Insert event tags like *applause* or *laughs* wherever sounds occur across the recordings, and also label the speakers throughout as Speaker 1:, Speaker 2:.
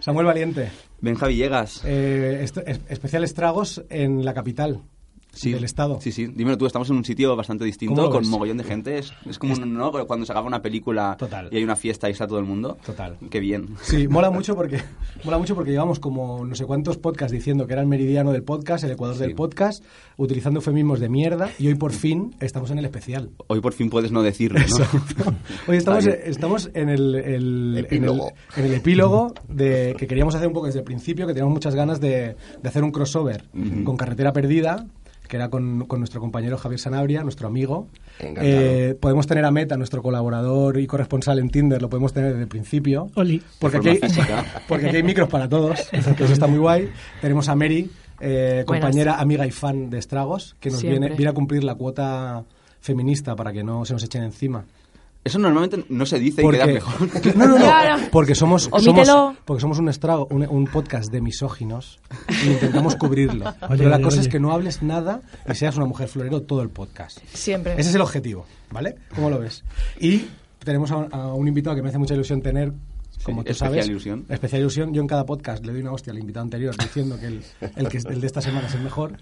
Speaker 1: Samuel Valiente.
Speaker 2: Benja Villegas.
Speaker 1: Eh, est- es- especial estragos en la capital
Speaker 2: Sí.
Speaker 1: del estado.
Speaker 2: Sí, sí. Dímelo tú, estamos en un sitio bastante
Speaker 1: ¿Cómo
Speaker 2: distinto,
Speaker 1: lo
Speaker 2: con
Speaker 1: ves?
Speaker 2: mogollón de gente. Es, es como un, ¿no? cuando se acaba una película
Speaker 1: Total.
Speaker 2: y hay una fiesta y está todo el mundo.
Speaker 1: Total.
Speaker 2: Qué bien.
Speaker 1: Sí, mola mucho porque *laughs* mola mucho porque llevamos como no sé cuántos podcasts diciendo que era el meridiano del podcast, el Ecuador del podcast, utilizando eufemismos de mierda y hoy por fin estamos en el especial.
Speaker 2: Hoy por fin puedes no decirlo, ¿no? *laughs*
Speaker 1: Hoy estamos,
Speaker 2: Está bien.
Speaker 1: estamos en, el, el- en, el,
Speaker 3: Epílogo.
Speaker 1: en el epílogo de, que queríamos hacer un poco desde el principio, que teníamos muchas ganas de, de hacer un crossover con Carretera Perdida, que era con, con nuestro compañero Javier Sanabria, nuestro amigo. Eh,
Speaker 3: Encantado.
Speaker 1: podemos tener a Meta, nuestro colaborador y corresponsal en Tinder, lo podemos tener desde el principio.
Speaker 4: Oli.
Speaker 1: Porque aquí,
Speaker 2: De
Speaker 1: hay,
Speaker 2: forma física.
Speaker 1: *laughs* porque aquí hay micros para todos, *laughs* que eso está muy guay. Tenemos a Mary, eh,
Speaker 5: Buenas.
Speaker 1: compañera, amiga y fan de Estragos, que nos viene,
Speaker 5: Siempre.
Speaker 1: viene a cumplir la cuota feminista para que no se nos echen encima.
Speaker 2: Eso normalmente no se dice y queda mejor. *laughs*
Speaker 1: *laughs* No, no, no,
Speaker 5: Claro.
Speaker 1: porque somos,
Speaker 5: Omítelo.
Speaker 1: somos- porque somos un estrago, un, un podcast de misóginos y
Speaker 4: *laughs*
Speaker 1: intentamos cubrirlo. Pero la
Speaker 4: oye,
Speaker 1: cosa es
Speaker 4: oye.
Speaker 1: que no hables nada y seas una mujer florero todo el podcast.
Speaker 5: Siempre.
Speaker 1: Ese es el objetivo, ¿vale? ¿Cómo lo ves? Y tenemos a, a un invitado que me hace mucha ilusión tener, como tú
Speaker 2: especial
Speaker 1: sabes.
Speaker 2: ilusión.
Speaker 1: Especial ilusión. Yo en cada podcast le doy una hostia al invitado anterior diciendo que el, el que es- el de esta semana es el mejor.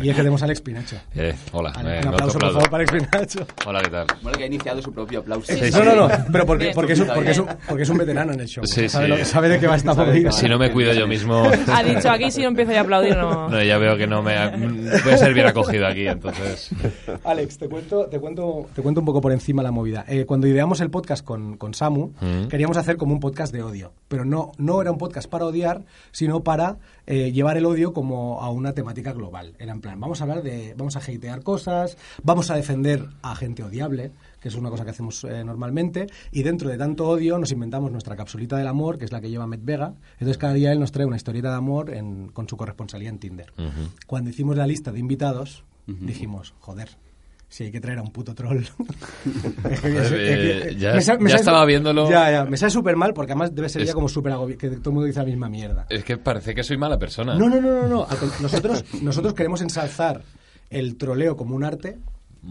Speaker 1: Y es que tenemos a Alex Pinacho.
Speaker 6: Eh, hola,
Speaker 1: Ale,
Speaker 6: eh,
Speaker 1: un
Speaker 6: me
Speaker 1: aplauso, por
Speaker 6: autoaplaudo.
Speaker 1: favor, para Alex Pinacho.
Speaker 6: Hola, ¿qué tal?
Speaker 2: Bueno, que ha iniciado su propio aplauso.
Speaker 6: Sí,
Speaker 1: No,
Speaker 6: sí.
Speaker 1: no, no, pero porque,
Speaker 5: Bien,
Speaker 1: porque, es, un,
Speaker 5: está
Speaker 1: porque, es un,
Speaker 5: bien.
Speaker 1: porque es un veterano en el show.
Speaker 6: Sí,
Speaker 1: sabe,
Speaker 6: sí.
Speaker 1: lo- sabe de qué va esta
Speaker 2: Sabe
Speaker 1: movida.
Speaker 2: que va.
Speaker 6: Si no me cuido yo mismo,
Speaker 1: *laughs*
Speaker 5: Ha dicho aquí si no empiezo yo a aplaudir, no.
Speaker 6: no, ya veo que no me ha- voy a ser bien acogido aquí, entonces.
Speaker 1: *laughs* Alex, te cuento, te, cuento, te cuento un poco por encima la movida. Eh, cuando ideamos el podcast con, con Samu,
Speaker 6: Mm.
Speaker 1: queríamos hacer como un podcast de odio. Pero no, no era un podcast para odiar, sino para eh, llevar el odio como a una temática global. Era en plan, vamos a hablar de. Vamos a hatear cosas, vamos a defender a gente odiable, que es una cosa que hacemos eh, normalmente. Y dentro de tanto odio, nos inventamos nuestra capsulita del amor, que es la que lleva Met Vega. Entonces, cada día él nos trae una historieta de amor en- con su corresponsalía en Tinder. Cuando hicimos la lista de invitados, dijimos, joder. Si hay que traer a un puto
Speaker 6: *laughs*
Speaker 1: troll. Es que- es que-
Speaker 6: Eh, ya-
Speaker 1: me sa- me
Speaker 6: ya
Speaker 1: sa-
Speaker 6: estaba viéndolo.
Speaker 1: Ya, ya, me sale súper mal porque además debe ser ya
Speaker 6: Es- Eh,
Speaker 1: como súper agobiado, que todo el mundo dice la misma mierda.
Speaker 6: Es que parece que soy mala persona.
Speaker 1: No, no, no, no, no. al con- Nosotros, nosotros queremos ensalzar el troleo como un arte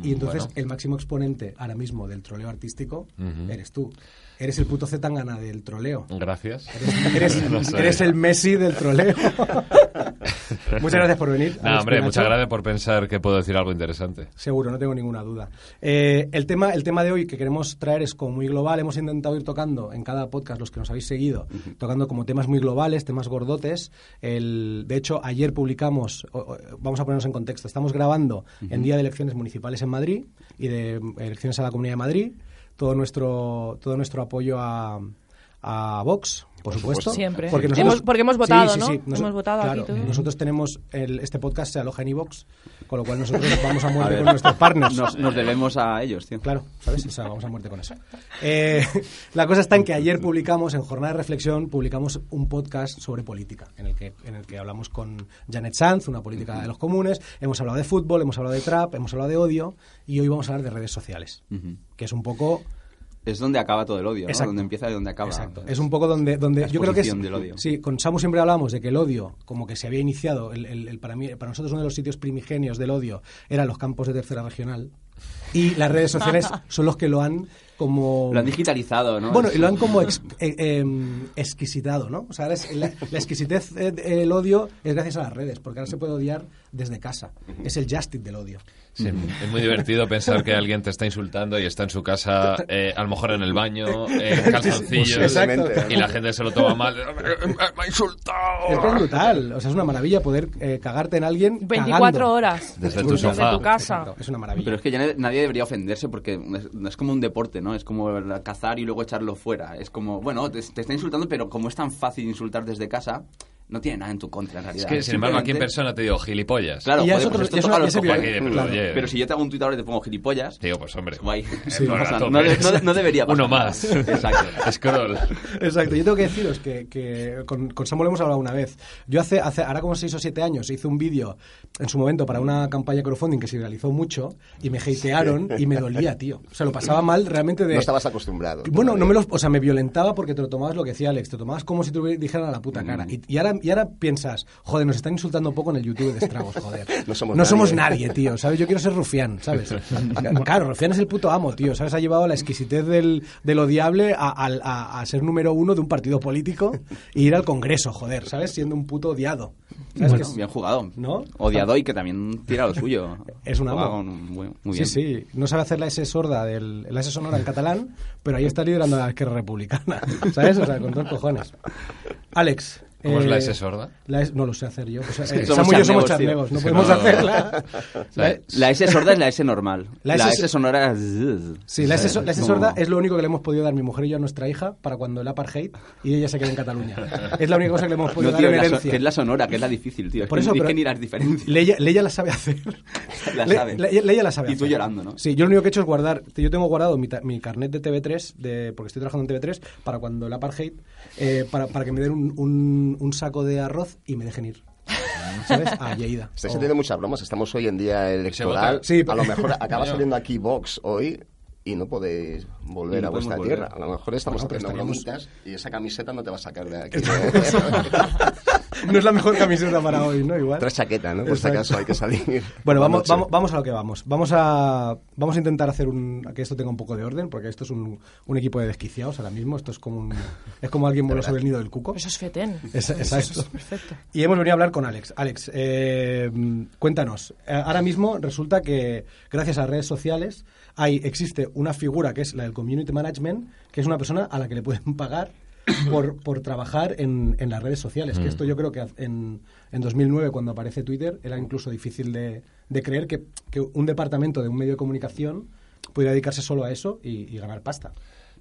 Speaker 1: y entonces
Speaker 6: Mm, bueno.
Speaker 1: el máximo exponente ahora mismo del troleo artístico eres tú. Eres el puto Zetangana del troleo.
Speaker 6: Gracias.
Speaker 1: Eres,
Speaker 6: Mm. *laughs* No sé.
Speaker 1: eres el Messi del
Speaker 6: *laughs*
Speaker 1: troleo. muchas gracias por venir.
Speaker 6: No,
Speaker 1: Alex
Speaker 6: hombre,
Speaker 1: Pinacho.
Speaker 6: muchas gracias por pensar que puedo decir algo interesante.
Speaker 1: Seguro, no tengo ninguna duda. Eh, el, tema, el tema de hoy que queremos traer es como muy global. Hemos intentado ir tocando en cada podcast, los que nos habéis seguido, tocando como temas muy globales, temas gordotes. El, de hecho, ayer publicamos, o- o- vamos a ponernos en contexto, estamos grabando en día de elecciones municipales en Madrid y de mm, elecciones a la Comunidad de Madrid. Todo nuestro, todo nuestro apoyo a, a Vox. Por supuesto.
Speaker 5: Siempre.
Speaker 1: Porque,
Speaker 5: Hemos-
Speaker 1: nosotros,
Speaker 5: porque hemos
Speaker 1: Sí,
Speaker 5: votado,
Speaker 1: sí,
Speaker 5: ¿no?
Speaker 1: sí. Noso-
Speaker 5: Hemos votado aquí
Speaker 1: claro,
Speaker 5: todos.
Speaker 1: nosotros tenemos el- este podcast se aloja en iVoox, con lo cual nosotros vamos a muerte con nuestros partners.
Speaker 2: Nos, nos debemos a ellos, tío.
Speaker 1: Claro, ¿sabes? O sea, vamos a muerte con eso. Eh, *laughs* la cosa está en que ayer publicamos, en Jornada de Reflexión, publicamos un podcast sobre política, en el que, en el que hablamos con Janet Sanz, una política de los comunes, hemos hablado de fútbol, hemos hablado de trap, hemos hablado de odio, y hoy vamos a hablar de redes sociales,
Speaker 2: Ujú.
Speaker 1: que es un poco
Speaker 2: Es donde acaba todo el odio, ¿no?
Speaker 1: Exacto.
Speaker 2: Donde empieza y donde acaba.
Speaker 1: Exacto. Es un poco donde, donde
Speaker 2: La
Speaker 1: yo creo que es,
Speaker 2: exposición del odio.
Speaker 1: sí. Con Samu siempre hablábamos de que el odio, como que se había iniciado, el, el- el- para mí, para nosotros uno de los sitios primigenios del odio eran los campos de tercera regional y las redes
Speaker 2: *laughs*
Speaker 1: sociales son los que lo han como
Speaker 2: Lo han digitalizado, ¿no?
Speaker 1: bueno,
Speaker 2: Es-
Speaker 1: y lo han como ex- eh, em, exquisitado, ¿no? O sea, ahora es- la, la exquisitez eh, del odio es gracias a las redes, porque ahora se puede odiar desde casa. Es el justice del odio.
Speaker 6: Sí,
Speaker 1: Mm.
Speaker 6: es muy divertido pensar que alguien te está insultando y está en su casa, eh, a lo mejor en el baño,
Speaker 1: *laughs*
Speaker 6: en calzoncillos,
Speaker 3: Posiblemente, ¿no?
Speaker 6: y la gente se lo toma
Speaker 2: *laughs*
Speaker 6: mal. ¡Me ha
Speaker 1: Es que es
Speaker 6: insultado!
Speaker 1: brutal, o sea, es una maravilla poder eh, cagarte en alguien
Speaker 5: 24
Speaker 1: cagando.
Speaker 5: horas.
Speaker 6: Desde
Speaker 1: Es
Speaker 6: tu
Speaker 1: brutal.
Speaker 6: sofá. Desde
Speaker 5: tu casa.
Speaker 1: Exacto, es una maravilla.
Speaker 2: Pero es que ya na- nadie debería ofenderse porque es, es como un deporte, ¿no? Es como la- cazar y luego echarlo fuera. Es como, bueno, te, te está insultando, pero como es tan fácil insultar desde casa, no tiene nada en tu contra en realidad.
Speaker 6: Es que, sin embargo, aquí en
Speaker 2: Simplemente-
Speaker 6: persona te digo gilipollas.
Speaker 2: Claro,
Speaker 1: Y ya es
Speaker 2: joder,
Speaker 1: otro-
Speaker 2: pues esto
Speaker 1: ya es
Speaker 2: toca
Speaker 1: una-
Speaker 2: los
Speaker 1: ya se
Speaker 2: cojones.
Speaker 6: viene-
Speaker 2: Pero,
Speaker 6: claro.
Speaker 2: oye, pero si yo te hago un tuit ahora y te pongo gilipollas,
Speaker 6: Digo, pues hombre.
Speaker 1: *laughs*
Speaker 2: guay.
Speaker 1: Sí,
Speaker 2: no,
Speaker 6: a
Speaker 2: pasa-
Speaker 6: tope.
Speaker 2: no de- no de- no debería pasar.
Speaker 6: Uno más.
Speaker 2: Exacto.
Speaker 6: Scroll.
Speaker 1: Exacto, yo tengo que deciros que, que con, con Samuel hemos hablado una vez. Yo hace, hace ahora como 6 o 7 años hice un vídeo en su momento para una campaña de crowdfunding que se realizó mucho y me hatearon y me dolía, tío. O sea, lo pasaba mal realmente de...
Speaker 3: No estabas acostumbrado.
Speaker 1: Bueno,
Speaker 3: todavía. Mm.
Speaker 1: no me los, o sea, me violentaba porque te lo tomabas lo que decía Alex, te lo tomabas como si te hubiera- dijeran a la puta cara. Y, y ahora y ahora piensas, joder, nos están insultando un poco en el YouTube de Estragos, joder.
Speaker 3: *laughs* No somos
Speaker 1: no
Speaker 3: nadie. ¿eh?
Speaker 1: somos nadie, tío, ¿sabes? Yo quiero ser Rufián,
Speaker 3: *laughs*
Speaker 1: ¿sabes? claro, Rufián es el puto amo, tío, ¿sabes? Ha llevado la exquisitez del, de lo odiable a, al- a- a ser número uno de un partido político e ir al Congreso, joder, ¿sabes? Siendo un puto odiado. ¿Sabes?
Speaker 2: Bueno,
Speaker 1: Que es-
Speaker 2: bien jugado.
Speaker 1: ¿No?
Speaker 2: Odiado y que también tira lo suyo.
Speaker 1: Es un amo.
Speaker 2: Juega con- Muy, muy
Speaker 1: Sí,
Speaker 2: bien.
Speaker 1: sí. No sabe hacer la S sorda del, la S sonora en catalán, pero ahí está liderando a la izquierda republicana. *laughs* ¿Sabes? O sea, con dos cojones. Alex. eh,
Speaker 6: ¿Cómo es la S sorda?
Speaker 1: la S- no lo sé hacer yo. O sea, eh,
Speaker 2: somos
Speaker 1: Samu y yo somos
Speaker 2: charnegos,
Speaker 1: charlegos, no
Speaker 6: Es que
Speaker 1: podemos
Speaker 6: no-
Speaker 1: hacerla. La-
Speaker 2: La S sorda es la S normal.
Speaker 1: La
Speaker 2: La
Speaker 1: S
Speaker 2: S,
Speaker 1: es-
Speaker 2: sonora es...
Speaker 1: Sí, la S, so- la S
Speaker 2: No.
Speaker 1: sorda es lo único que le hemos podido dar mi mujer y yo a nuestra hija para cuando el apartheid y ella se quede en Cataluña. Es la única cosa que le hemos podido
Speaker 2: No,
Speaker 1: dar
Speaker 2: tío,
Speaker 1: en
Speaker 2: la so-
Speaker 1: herencia.
Speaker 2: que es la sonora, que es la difícil, tío. Es
Speaker 1: Por
Speaker 2: que
Speaker 1: eso,
Speaker 2: ni-
Speaker 1: pero-
Speaker 2: que ni las diferencias.
Speaker 1: Leia, Leia la sabe hacer.
Speaker 2: *laughs* La
Speaker 1: Le-
Speaker 2: sabe.
Speaker 1: Le- Leia la sabe
Speaker 2: Y tú
Speaker 1: hacer.
Speaker 2: llorando, ¿no?
Speaker 1: Sí, yo lo único que he hecho es guardar. Yo tengo guardado mi, ta- mi carnet de TV3, de, porque estoy trabajando en TV3, para cuando el apartheid, eh, para, para que me den un, un- un saco de arroz y me dejen ir. ¿Sabes? A Lleida.
Speaker 3: Estáis
Speaker 1: O-
Speaker 3: haciendo muchas bromas, estamos hoy en día electoral.
Speaker 6: vota.
Speaker 1: Sí,
Speaker 3: a
Speaker 1: pero-
Speaker 3: lo
Speaker 1: *laughs*
Speaker 3: mejor acaba
Speaker 6: Coño.
Speaker 3: saliendo aquí Vox hoy y no podéis volver
Speaker 2: Y no
Speaker 3: a vuestra
Speaker 2: podemos volver.
Speaker 3: tierra. A lo mejor estamos
Speaker 1: Bueno, pero
Speaker 3: haciendo
Speaker 1: estaríamos-
Speaker 3: bromitas y esa camiseta no te va a sacar de aquí.
Speaker 1: No es la mejor camiseta para hoy, ¿no? Igual.
Speaker 3: *laughs* Otra chaqueta, ¿no? Por si
Speaker 1: Exacto.
Speaker 3: acaso hay que salir.
Speaker 1: *laughs* Bueno, vamos,
Speaker 3: Anoche.
Speaker 1: vamos, vamos a lo que vamos. Vamos a, vamos a intentar hacer un, a que esto tenga un poco de orden, porque esto es un, un equipo de desquiciados ahora mismo. Esto es como, un- es como alguien voló sobre el nido del cuco.
Speaker 5: Pues Eso es fetén.
Speaker 1: Es- exacto.
Speaker 5: perfecto.
Speaker 1: Y hemos venido a hablar con Alex. Alex, eh, cuéntanos. eh, Ahora mismo resulta que gracias a redes sociales hay, existe una figura que es la del community management, que es una persona a la que le pueden
Speaker 6: *coughs*
Speaker 1: pagar por, por trabajar en, en las redes sociales.
Speaker 6: Mm.
Speaker 1: Que esto yo creo que en, en 2009, cuando aparece Twitter,
Speaker 6: Mm.
Speaker 1: era incluso difícil de, de creer que, que un departamento de un medio de comunicación pudiera dedicarse solo a eso y, y ganar pasta.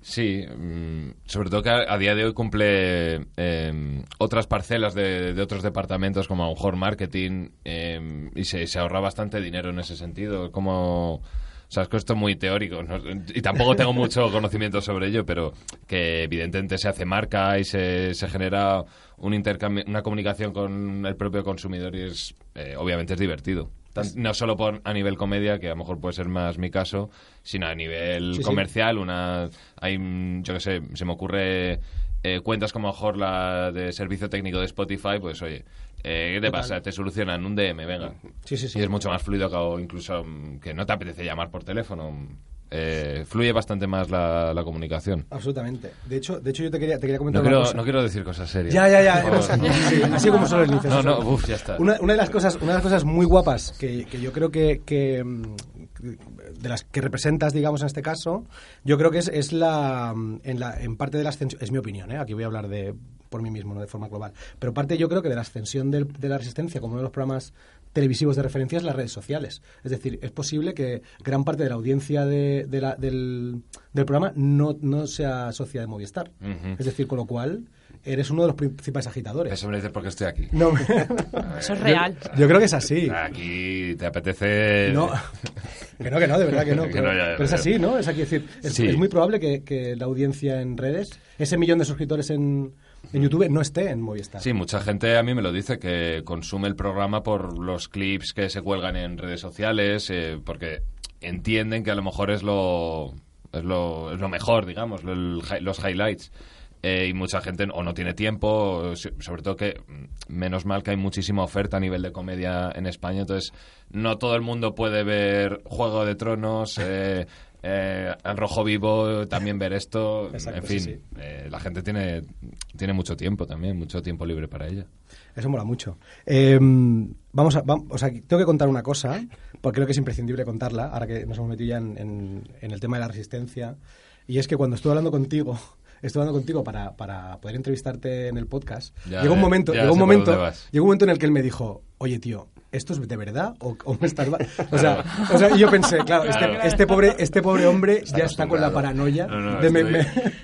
Speaker 6: Sí, mm, sobre todo que a, a día de hoy cumple eh, otras parcelas de, de otros departamentos como a lo mejor marketing eh, y se, se ahorra bastante dinero en ese sentido. Como, o sea, es que esto es muy teórico ¿no? y tampoco
Speaker 1: *laughs*
Speaker 6: tengo mucho conocimiento sobre ello, pero que evidentemente se hace marca y se, se genera un intercambio, una comunicación con el propio consumidor y es, eh, obviamente es divertido. Tan- No solo por, a nivel comedia, que a lo mejor puede ser más mi caso, sino a nivel
Speaker 1: Sí, sí.
Speaker 6: comercial comercial, una hay mm, yo qué sé, se me ocurre eh, cuentas como a lo mejor la de servicio técnico de Spotify, pues oye, eh, ¿qué te pasa? Te solucionan un DM, venga.
Speaker 1: Sí, sí, sí.
Speaker 6: Y es mucho más fluido que o incluso mm, que no te apetece llamar por teléfono. Eh, fluye bastante más la, la comunicación.
Speaker 1: Absolutamente. De hecho, de hecho yo te quería, te quería comentar
Speaker 6: No
Speaker 1: una
Speaker 6: quiero,
Speaker 1: cosa.
Speaker 6: no quiero decir cosas serias.
Speaker 1: Ya, ya, ya.
Speaker 6: Por favor,
Speaker 1: hemos-
Speaker 6: no.
Speaker 1: *laughs* sí, así
Speaker 6: *laughs*
Speaker 1: como solo el inicio.
Speaker 6: No,
Speaker 1: eso
Speaker 6: no,
Speaker 1: es.
Speaker 6: uf, ya está.
Speaker 1: Una, una de las cosas, una de las cosas muy guapas que, que yo creo que, que, mm, de las que representas, digamos, en este caso, yo creo que es, es la, mm, en la en parte de la ascensión, es mi opinión, ¿eh? aquí voy a hablar de por mí mismo, no de forma global, pero parte yo creo que de la ascensión del- de la resistencia como uno de los programas televisivos de referencia es las redes sociales. Es decir, es posible que gran parte de la audiencia de, de la- del, del programa no, no sea socia de Movistar.
Speaker 6: Ujú.
Speaker 1: Es decir, con lo cual eres uno de los principales agitadores.
Speaker 6: Eso me dices porque estoy aquí.
Speaker 1: No, me-
Speaker 5: Eso es real. *laughs*
Speaker 1: yo creo que es así.
Speaker 6: Ah, Aquí te apetece...
Speaker 1: No, *laughs* que no, que no, de verdad que no.
Speaker 6: Que
Speaker 1: Pero,
Speaker 6: no, ya, ya,
Speaker 1: pero es
Speaker 6: ya.
Speaker 1: así, ¿no? Es aquí, es decir, es,
Speaker 6: Sí.
Speaker 1: es muy probable que, que la audiencia en redes, ese millón de suscriptores en, en YouTube, no esté en Movistar.
Speaker 6: Sí, mucha gente a mí me lo dice que consume el programa por los clips que se cuelgan en redes sociales, eh, porque entienden que a lo mejor es lo, es lo, es lo mejor, digamos, lo- el hi- los highlights. Eh, y mucha gente o no tiene tiempo, o so- sobre todo que mm, menos mal que hay muchísima oferta a nivel de comedia en España, entonces no todo el mundo puede ver Juego de Tronos, eh, eh, Al Rojo Vivo, también ver esto,
Speaker 1: Exacto,
Speaker 6: en fin.
Speaker 1: sí, sí.
Speaker 6: Eh, la gente tiene, tiene mucho tiempo también, mucho tiempo libre para ella.
Speaker 1: Eso mola mucho. Eh, vamos a, vam- o sea, tengo que contar una cosa, porque creo que es imprescindible contarla, ahora que nos hemos metido ya en, en- en el tema de la resistencia. Y es que cuando estuve hablando contigo, *laughs* estuve hablando contigo para, para poder entrevistarte en el podcast,
Speaker 6: Ya,
Speaker 1: llegó un
Speaker 6: ya,
Speaker 1: momento,
Speaker 6: ya
Speaker 1: llegó un
Speaker 6: sé por
Speaker 1: momento,
Speaker 6: dónde vas.
Speaker 1: llegó un momento en el que él me dijo, oye tío, ¿esto es de verdad? ¿O, o me estás va-?" o, sea, o sea, y yo pensé, claro, este,
Speaker 5: Claro.
Speaker 1: este pobre, este pobre hombre ya está con la
Speaker 3: acostumbrado.
Speaker 1: paranoia
Speaker 6: No, no,
Speaker 1: de me-
Speaker 6: estoy-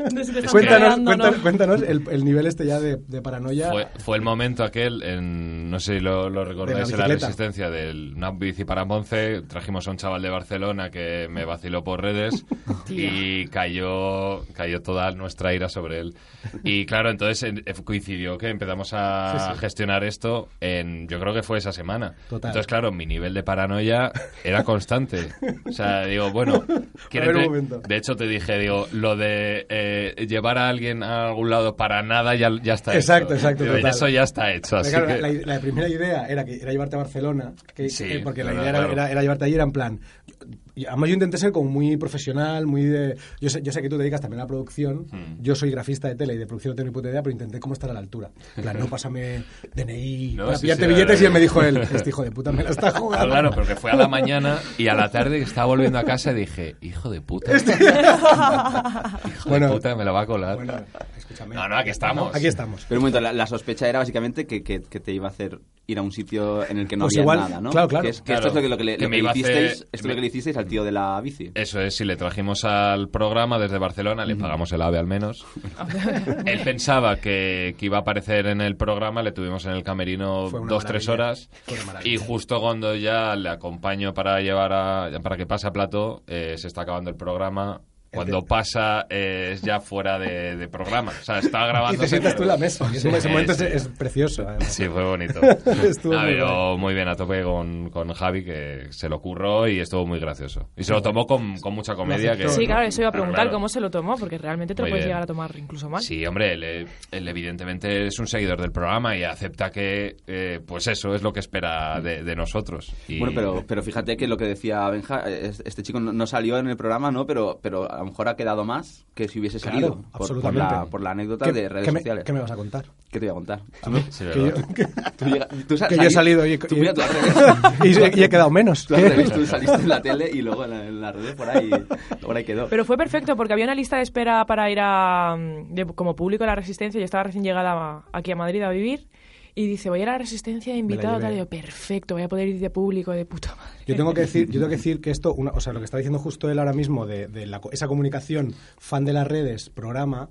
Speaker 1: me-
Speaker 6: *laughs*
Speaker 5: Te están
Speaker 1: Cuéntanos,
Speaker 5: pegando,
Speaker 1: cuéntanos,
Speaker 5: ¿no?
Speaker 1: cuéntanos el, el nivel este ya de, de paranoia.
Speaker 6: Fue, fue el momento aquel, en, no sé si lo, lo recordáis,
Speaker 1: De
Speaker 6: en
Speaker 1: la
Speaker 6: la
Speaker 1: bicicleta.
Speaker 6: resistencia del una bici para Monce, trajimos a un chaval de Barcelona que me vaciló por redes y cayó, cayó toda nuestra ira sobre él. Y claro, entonces eh, coincidió que empezamos a gestionar esto en, yo creo que fue esa semana. persona.
Speaker 1: Total.
Speaker 6: Entonces, claro, mi nivel de paranoia era constante. O sea, digo,
Speaker 1: *laughs*
Speaker 6: bueno, ¿quieres
Speaker 1: ver, un
Speaker 6: de-
Speaker 1: momento.
Speaker 6: de hecho te dije, digo, lo de eh, llevar a alguien a algún lado para nada ya, ya está
Speaker 1: Exacto,
Speaker 6: hecho. ¿eh?
Speaker 1: exacto,
Speaker 6: Digo,
Speaker 1: total.
Speaker 6: Eso ya está hecho.
Speaker 1: Pero
Speaker 6: Así
Speaker 1: claro,
Speaker 6: que...
Speaker 1: la, la primera idea era que era llevarte a Barcelona, que-
Speaker 6: Sí,
Speaker 1: eh, porque la
Speaker 6: claro,
Speaker 1: idea era,
Speaker 6: claro.
Speaker 1: era- era llevarte allí, era en plan... yo- y además yo intenté ser como muy profesional, muy de... Yo sé, yo sé que tú te dedicas también a la producción,
Speaker 6: Mm.
Speaker 1: yo soy grafista de tele y de producción no tengo ni puta idea, pero intenté cómo estar a la altura. En plan,
Speaker 6: *laughs*
Speaker 1: no, pásame DNI,
Speaker 6: No,
Speaker 1: para
Speaker 6: sí,
Speaker 1: pillarte
Speaker 6: sí,
Speaker 1: billetes,
Speaker 6: ahora-
Speaker 1: y él me dijo él, este hijo de puta me la está jugando.
Speaker 6: Claro, claro, porque fue a la mañana y a la tarde que estaba volviendo a casa dije, hijo de puta.
Speaker 1: *laughs*
Speaker 6: hijo
Speaker 1: Este- Bueno.
Speaker 6: de puta, me la va a colar.
Speaker 1: Bueno, escúchame.
Speaker 6: No, no, aquí estamos.
Speaker 1: Aquí estamos.
Speaker 2: Pero un momento, la, la sospecha era básicamente que, que- que te iba a hacer ir a un sitio en el que no
Speaker 1: Pues
Speaker 2: había
Speaker 1: igual,
Speaker 2: nada, ¿no?
Speaker 1: claro, claro.
Speaker 2: Que, es- que
Speaker 6: Claro.
Speaker 2: esto es lo que, lo que le,
Speaker 6: Que
Speaker 2: lo
Speaker 6: me
Speaker 2: que
Speaker 6: iba a hacer-
Speaker 2: hicisteis, esto es lo que le hicisteis al tío de la bici.
Speaker 6: Eso es, si le trajimos al programa desde Barcelona, le pagamos el AVE al menos. Él pensaba que, que iba a aparecer en el programa, le tuvimos en el camerino
Speaker 1: Fue una
Speaker 6: dos, tres
Speaker 1: maravilla.
Speaker 6: horas.
Speaker 1: Fue una maravilla.
Speaker 6: Y justo cuando ya le acompaño para llevar a, para que pase a plato, eh, se está acabando el programa. Cuando pasa eh, es ya fuera de, de programa. O sea, está
Speaker 1: *laughs*
Speaker 6: grabando.
Speaker 1: Y te sientas tú en la mesa. que ese momento es, es precioso. además.
Speaker 6: Sí, fue bonito.
Speaker 1: *laughs* Estuvo
Speaker 6: Ah,
Speaker 1: muy
Speaker 6: pero
Speaker 1: guay.
Speaker 6: muy bien a tope con, con Javi, que se lo curró y estuvo muy gracioso. Y se lo tomó con, con mucha comedia. Que,
Speaker 1: aceptó,
Speaker 5: Sí, claro, eso iba a preguntar
Speaker 6: Claro, claro.
Speaker 5: cómo se lo tomó, porque realmente te lo
Speaker 6: Muy
Speaker 5: puedes
Speaker 6: bien.
Speaker 5: llegar a tomar incluso mal.
Speaker 6: Sí, hombre, él, eh, él evidentemente es un seguidor del programa y acepta que, eh, pues eso es lo que espera de, de nosotros. Y-
Speaker 2: Bueno, pero, pero fíjate que lo que decía Benja, es- este chico no, no salió en el programa, ¿no? Pero, pero a lo mejor ha quedado más que si hubiese
Speaker 1: Claro,
Speaker 2: salido. por- por,
Speaker 1: absolutamente.
Speaker 2: la, por la anécdota
Speaker 1: ¿Qué-
Speaker 2: de redes
Speaker 1: qué me-
Speaker 2: sociales.
Speaker 1: ¿Qué me vas a contar?
Speaker 2: ¿Qué te voy a contar?
Speaker 6: Sí,
Speaker 1: Que
Speaker 6: ¿verdad?
Speaker 1: yo- *laughs* que-
Speaker 2: *laughs* Tú llega- tú sa-
Speaker 1: Que yo he
Speaker 2: salí-
Speaker 1: salido y,
Speaker 2: tú,
Speaker 1: y-
Speaker 2: mira, tú al revés.
Speaker 1: *laughs*
Speaker 2: *laughs*
Speaker 1: y- y he quedado menos.
Speaker 2: Tú al revés,
Speaker 1: *laughs*
Speaker 2: tú saliste en la tele y luego en la, en la red por ahí, por ahí quedó.
Speaker 5: Pero fue perfecto porque había una lista de espera para ir a, mm, de- como público a la Resistencia. Yo estaba recién llegada a- aquí a Madrid a vivir y dice, voy a ir a la Resistencia de invitado.
Speaker 1: llevé.
Speaker 5: Tal. Y yo, perfecto, voy a poder ir de público, de puta madre.
Speaker 1: Yo tengo que decir, yo tengo que decir que esto, una- o sea, lo que está diciendo justo él ahora mismo de, de la co- esa comunicación fan de las redes, programa,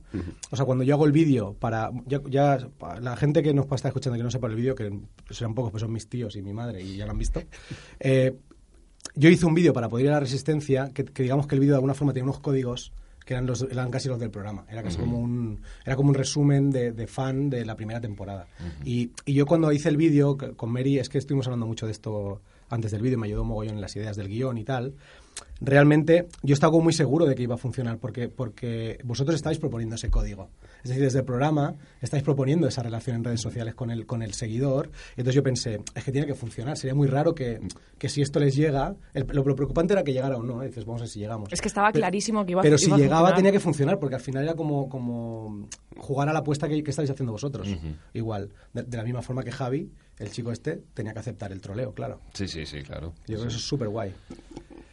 Speaker 1: o sea, cuando yo hago el vídeo para ya, ya pa- la gente que nos está escuchando que no sepa el vídeo, que serán pocos, pues son mis tíos y mi madre y ya lo han visto. eh, yo hice un vídeo para poder ir a la resistencia, que, que digamos que el vídeo de alguna forma tenía unos códigos que eran, los, eran casi los del programa. Era casi como un era como un resumen de, de fan de la primera temporada. y, y yo cuando hice el vídeo c- con Mary, es que estuvimos hablando mucho de esto antes del vídeo, me ayudó mogollón en las ideas del guión y tal. Realmente yo estaba como muy seguro de que iba a funcionar porque, porque vosotros estáis proponiendo ese código. Es decir, desde el programa estáis proponiendo esa relación en redes sociales con el, con el seguidor. Entonces yo pensé, es que tiene que funcionar. Sería muy raro que, que si esto les llega, el- lo, lo preocupante era que llegara o no. ¿eh? Dices, vamos a ver si llegamos.
Speaker 5: Es que estaba clarísimo que iba a-
Speaker 1: Pero si
Speaker 5: iba a
Speaker 1: llegaba
Speaker 5: funcionar.
Speaker 1: tenía que funcionar porque al final era como, como jugar a la apuesta que, que estáis haciendo vosotros. Igual, de, de la misma forma que Javi, el chico este, tenía que aceptar el troleo, claro.
Speaker 6: Sí, sí, sí, claro.
Speaker 1: Yo creo que eso es súper guay.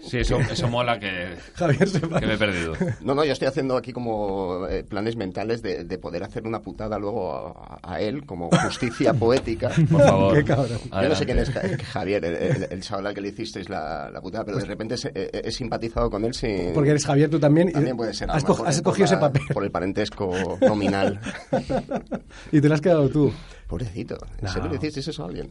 Speaker 6: Sí, eso, eso mola que,
Speaker 1: *laughs* Javier se va.
Speaker 6: que me he perdido.
Speaker 3: No, no, yo estoy haciendo aquí como eh, planes mentales de, de poder hacer una putada luego a, a él,
Speaker 1: *laughs*
Speaker 3: como justicia poética. *laughs*
Speaker 6: Por favor.
Speaker 1: Qué cabrón.
Speaker 3: Yo no sé
Speaker 6: Adelante.
Speaker 3: quién es Ja- Javier, el, el, el chaval al que le hicisteis la, la putada, pero de repente se- he, he simpatizado con él sin...
Speaker 1: Porque eres Javier tú también. y
Speaker 3: También puede ser. a
Speaker 1: Has,
Speaker 3: lo
Speaker 1: co-
Speaker 3: mejor, eh,
Speaker 1: has
Speaker 3: por
Speaker 1: cogido ese
Speaker 3: la-
Speaker 1: papel
Speaker 3: Por el parentesco
Speaker 1: *laughs*
Speaker 3: nominal.
Speaker 1: y te lo has quedado tú.
Speaker 3: Pobrecito, ¿en
Speaker 1: No.
Speaker 3: serio le hicisteis eso a alguien?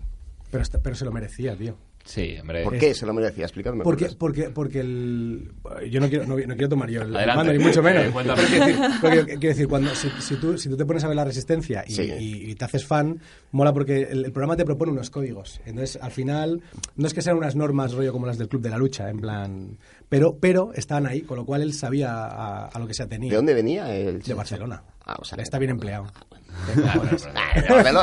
Speaker 1: Pero, está- pero se lo merecía, tío.
Speaker 6: Sí, hombre.
Speaker 3: ¿Por qué se lo merecía? Explícame.
Speaker 1: Eh, Porque,
Speaker 3: Lucas.
Speaker 1: porque, porque el. Yo no quiero, no, no quiero tomar yo el
Speaker 6: Adelante.
Speaker 1: mando, ni mucho menos.
Speaker 6: Eh, *laughs* cuéntame.
Speaker 1: Pero quiero decir, porque, quiero decir, cuando, si, si tú, si tú te pones a ver la resistencia y,
Speaker 3: Sí.
Speaker 1: y- y te haces fan, mola porque el, el programa te propone unos códigos. Entonces, al final, no es que sean unas normas rollo como las del Club de la Lucha, en plan. Pero, pero estaban ahí, con lo cual él sabía a, a lo que se atenía.
Speaker 3: ¿De dónde venía el
Speaker 1: De Barcelona.
Speaker 3: Ah, o sea,
Speaker 1: Está bien empleado.
Speaker 3: Ah, de Barcelona.
Speaker 1: *laughs*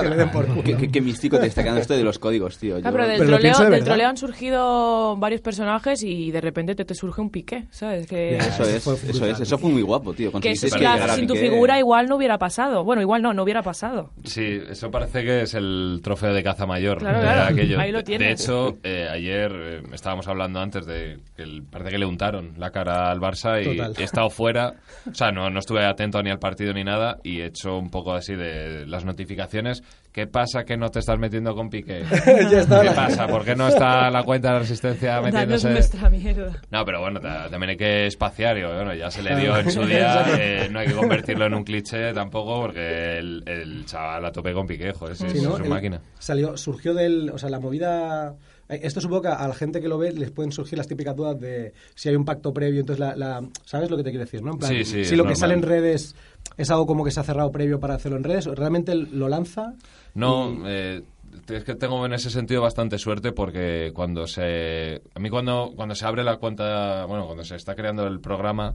Speaker 1: Que le den por culo.
Speaker 2: Qué, qué- qué místico te está quedando esto de los códigos, tío.
Speaker 5: Ah, pero del,
Speaker 1: Pero lo
Speaker 5: troleo,
Speaker 1: pienso de
Speaker 5: del
Speaker 1: verdad.
Speaker 5: troleo han surgido varios personajes y de repente te, te surge un piqué, ¿sabes? Que,
Speaker 1: Ya, Eso
Speaker 2: Eso es,
Speaker 1: fue
Speaker 2: eso
Speaker 1: brutal.
Speaker 2: es, eso fue muy guapo, tío.
Speaker 5: que
Speaker 2: Conseguisteis
Speaker 5: sin-
Speaker 6: que
Speaker 5: la-
Speaker 2: llegara
Speaker 5: sin tu
Speaker 2: Piqué.
Speaker 5: figura igual no hubiera pasado. Bueno, igual no, no hubiera pasado.
Speaker 6: Sí, eso parece que es el trofeo de caza mayor.
Speaker 5: Claro,
Speaker 6: Era
Speaker 5: claro.
Speaker 6: aquello.
Speaker 5: Ahí lo
Speaker 6: De-
Speaker 5: tienes.
Speaker 6: De hecho, eh, ayer eh, estábamos hablando antes de que el- parece que le untaron la cara al Barça y
Speaker 1: Total.
Speaker 6: he estado fuera. O sea, no, no estuve atento ni al partido ni nada y he hecho un poco así de las notificaciones. ¿Qué pasa que no te estás metiendo con Piqué?
Speaker 1: *laughs* ya está.
Speaker 6: ¿Qué pasa? ¿Por qué no está la cuenta de la resistencia
Speaker 5: Danos
Speaker 6: metiéndose?
Speaker 5: nuestra mierda.
Speaker 6: No, pero bueno, ta- también hay que espaciar. Y bueno, ya se le dio en su día. eh, no hay que convertirlo en un cliché tampoco, porque el, el chaval a tope con Piqué, joder, sí,
Speaker 1: Sí,
Speaker 6: es
Speaker 1: ¿no?
Speaker 6: una
Speaker 1: El-
Speaker 6: máquina.
Speaker 1: Salió, surgió del, o sea, la movida. eh, Esto supongo que a la gente que lo ve les pueden surgir las típicas dudas de si hay un pacto previo. Entonces, la, la- ¿sabes lo que te quiero decir? ¿no? En plan,
Speaker 6: Sí, sí, es
Speaker 1: si lo que
Speaker 6: normal.
Speaker 1: sale en redes es algo como que se ha cerrado previo para hacerlo en redes, ¿o ¿realmente lo lanza?
Speaker 6: No, eh, es que tengo en ese sentido bastante suerte porque cuando se... A mí cuando, cuando se abre la cuenta, bueno, cuando se está creando el programa,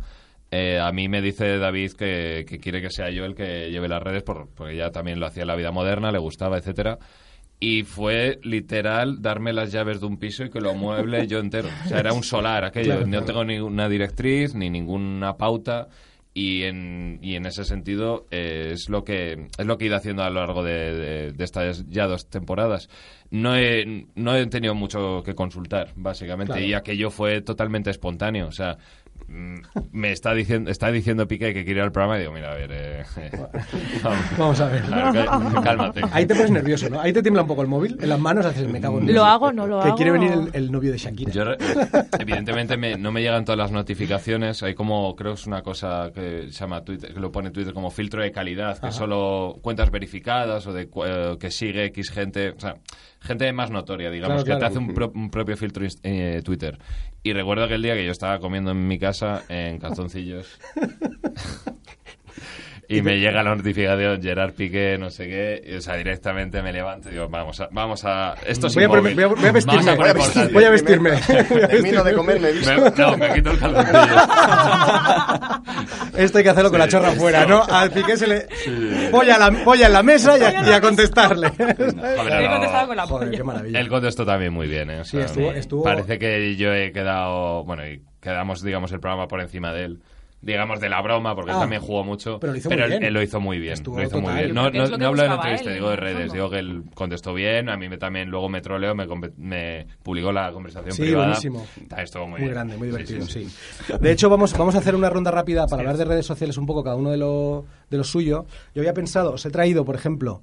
Speaker 6: eh, a mí me dice David que, que quiere que sea yo el que lleve las redes por- porque ya también lo hacía en la vida moderna, le gustaba, etcétera. Y fue literal darme las llaves de un piso y que lo mueble yo entero. O sea, era un solar aquello.
Speaker 1: Claro,
Speaker 6: No tengo ninguna directriz ni ninguna pauta. Y en, y en ese sentido eh, es lo que es lo que he ido haciendo a lo largo de, de- de estas ya dos temporadas. No he, no he tenido mucho que consultar, básicamente.
Speaker 1: Claro.
Speaker 6: Y aquello fue totalmente espontáneo. O sea, mm, me está diciendo, está diciendo Piqué que quiere ir al programa y digo, mira, a ver... eh, *laughs* vamos,
Speaker 1: Vamos a ver.
Speaker 6: claro, cal- cálmate.
Speaker 1: Ahí te pones nervioso, ¿no? Ahí te tiembla un poco el móvil, en las manos haces me cago en Dios".
Speaker 5: ¿Lo hago o no lo
Speaker 1: Que
Speaker 5: hago?
Speaker 1: quiere venir el, el novio de Shakira. *laughs*
Speaker 6: Yo, re- evidentemente, me- no me llegan todas las notificaciones. Hay como, creo que es una cosa que se llama Twitter, que lo pone Twitter como filtro de calidad, que solo cuentas verificadas o de cu- eh, que sigue X gente, o sea, gente más notoria, digamos,
Speaker 1: Claro,
Speaker 6: que te
Speaker 1: claro.
Speaker 6: hace un, pro- un propio filtro inst- eh, Twitter. Y recuerdo aquel día que yo estaba comiendo en mi casa en calzoncillos.
Speaker 1: *laughs*
Speaker 6: Y me llega la notificación, Gerard Piqué, no sé qué, y, o sea, directamente me levanto y digo, vamos a, vamos a, esto es
Speaker 1: Voy a,
Speaker 6: inmóvil.
Speaker 1: ponerme- voy a- voy a
Speaker 6: Vamos
Speaker 1: vestirme.
Speaker 6: por
Speaker 1: Voy a,
Speaker 3: por
Speaker 1: vestir- *laughs*
Speaker 6: importante.
Speaker 1: voy a vestirme.
Speaker 3: Termino de comer, me he visto.
Speaker 6: Me- no, me quito
Speaker 5: *laughs*
Speaker 6: el calzoncillo.
Speaker 1: Esto hay que hacerlo con la
Speaker 6: Sí,
Speaker 1: chorra
Speaker 6: sí,
Speaker 1: afuera,
Speaker 6: sí.
Speaker 1: ¿no? Al piqué se le. Polla, a la, polla en la mesa y a, y a contestarle.
Speaker 6: Joder,
Speaker 5: He
Speaker 6: no.
Speaker 5: contestado con
Speaker 1: *laughs*
Speaker 5: la
Speaker 1: Joder, qué
Speaker 5: polla.
Speaker 1: maravilla.
Speaker 6: Él contestó también muy bien, ¿eh? O sea,
Speaker 1: Sí, estuvo- estuvo-
Speaker 6: Parece que yo he quedado... Bueno, y quedamos, digamos, el programa por encima de él. Digamos, de la broma, porque
Speaker 1: Ah.
Speaker 6: él también jugó mucho.
Speaker 1: Pero lo hizo
Speaker 6: pero
Speaker 1: muy
Speaker 6: él,
Speaker 1: bien.
Speaker 6: él lo hizo muy bien.
Speaker 1: Estuvo
Speaker 6: lo hizo
Speaker 1: total.
Speaker 6: muy bien.
Speaker 1: Yo
Speaker 6: No,
Speaker 5: creo que
Speaker 6: no,
Speaker 5: es lo que
Speaker 6: no hablo de la
Speaker 5: buscaba
Speaker 6: entrevista,
Speaker 5: él,
Speaker 6: digo de
Speaker 5: en el
Speaker 6: redes.
Speaker 5: fondo.
Speaker 6: Digo que él contestó bien. A mí me, también luego me troleó, me, com- me publicó la conversación
Speaker 1: Sí,
Speaker 6: privada.
Speaker 1: buenísimo.
Speaker 6: También estuvo muy,
Speaker 1: Muy,
Speaker 6: bien.
Speaker 1: grande, muy
Speaker 6: Sí,
Speaker 1: divertido, sí. De hecho, vamos, vamos a hacer una ronda rápida para hablar de redes sociales un poco, cada uno de lo, de lo suyo. Yo había pensado, os he traído, por ejemplo,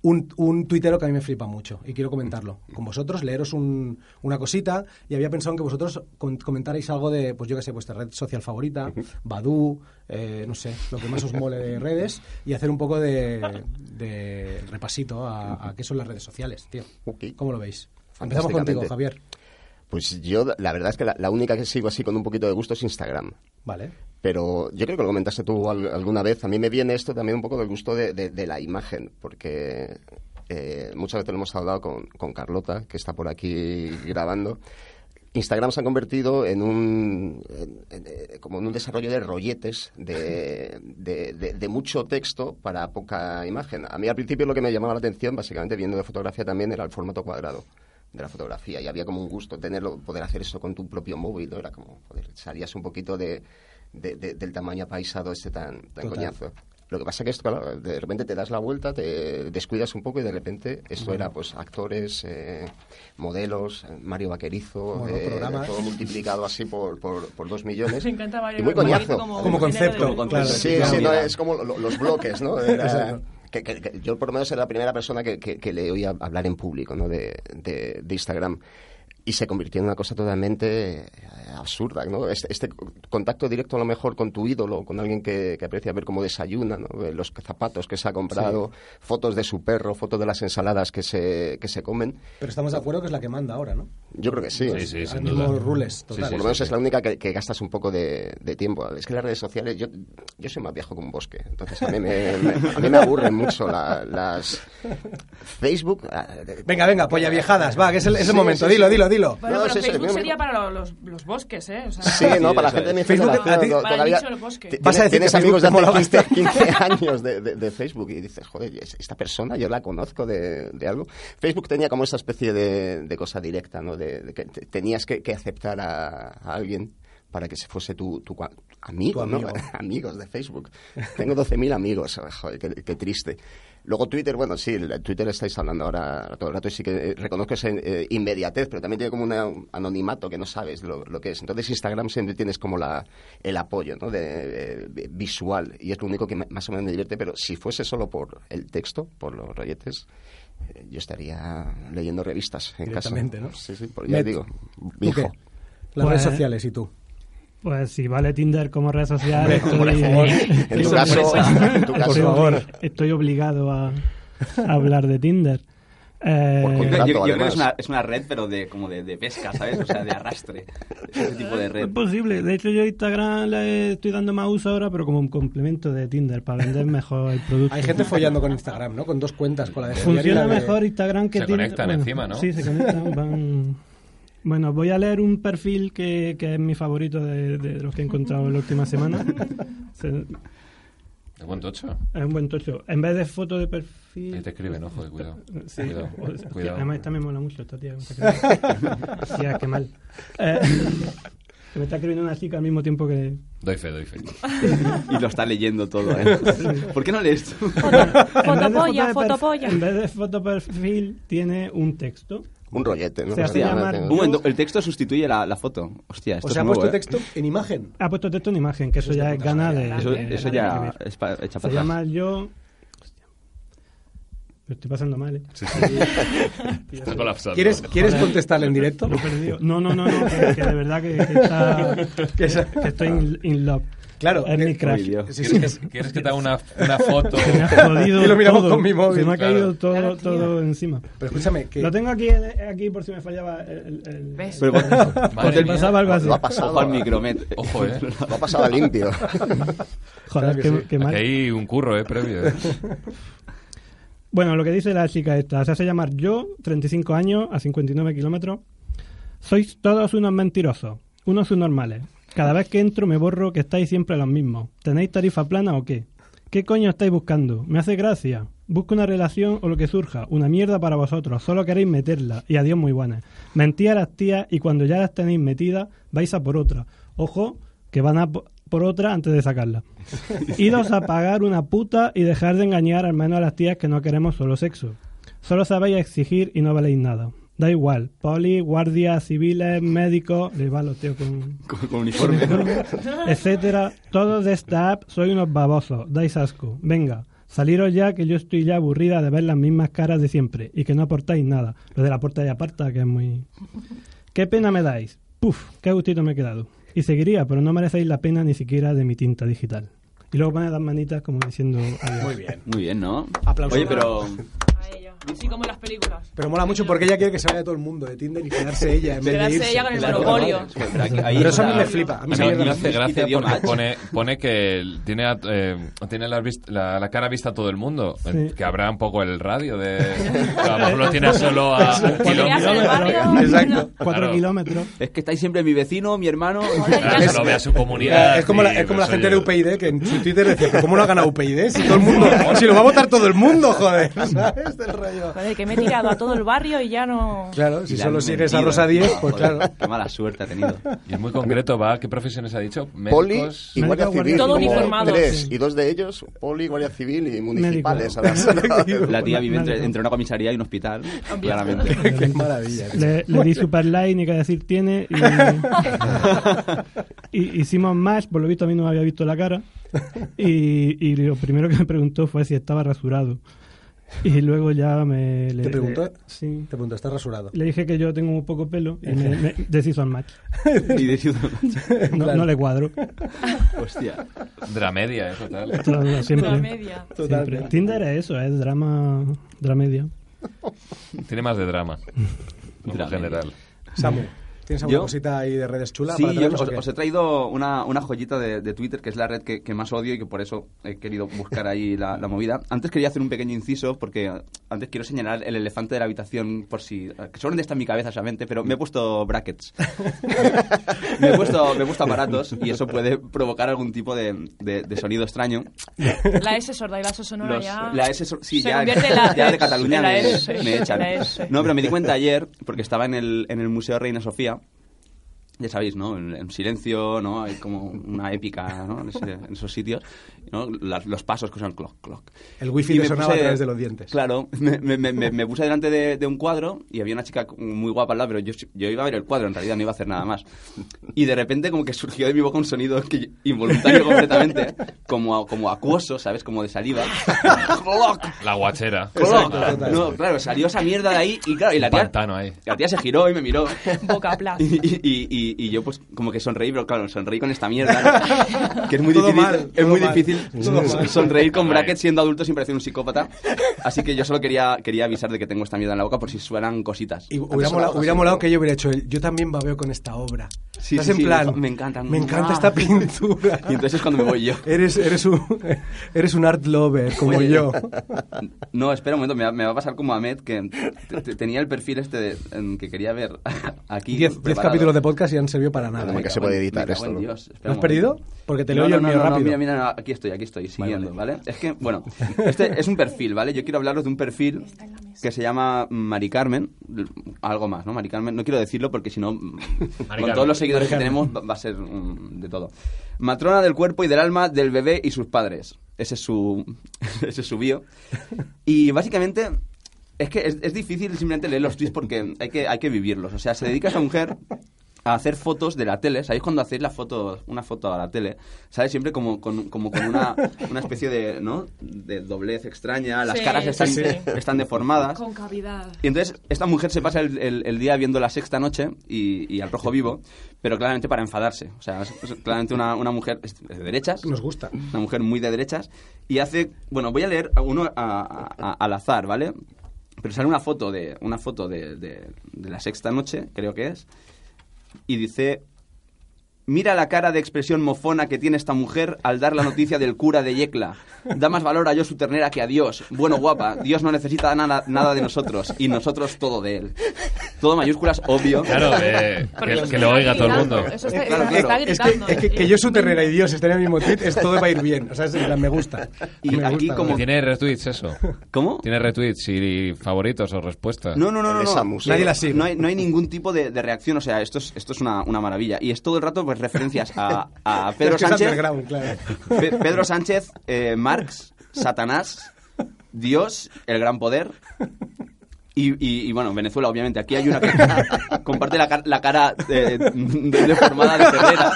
Speaker 1: un, un tuitero que a mí me flipa mucho y quiero comentarlo con vosotros, leeros un- una cosita y había pensado en que vosotros con- comentarais algo de, pues yo que sé, vuestra red social favorita, Badu, no sé, lo que más os mole de redes y hacer un poco de, de repasito a, a qué son las redes sociales, tío.
Speaker 3: Ok.
Speaker 1: ¿Cómo lo veis? Empezamos contigo,
Speaker 3: Fantásticamente.
Speaker 1: Javier.
Speaker 3: Pues yo, la verdad es que la, la única que sigo así con un poquito de gusto es Instagram.
Speaker 1: Vale.
Speaker 3: Pero yo creo que lo comentaste tú al- alguna vez. A mí me viene esto también un poco del gusto de, de- de la imagen, porque eh, muchas veces lo hemos hablado con, con Carlota, que está por aquí grabando. Instagram se ha convertido en un en- en- eh, como en un desarrollo de rolletes de, de- de- de mucho texto para poca imagen. A mí al principio lo que me llamaba la atención, básicamente viendo de fotografía también, era el formato cuadrado de la fotografía y había como un gusto tenerlo, poder hacer eso con tu propio móvil, ¿no? Era como, joder, salías un poquito de, de- de- del tamaño apaisado este tan, tan
Speaker 1: Total.
Speaker 3: coñazo. Lo que pasa que esto, claro, de repente te das la vuelta, te descuidas un poco y de repente esto era pues actores, eh, modelos, eh, Mario Vaquerizo,
Speaker 1: Bueno,
Speaker 3: eh,
Speaker 1: programas.
Speaker 3: todo multiplicado así por, por, por dos millones.
Speaker 5: *laughs* Me encanta Mario
Speaker 3: y muy
Speaker 5: Vaquerizo
Speaker 3: coñazo.
Speaker 5: como-
Speaker 1: Como concepto,
Speaker 5: Como
Speaker 1: claro.
Speaker 3: Sí,
Speaker 1: claro.
Speaker 3: sí, no, es como lo- lo- los bloques, ¿no? Era-
Speaker 1: Exacto.
Speaker 3: que, que- que yo por lo menos era la primera persona que, que- que le oía hablar en público, ¿no? De, de- de Instagram. Y se convirtió en una cosa totalmente eh, absurda, ¿no? Este, este contacto directo a lo mejor con tu ídolo, con alguien que, que aprecia ver cómo desayuna, ¿no? Eh, Los zapatos que se ha comprado, fotos de su perro, fotos de las ensaladas que se, que se comen.
Speaker 1: Pero estamos de acuerdo que es la que manda ahora, ¿no?
Speaker 3: Yo creo que
Speaker 6: Sí, sí,
Speaker 1: Ahora
Speaker 6: sin
Speaker 1: mismo
Speaker 6: duda.
Speaker 1: rules,
Speaker 6: Sí,
Speaker 1: total.
Speaker 6: sí,
Speaker 3: por lo
Speaker 6: sí,
Speaker 3: menos
Speaker 6: sí.
Speaker 3: es la única que, que gastas un poco de, de tiempo. Es que las redes sociales, yo, yo soy más viejo que un bosque, entonces a mí me, me- a mí me aburren mucho la- las... Facebook... ah, de-
Speaker 1: Venga, venga, polla viejadas, va, que es el, es el
Speaker 3: Sí,
Speaker 1: momento.
Speaker 3: sí, sí.
Speaker 1: dilo, dilo, dilo.
Speaker 5: Bueno,
Speaker 3: No,
Speaker 5: pero
Speaker 3: sí, sí,
Speaker 5: Facebook
Speaker 3: mira,
Speaker 5: sería
Speaker 3: mira.
Speaker 5: para lo- los, los bosques, ¿eh? O sea,
Speaker 3: Sí, no, para la gente de mi
Speaker 1: Facebook,
Speaker 3: generación,
Speaker 1: a ti-
Speaker 3: to-
Speaker 5: Para el
Speaker 3: todavía
Speaker 5: nicho del bosque.
Speaker 3: ti-
Speaker 1: Vas a decir
Speaker 3: tienes
Speaker 1: que
Speaker 3: amigos de
Speaker 1: Facebook
Speaker 3: hace
Speaker 1: te
Speaker 3: 15,
Speaker 1: mola
Speaker 3: 15 años de, de- de Facebook y dices, joder, es- esta persona yo la conozco de, de algo. Facebook tenía como esa especie de, de cosa directa, ¿no? De, de que te- tenías que, que aceptar a, a alguien para que se fuese tu, tu cua- amigo,
Speaker 1: Tu
Speaker 3: ¿no?
Speaker 1: amigo.
Speaker 3: amigos de Facebook. Tengo 12.000 amigos, *laughs* joder, qué, qué triste. Luego Twitter, bueno, sí, el Twitter estáis hablando ahora todo el rato y sí que eh, reconozco esa eh, inmediatez, pero también tiene como una- un anonimato que no sabes lo, lo que es. Entonces Instagram siempre tienes como la, el apoyo ¿no? de, de- visual y es lo único que me- más o menos me divierte, pero si fuese solo por el texto, por los rolletes, eh, yo estaría leyendo revistas en casa.
Speaker 1: Directamente, ¿no?
Speaker 3: Sí, sí, por- ya
Speaker 1: Met,
Speaker 3: digo,
Speaker 1: ¿Tú qué?
Speaker 3: viejo.
Speaker 1: Las
Speaker 4: Pues-
Speaker 1: redes sociales y tú.
Speaker 4: Pues si vale Tinder como red social, estoy, *laughs*
Speaker 3: En tu
Speaker 1: Eso
Speaker 3: caso,
Speaker 1: merece-
Speaker 3: *laughs* en tu
Speaker 1: Por
Speaker 3: caso
Speaker 1: favor.
Speaker 4: estoy obligado a, a hablar de Tinder. Eh,
Speaker 3: Por
Speaker 2: Yo,
Speaker 3: contrato,
Speaker 2: yo- yo creo que
Speaker 3: además.
Speaker 2: es una, es una red, pero de, como de, de pesca, ¿sabes? O sea, de arrastre. Ese tipo de
Speaker 4: es
Speaker 5: *laughs*
Speaker 2: red.
Speaker 4: posible. De hecho, yo Instagram le estoy dando más uso ahora, pero como un complemento de Tinder para vender mejor el producto.
Speaker 1: Hay gente follando con Instagram, ¿no? Con dos cuentas, con la de follar y
Speaker 4: pues, Funciona
Speaker 1: la de- *laughs*
Speaker 4: mejor Instagram que
Speaker 6: Se
Speaker 4: Tinder.
Speaker 6: conectan
Speaker 4: Bueno,
Speaker 6: encima, ¿no?
Speaker 4: Sí, se
Speaker 6: *laughs*
Speaker 4: conectan. van- Bueno, voy a leer un perfil que, que es mi favorito de, de los que he encontrado en la
Speaker 3: *laughs*
Speaker 4: última semana. Se-
Speaker 6: ¿De buen tocho?
Speaker 4: Es un buen tocho. En vez de foto de
Speaker 6: Ahí
Speaker 4: perfil.
Speaker 6: te escriben, ojo, de cuidado.
Speaker 4: Sí.
Speaker 6: Cuidado,
Speaker 4: *laughs* Hostia,
Speaker 6: cuidado.
Speaker 4: Además, esta me mola mucho esta tía. que me está escribiendo. Hostia, qué mal. Eh, *laughs* que me está escribiendo una chica al mismo tiempo que.
Speaker 6: Doy fe, doy fe.
Speaker 2: Y lo está leyendo todo, ¿eh? ¿Por qué no
Speaker 1: *laughs*
Speaker 2: lees tú?
Speaker 3: *laughs*
Speaker 4: Fotopolla,
Speaker 5: Fotopolla, fotopolla.
Speaker 4: En vez de foto perfil, tiene un texto.
Speaker 3: Un rollete, ¿no?
Speaker 4: Se hace
Speaker 3: Sí,
Speaker 4: llamar-
Speaker 3: no
Speaker 2: Un
Speaker 3: tiene-
Speaker 2: momento, el texto sustituye la, la foto. Hostia, esto
Speaker 1: O sea, ha
Speaker 2: es nuevo,
Speaker 1: puesto
Speaker 2: ¿eh?
Speaker 1: texto en imagen.
Speaker 4: Ha puesto texto en imagen, que eso,
Speaker 1: Eso es
Speaker 4: ya
Speaker 1: de
Speaker 4: es
Speaker 1: puta
Speaker 4: gana
Speaker 1: madre.
Speaker 4: de.
Speaker 2: Eso,
Speaker 4: de-
Speaker 2: eso
Speaker 4: de
Speaker 2: ya
Speaker 4: escribir.
Speaker 2: es pa- echa
Speaker 4: Se
Speaker 2: para atrás.
Speaker 4: llama yo. Hostia. Lo estoy pasando mal, ¿eh?
Speaker 6: *laughs* Está colapsando.
Speaker 1: ¿Quieres, ¿quieres contestarle en directo?
Speaker 4: Lo he perdido. No, no, no, no, que, que de verdad que, que está-
Speaker 1: Que esa-
Speaker 4: que estoy in, in love.
Speaker 1: Claro,
Speaker 4: es mi
Speaker 1: que-
Speaker 4: crash.
Speaker 2: Uy, Dios.
Speaker 1: Sí, sí,
Speaker 6: ¿Quieres, *laughs* quieres que te haga una, una foto?
Speaker 4: Se
Speaker 1: *laughs*
Speaker 4: me ha jodido
Speaker 1: Y lo miramos
Speaker 4: todo.
Speaker 1: con mi móvil.
Speaker 4: Se me ha
Speaker 6: Claro.
Speaker 4: caído todo,
Speaker 5: Claro, tío.
Speaker 4: todo encima.
Speaker 1: Pero escúchame, que
Speaker 4: Lo tengo aquí, eh, aquí por si me fallaba el... el-
Speaker 5: ¿Ves?
Speaker 1: *laughs*
Speaker 2: Pero con-
Speaker 6: Madre
Speaker 4: Te
Speaker 6: mía.
Speaker 4: pasaba algo así.
Speaker 3: Lo ha pasado.
Speaker 2: Ojo al micromet. *laughs*
Speaker 6: Ojo, eh.
Speaker 3: Lo *laughs* ha pasado limpio.
Speaker 4: Joder,
Speaker 1: Claro que
Speaker 4: qué,
Speaker 1: sí.
Speaker 4: qué mal.
Speaker 6: Aquí hay un curro, eh, previo. eh.
Speaker 4: Bueno, lo que dice la chica esta, se hace llamar yo, 35 años, a 59 kilómetros. Sois todos unos mentirosos, unos normales. Cada vez que entro me borro que estáis siempre los mismos. ¿Tenéis tarifa plana o qué? ¿Qué coño estáis buscando? Me hace gracia. Busco una relación o lo que surja, una mierda para vosotros, solo queréis meterla. Y adiós muy buenas. Mentí a las tías y cuando ya las tenéis metidas, vais a por otra. Ojo, que van a po- por otra antes de sacarla. *laughs* Idos a pagar una puta y dejar de engañar al menos a las tías que no queremos solo sexo. Solo sabéis exigir y no valéis nada. Da igual, poli, guardias, civiles, médicos, le va los tíos con
Speaker 2: Con, con uniforme.
Speaker 4: etcétera. Todos de esta app soy unos babosos, dais asco. Venga, saliros ya que yo estoy ya aburrida de ver las mismas caras de siempre y que no aportáis nada. Lo de la puerta y aparta, que es muy... Qué pena me dais. Puf, qué gustito me he quedado. Y seguiría, pero no merecéis la pena ni siquiera de mi tinta digital. Y luego pone las manitas como diciendo... adiós.
Speaker 1: muy bien.
Speaker 2: Muy bien, ¿no?
Speaker 1: Aplausos.
Speaker 2: Oye, pero...
Speaker 5: A ella. Así como en las películas.
Speaker 1: Pero mola mucho porque ella quiere que se vaya todo el mundo de Tinder y quedarse ella en vez de
Speaker 5: Quedarse
Speaker 1: irse.
Speaker 5: ella con el
Speaker 1: Claro.
Speaker 5: monopolio.
Speaker 2: Pero aquí- ahí
Speaker 1: Pero eso a mí
Speaker 2: está-
Speaker 1: me flipa. A mí
Speaker 6: A
Speaker 1: se
Speaker 6: mí
Speaker 1: me
Speaker 6: me
Speaker 1: dio
Speaker 6: hace gracia,
Speaker 2: Hice
Speaker 6: porque
Speaker 2: match.
Speaker 6: pone, pone que el- tiene, a- eh, tiene las vis- la, la cara vista a todo el mundo. Eh,
Speaker 4: Sí.
Speaker 6: Que habrá un poco el radio de... A lo mejor lo tiene solo a un
Speaker 5: Podría ser el
Speaker 6: kilómetro.
Speaker 5: barrio.
Speaker 1: Exacto.
Speaker 4: Cuatro
Speaker 6: Claro.
Speaker 4: kilómetros.
Speaker 2: Es que estáis siempre mi vecino, mi hermano...
Speaker 6: Claro, se lo ve a su comunidad.
Speaker 1: Eh, Es como, la,
Speaker 6: y,
Speaker 1: es como la
Speaker 6: pues,
Speaker 1: gente de
Speaker 6: oye,
Speaker 1: UPyD que en su Twitter decía, "¿Pero ¿cómo no ha ganado UPyD? eh? Si todo el mundo, si lo va a votar todo el mundo, joder. *laughs* ¿Sabes? Del rollo.
Speaker 5: Joder, que me he tirado a todo el barrio y ya no...
Speaker 1: Claro,
Speaker 2: Y
Speaker 1: si
Speaker 2: le
Speaker 1: solo
Speaker 2: han
Speaker 1: sigues a
Speaker 2: mentido.
Speaker 1: Rosa 10, pues
Speaker 2: Joder, *laughs*
Speaker 1: claro.
Speaker 2: Qué mala suerte ha tenido.
Speaker 6: Y es muy concreto, ¿va? ¿Qué profesiones ha dicho?
Speaker 3: Poli
Speaker 6: Médicos.
Speaker 3: y Guardia
Speaker 4: Médico,
Speaker 3: Civil.
Speaker 5: Todo
Speaker 3: como
Speaker 5: uniformado,
Speaker 3: Tres,
Speaker 4: sí.
Speaker 3: y dos de ellos, poli, Guardia Civil y municipales.
Speaker 4: Médico.
Speaker 3: a la-
Speaker 2: La tía vive entre,
Speaker 4: Médico.
Speaker 2: entre una comisaría y un hospital,
Speaker 1: *laughs*
Speaker 2: claramente.
Speaker 1: Qué maravilla. tío.
Speaker 4: Le, le di super like, ni que decir tiene. Y, y hicimos más, por lo visto a mí no me había visto la cara. Y, y lo primero que me preguntó fue si estaba rasurado. Y luego ya me. le-
Speaker 1: ¿Te preguntó?
Speaker 4: le- sí.
Speaker 1: Te pregunto, ¿estás Este rasurado?
Speaker 4: Le dije que yo tengo muy poco pelo y me, me deshizo el match.
Speaker 2: Y decido...
Speaker 4: No, no le cuadro.
Speaker 2: Hostia.
Speaker 6: Dramedia, eso tal.
Speaker 4: Todo- siempre.
Speaker 5: La media.
Speaker 4: siempre. Tinder es eso, es drama. Dramedia.
Speaker 6: Tiene más
Speaker 2: *laughs*
Speaker 6: de drama. En
Speaker 2: Dramedia.
Speaker 6: general.
Speaker 1: Samu, ¿tienes alguna
Speaker 2: ¿Yo?
Speaker 1: cosita ahí de redes chulas?
Speaker 2: Sí,
Speaker 1: para
Speaker 2: yo
Speaker 1: traernos
Speaker 2: os,
Speaker 1: o qué?
Speaker 2: os he traído una, una joyita de, de Twitter, que es la red que, que más odio y que por eso he querido buscar ahí la, la movida. Antes quería hacer un pequeño inciso, porque antes quiero señalar el elefante de la habitación, por si... eh, Que seguramente está en mi cabeza solamente, pero me he puesto brackets. me, he puesto, me he puesto aparatos y eso puede provocar algún tipo de- de- de sonido extraño.
Speaker 5: La S sorda y la S sonora
Speaker 2: Los-
Speaker 5: ya...
Speaker 2: La S, so- sí,
Speaker 5: Se
Speaker 2: ya,
Speaker 5: convierte en la-
Speaker 2: *laughs* ya de Cataluña
Speaker 5: en la
Speaker 2: me,
Speaker 5: S,
Speaker 2: me echan.
Speaker 5: la S.
Speaker 2: No, pero me di cuenta ayer, porque estaba en el, en el Museo Reina Sofía, ya sabéis, ¿no? En, en silencio, ¿no? Hay como una épica, ¿no? En, ese- en esos sitios, ¿no? Las- los pasos que son clock, clock.
Speaker 1: El wifi
Speaker 2: Y
Speaker 1: te
Speaker 2: me
Speaker 1: sonaba a través de los dientes.
Speaker 2: Claro, me, me- me- me- me puse delante de, de un cuadro y había una chica muy guapa al lado, pero yo, yo iba a ver el cuadro, en realidad no iba a hacer nada más. Y de repente como que surgió de mi boca un sonido que yo-
Speaker 1: *laughs*
Speaker 2: involuntario completamente, ¿eh? como, a- como acuoso, ¿sabes? Como de saliva. ¡Clock! *laughs*
Speaker 6: La guachera.
Speaker 1: Exacto,
Speaker 2: ¡Clock!
Speaker 1: total.
Speaker 2: No, claro, salió esa mierda de ahí y claro, y la tía,
Speaker 6: Pantano ahí.
Speaker 2: *laughs* la tía se giró y me miró.
Speaker 5: Boca plas.
Speaker 2: Y, y- y- Y, y yo, pues, como que sonreí, pero claro, sonreí con esta mierda.
Speaker 1: *laughs*
Speaker 2: ¿no? Que es muy
Speaker 1: Todo
Speaker 2: difícil.
Speaker 1: mal,
Speaker 2: es
Speaker 1: todo
Speaker 2: muy
Speaker 1: mal.
Speaker 2: difícil
Speaker 1: Todo
Speaker 2: son-
Speaker 1: mal.
Speaker 2: *laughs* sonreír con
Speaker 6: Ay.
Speaker 2: brackets siendo adulto sin parecer un psicópata. Así que yo solo quería, quería avisar de que tengo esta mierda en la boca por si suenan cositas.
Speaker 1: Y hubiera
Speaker 3: sonaba
Speaker 1: molado,
Speaker 3: algo
Speaker 1: hubiera
Speaker 3: así,
Speaker 1: molado
Speaker 3: ¿no?
Speaker 1: que yo hubiera hecho el, yo también babeo con esta obra.
Speaker 2: Sí,
Speaker 1: Estás
Speaker 2: sí,
Speaker 1: en
Speaker 2: sí,
Speaker 1: plan,
Speaker 2: me encanta.
Speaker 1: Me encanta
Speaker 2: Ah. *laughs*
Speaker 1: esta pintura.
Speaker 2: Y entonces es cuando me voy yo.
Speaker 1: *laughs* Eres, eres, un, eres un art lover como
Speaker 2: Oye.
Speaker 1: yo.
Speaker 2: No, espera un momento, me va, me va a pasar como a Ahmed, que te- te- tenía el perfil este de- en que quería ver *laughs* aquí.
Speaker 1: Diez, diez
Speaker 2: preparado.
Speaker 1: capítulos de podcast y han servido para nada.
Speaker 3: Nada
Speaker 2: Me
Speaker 3: más. que se
Speaker 2: cago en-
Speaker 3: puede editar
Speaker 2: me cago
Speaker 3: esto,
Speaker 2: en
Speaker 3: ¿no?
Speaker 2: Dios. Espera
Speaker 1: ¿Lo has
Speaker 2: un
Speaker 1: perdido?
Speaker 2: momento.
Speaker 1: Porque te leo yo el mío rápido.
Speaker 2: Mira, mira, no, aquí estoy, aquí estoy, siguiendo, vale, Es que, bueno, este es un perfil, ¿vale? Yo quiero hablaros de un perfil que se llama Mari Carmen, l- algo más, ¿no? Mari Carmen, no quiero decirlo porque si no, mm, con
Speaker 6: Carmen.
Speaker 2: todos los seguidores que
Speaker 1: Mari
Speaker 2: tenemos va va a ser mm, de todo. Matrona del cuerpo y del alma del bebé y sus padres. Ese es su, *laughs* ese es su bio. Y básicamente es que es, es difícil simplemente leer los tweets porque hay que, hay que vivirlos. O sea, se dedica esa mujer a hacer fotos de la tele. ¿Sabéis cuando hacéis la foto, una foto a la tele? ¿Sabes? Siempre como con, como con una, una especie de, ¿no? de doblez extraña. Las
Speaker 5: Sí,
Speaker 2: caras
Speaker 5: sí,
Speaker 2: están,
Speaker 5: sí.
Speaker 2: están deformadas.
Speaker 5: Con cavidad.
Speaker 2: Y entonces esta mujer se pasa el, el- el día viendo la sexta noche y, y al rojo vivo, pero claramente para enfadarse. O sea, es, es claramente una, una mujer es de derechas
Speaker 1: Nos gusta.
Speaker 2: una mujer muy de derechas, y hace, bueno, voy a leer uno a- a- a- al azar, ¿vale? Pero sale una foto de una foto de, de- de la sexta noche, creo que es, y dice, mira la cara de expresión mofona que tiene esta mujer al dar la noticia del cura de Yecla. Da más valor a yo su ternera que a Dios. Bueno, guapa, Dios no necesita nada, nada de nosotros, y nosotros todo de él. Todo mayúsculas, obvio.
Speaker 6: Claro, eh,
Speaker 2: *laughs*
Speaker 6: de- que, que lo oiga todo el mundo.
Speaker 5: Eso está,
Speaker 2: Eh, claro,
Speaker 5: eso está
Speaker 2: claro.
Speaker 1: Es
Speaker 5: gritando. eh.
Speaker 1: que, es que, que yo
Speaker 5: *laughs*
Speaker 1: su terrera y Dios estén en el mismo tweet, es todo va a ir bien. O sea, es en plan, me gusta.
Speaker 2: Y
Speaker 1: Me
Speaker 2: aquí
Speaker 1: gusta,
Speaker 2: como-
Speaker 6: ¿Y tiene retweets eso? *laughs*
Speaker 2: ¿Cómo?
Speaker 6: ¿Tiene retweets y favoritos o respuestas?
Speaker 2: No, no, no, no.
Speaker 3: El de
Speaker 2: no.
Speaker 3: Samus.
Speaker 1: Nadie la sigue.
Speaker 2: No hay, no hay ningún tipo de, de reacción, o sea, esto es, esto es una, una maravilla. Y es todo el rato pues referencias a, a
Speaker 1: *laughs* Pero
Speaker 2: Pedro
Speaker 1: es que es
Speaker 2: Sánchez.
Speaker 1: underground, claro.
Speaker 2: Pe- Pedro Sánchez, eh, Marx, Satanás, Dios, el gran poder. Y, y- y, bueno, Venezuela, obviamente. Aquí hay una que comparte la, ca- la cara eh, deformada de Herrera,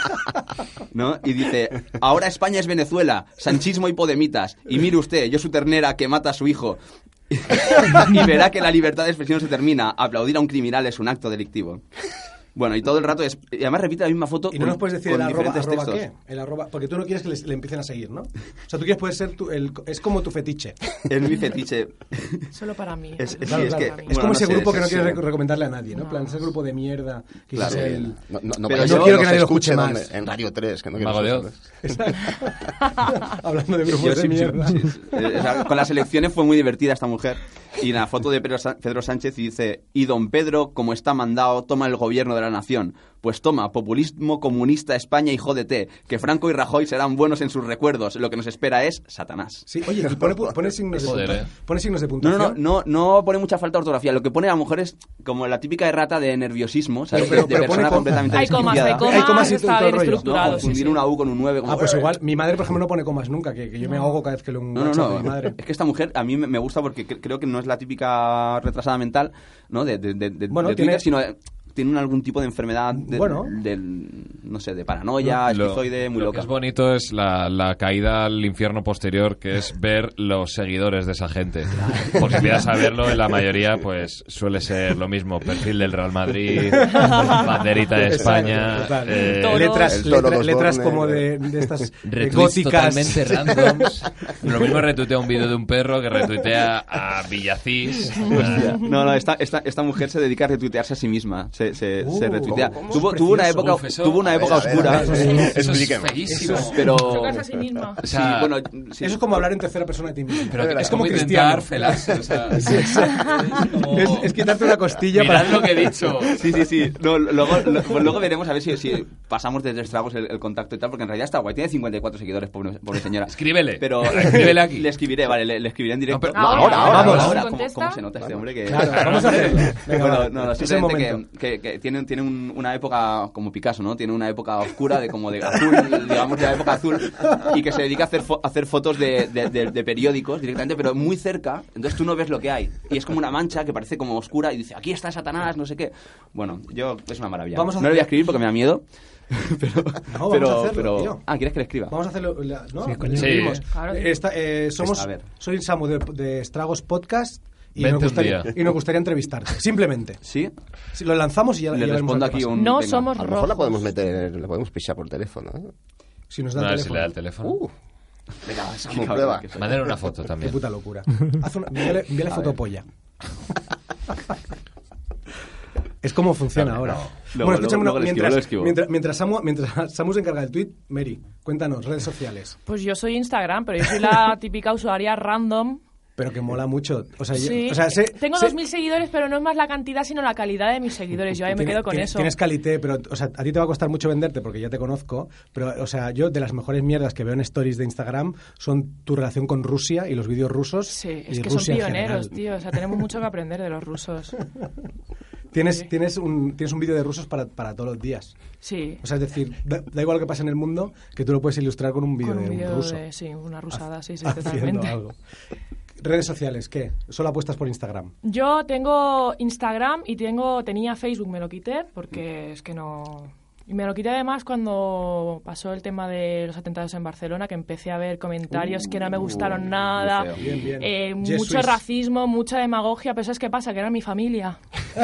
Speaker 2: ¿no? Y dice, ahora España es Venezuela, sanchismo y podemitas. Y mire usted, yo su ternera que mata a su hijo. *laughs* y verá que la libertad de expresión se termina. Aplaudir a un criminal es un acto delictivo. Bueno, y todo el rato es... Y además repite la misma foto
Speaker 1: Y no
Speaker 2: con-
Speaker 1: nos puedes decir
Speaker 2: con
Speaker 1: el arroba,
Speaker 2: diferentes
Speaker 1: arroba
Speaker 2: textos.
Speaker 1: qué. El arroba, porque tú no quieres que les- le empiecen a seguir, ¿no? O sea, tú quieres poder ser tu, el, es como tu fetiche.
Speaker 2: Es mi fetiche.
Speaker 5: Solo para mí.
Speaker 2: Es- es-
Speaker 1: Claro,
Speaker 2: sí, es
Speaker 1: claro.
Speaker 2: que-
Speaker 1: Es
Speaker 2: bueno,
Speaker 1: como
Speaker 2: no
Speaker 1: ese
Speaker 2: sé,
Speaker 1: grupo
Speaker 2: sí,
Speaker 1: que no
Speaker 2: sí.
Speaker 1: quieres rec- recomendarle a nadie, ¿no? En plan,
Speaker 5: No.
Speaker 1: ese grupo de mierda. que
Speaker 2: Claro.
Speaker 1: es el-
Speaker 2: Sí.
Speaker 3: No, no,
Speaker 2: Pero
Speaker 3: no, vaya a
Speaker 2: yo
Speaker 3: ser
Speaker 2: no
Speaker 1: quiero que
Speaker 3: nos
Speaker 1: nadie lo escuche
Speaker 3: escuchen
Speaker 1: más.
Speaker 3: En, en Radio 3, que no quiero
Speaker 6: Mago de Oz.
Speaker 3: escucharles.
Speaker 1: *laughs* Hablando de grupos
Speaker 2: Yo
Speaker 1: de
Speaker 2: sí- sí-
Speaker 1: mierda.
Speaker 2: sí- sí. Eh, o sea, con las elecciones fue muy divertida esta mujer. Y la foto de Pedro, Sa- Pedro Sánchez y dice, y don Pedro, como está mandado, toma el gobierno de la nación. Pues toma, populismo comunista España y jódete, que Franco y Rajoy serán buenos en sus recuerdos. Lo que nos espera es Satanás.
Speaker 1: Sí, oye, y pone, pu- pone signos de
Speaker 6: Joder,
Speaker 1: punta-
Speaker 6: eh.
Speaker 1: pone signos de
Speaker 2: No, no,
Speaker 1: puntuación.
Speaker 2: no, no, no pone mucha falta de ortografía. Lo que pone a lo mejor es como la típica errata de nerviosismo, ¿sabes?
Speaker 1: Pero-
Speaker 2: de
Speaker 1: pero pone
Speaker 2: persona
Speaker 1: con-
Speaker 2: completamente
Speaker 5: Hay comas, hay
Speaker 2: desquiciada.
Speaker 5: comas,
Speaker 1: Hay comas y todo
Speaker 5: está
Speaker 1: el
Speaker 5: bien
Speaker 1: rollo.
Speaker 2: No,
Speaker 5: estructurado. sí,
Speaker 2: confundir
Speaker 5: sí.
Speaker 2: una U con un 9. como-
Speaker 1: Ah, pues igual, mi madre, por ejemplo, no pone comas nunca, que, que yo me ahogo cada vez que lo
Speaker 2: No, no,
Speaker 1: mi
Speaker 2: no.
Speaker 1: madre.
Speaker 2: Es que esta mujer a mí me me gusta porque cre- creo que no es la típica retrasada mental, ¿no? De, de, de, de-
Speaker 1: Bueno,
Speaker 2: de
Speaker 1: tiene-
Speaker 2: Twitter, sino eh, tiene un- algún tipo de enfermedad, de,
Speaker 1: Bueno.
Speaker 2: del, no sé, de paranoia,
Speaker 6: Lo-
Speaker 2: esquizoide, muy
Speaker 6: lo
Speaker 2: loca.
Speaker 6: que es
Speaker 2: *laughs*
Speaker 6: bonito es la, la caída al infierno posterior, que es ver los seguidores de esa gente. Porque empiezas a verlo,
Speaker 2: *laughs*
Speaker 6: en la mayoría, pues suele ser lo mismo: perfil del Real Madrid,
Speaker 2: *laughs*
Speaker 6: *laughs* banderita de España.
Speaker 1: Exacto, total.
Speaker 6: eh,
Speaker 5: Todos.
Speaker 1: letras
Speaker 3: El toro
Speaker 1: letra-
Speaker 3: los
Speaker 1: letras
Speaker 3: borne,
Speaker 1: como
Speaker 3: claro.
Speaker 1: de, de estas
Speaker 6: *laughs*
Speaker 1: eh,
Speaker 6: Retweets
Speaker 1: góticas. *laughs*
Speaker 6: totalmente randoms. Lo mismo retuitea un vídeo de un perro que retuitea a Villacís.
Speaker 2: Hostia. No, no, esta, esta, esta mujer se dedica a retuitearse a sí misma. Se, se,
Speaker 1: Uh,
Speaker 2: se retuitea.
Speaker 1: ¿cómo?
Speaker 2: Tuvo,
Speaker 1: Es
Speaker 2: tuvo una
Speaker 1: precioso.
Speaker 2: época,
Speaker 6: Uf, eso-
Speaker 2: tuvo una
Speaker 6: a ver,
Speaker 2: época
Speaker 3: a ver,
Speaker 2: oscura.
Speaker 3: a ver,
Speaker 1: Sí.
Speaker 6: Eso es
Speaker 3: Explíqueme.
Speaker 6: feísimo.
Speaker 2: Pero.
Speaker 5: Tocarse a sí misma.
Speaker 6: O sea,
Speaker 2: sí, bueno, sí.
Speaker 1: Eso es como hablar en tercera persona de ti mismo.
Speaker 6: Pero
Speaker 1: es
Speaker 6: es
Speaker 1: como
Speaker 6: como
Speaker 1: Cristiano.
Speaker 6: intentar felarse.
Speaker 1: *laughs*
Speaker 6: O sea, *laughs*
Speaker 1: Es, es quitarte una costilla
Speaker 6: Mirad
Speaker 1: para...
Speaker 6: lo que he dicho.
Speaker 2: *laughs* Sí, sí, sí. No, luego, lo- pues luego veremos a ver si, si pasamos de tres tragos el, el contacto y tal, porque en realidad está guay. Tiene 54 seguidores, pobre, pobre señora.
Speaker 6: Escríbele.
Speaker 2: Pero
Speaker 6: *laughs* Escríbele aquí.
Speaker 2: Le escribiré, vale, le, le escribiré en directo.
Speaker 6: No, pero-
Speaker 5: Ahora,
Speaker 1: ahora, ahora,
Speaker 5: ahora.
Speaker 2: ¿Cómo,
Speaker 5: ¿Contesta?
Speaker 2: cómo se nota este hombre que...
Speaker 1: Claro, vamos a
Speaker 2: *laughs*
Speaker 1: hacerlo. Venga,
Speaker 2: Bueno,
Speaker 1: va.
Speaker 2: no, no,
Speaker 1: Es el
Speaker 2: simplemente
Speaker 1: momento.
Speaker 2: que, que- que tiene, tiene un- una época como Picasso, ¿no? Tiene una época oscura de como de azul, *laughs* digamos, de la época azul, y que se dedica a hacer, fo- a hacer fotos de, de- de- de periódicos directamente, pero muy cerca, entonces tú no ves lo que hay. Y es como una mancha que parece como oscura y dice, aquí está Satanás, no sé qué. Bueno, yo, es una maravilla.
Speaker 1: Vamos a
Speaker 2: no le voy
Speaker 1: hacer-
Speaker 2: a escribir porque me da miedo. *laughs* Pero,
Speaker 1: No, vamos
Speaker 2: pero,
Speaker 1: a hacerlo,
Speaker 2: pero-
Speaker 1: tío.
Speaker 2: Ah, ¿quieres que le escriba?
Speaker 1: Vamos a hacerlo... la- ¿no?
Speaker 4: Sí, coño.
Speaker 1: Lo escribimos.
Speaker 6: Sí.
Speaker 5: Claro.
Speaker 1: Esta- eh, somos,
Speaker 2: Esta, a ver.
Speaker 1: soy Samu de, de Estragos Podcast Y
Speaker 6: Vente
Speaker 1: nos,
Speaker 6: un
Speaker 1: gustaría,
Speaker 6: día.
Speaker 1: y nos gustaría entrevistarte, simplemente.
Speaker 2: ¿Sí?
Speaker 1: Si lo lanzamos y ya
Speaker 2: Le
Speaker 1: ya veremos
Speaker 2: respondo
Speaker 1: a qué
Speaker 2: aquí
Speaker 1: pasa.
Speaker 2: un...
Speaker 5: No
Speaker 2: venga.
Speaker 3: A
Speaker 5: somos
Speaker 3: lo mejor la
Speaker 5: rojos.
Speaker 3: podemos meter, la podemos pisar por teléfono. ¿eh?
Speaker 1: Si nos da el
Speaker 6: No, si
Speaker 1: teléfono.
Speaker 6: le da el teléfono.
Speaker 3: Uh, venga,
Speaker 2: Qué cabrón
Speaker 3: prueba.
Speaker 6: *laughs*
Speaker 2: que soy.
Speaker 6: Mándale una foto
Speaker 1: Qué
Speaker 6: también.
Speaker 1: puta locura. Haz una, envíale envíale
Speaker 3: A
Speaker 1: foto
Speaker 3: ver.
Speaker 1: polla. Es como funciona
Speaker 6: Claro,
Speaker 1: ahora.
Speaker 6: no.
Speaker 2: Luego-
Speaker 1: bueno, escúchame,
Speaker 2: luego-
Speaker 1: una-
Speaker 2: luego lo esquivo,
Speaker 1: mientras, mientras,
Speaker 2: lo esquivo.
Speaker 1: mientras Samu, mientras *laughs* Samu se encarga del tweet, Mary, cuéntanos, redes sociales.
Speaker 5: Pues yo soy Instagram, pero yo soy
Speaker 1: *laughs*
Speaker 5: la típica usuaria random.
Speaker 1: Pero que mola mucho. O sea, yo-
Speaker 5: Sí.
Speaker 1: o sea, sé-
Speaker 5: Tengo
Speaker 1: sé-
Speaker 5: 2.000 seguidores, pero no es más la cantidad, sino la calidad de mis seguidores. Yo ahí me
Speaker 1: Tiene-
Speaker 5: quedo con
Speaker 1: tiene-
Speaker 5: eso.
Speaker 1: Tienes calité, pero o sea, a ti te va a costar mucho venderte porque ya te conozco. Pero, o sea, yo de las mejores mierdas que veo en stories de Instagram son tu relación con Rusia y los vídeos rusos.
Speaker 5: Sí,
Speaker 1: y
Speaker 5: es que
Speaker 1: Rusia
Speaker 5: son
Speaker 1: en
Speaker 5: pioneros,
Speaker 1: general.
Speaker 5: tío. O sea, tenemos mucho que aprender de los rusos.
Speaker 1: Tienes,
Speaker 5: Sí.
Speaker 1: tienes un, tienes un vídeo de rusos para, para todos los días.
Speaker 5: Sí,
Speaker 1: *laughs* O sea, es decir, da, da igual lo que pasa en el mundo, que tú lo puedes ilustrar con un vídeo
Speaker 5: con
Speaker 1: de
Speaker 5: un
Speaker 1: un
Speaker 5: vídeo
Speaker 1: ruso.
Speaker 5: de sí, una rusada, sí, sí,
Speaker 1: haciendo
Speaker 5: totalmente.
Speaker 1: algo. Redes sociales, ¿qué? Solo apuestas por Instagram.
Speaker 5: Yo tengo Instagram y tengo tenía Facebook, me lo quité porque es que no y me lo quité además cuando pasó el tema de los atentados en Barcelona, que empecé a ver comentarios que no me gustaron
Speaker 2: muy
Speaker 5: nada,
Speaker 2: feo.
Speaker 1: Bien, bien.
Speaker 5: eh,
Speaker 1: Yes,
Speaker 5: mucho
Speaker 1: Swiss.
Speaker 5: racismo, mucha demagogia, pero ¿sabes qué pasa? Que era mi familia.
Speaker 3: Oh.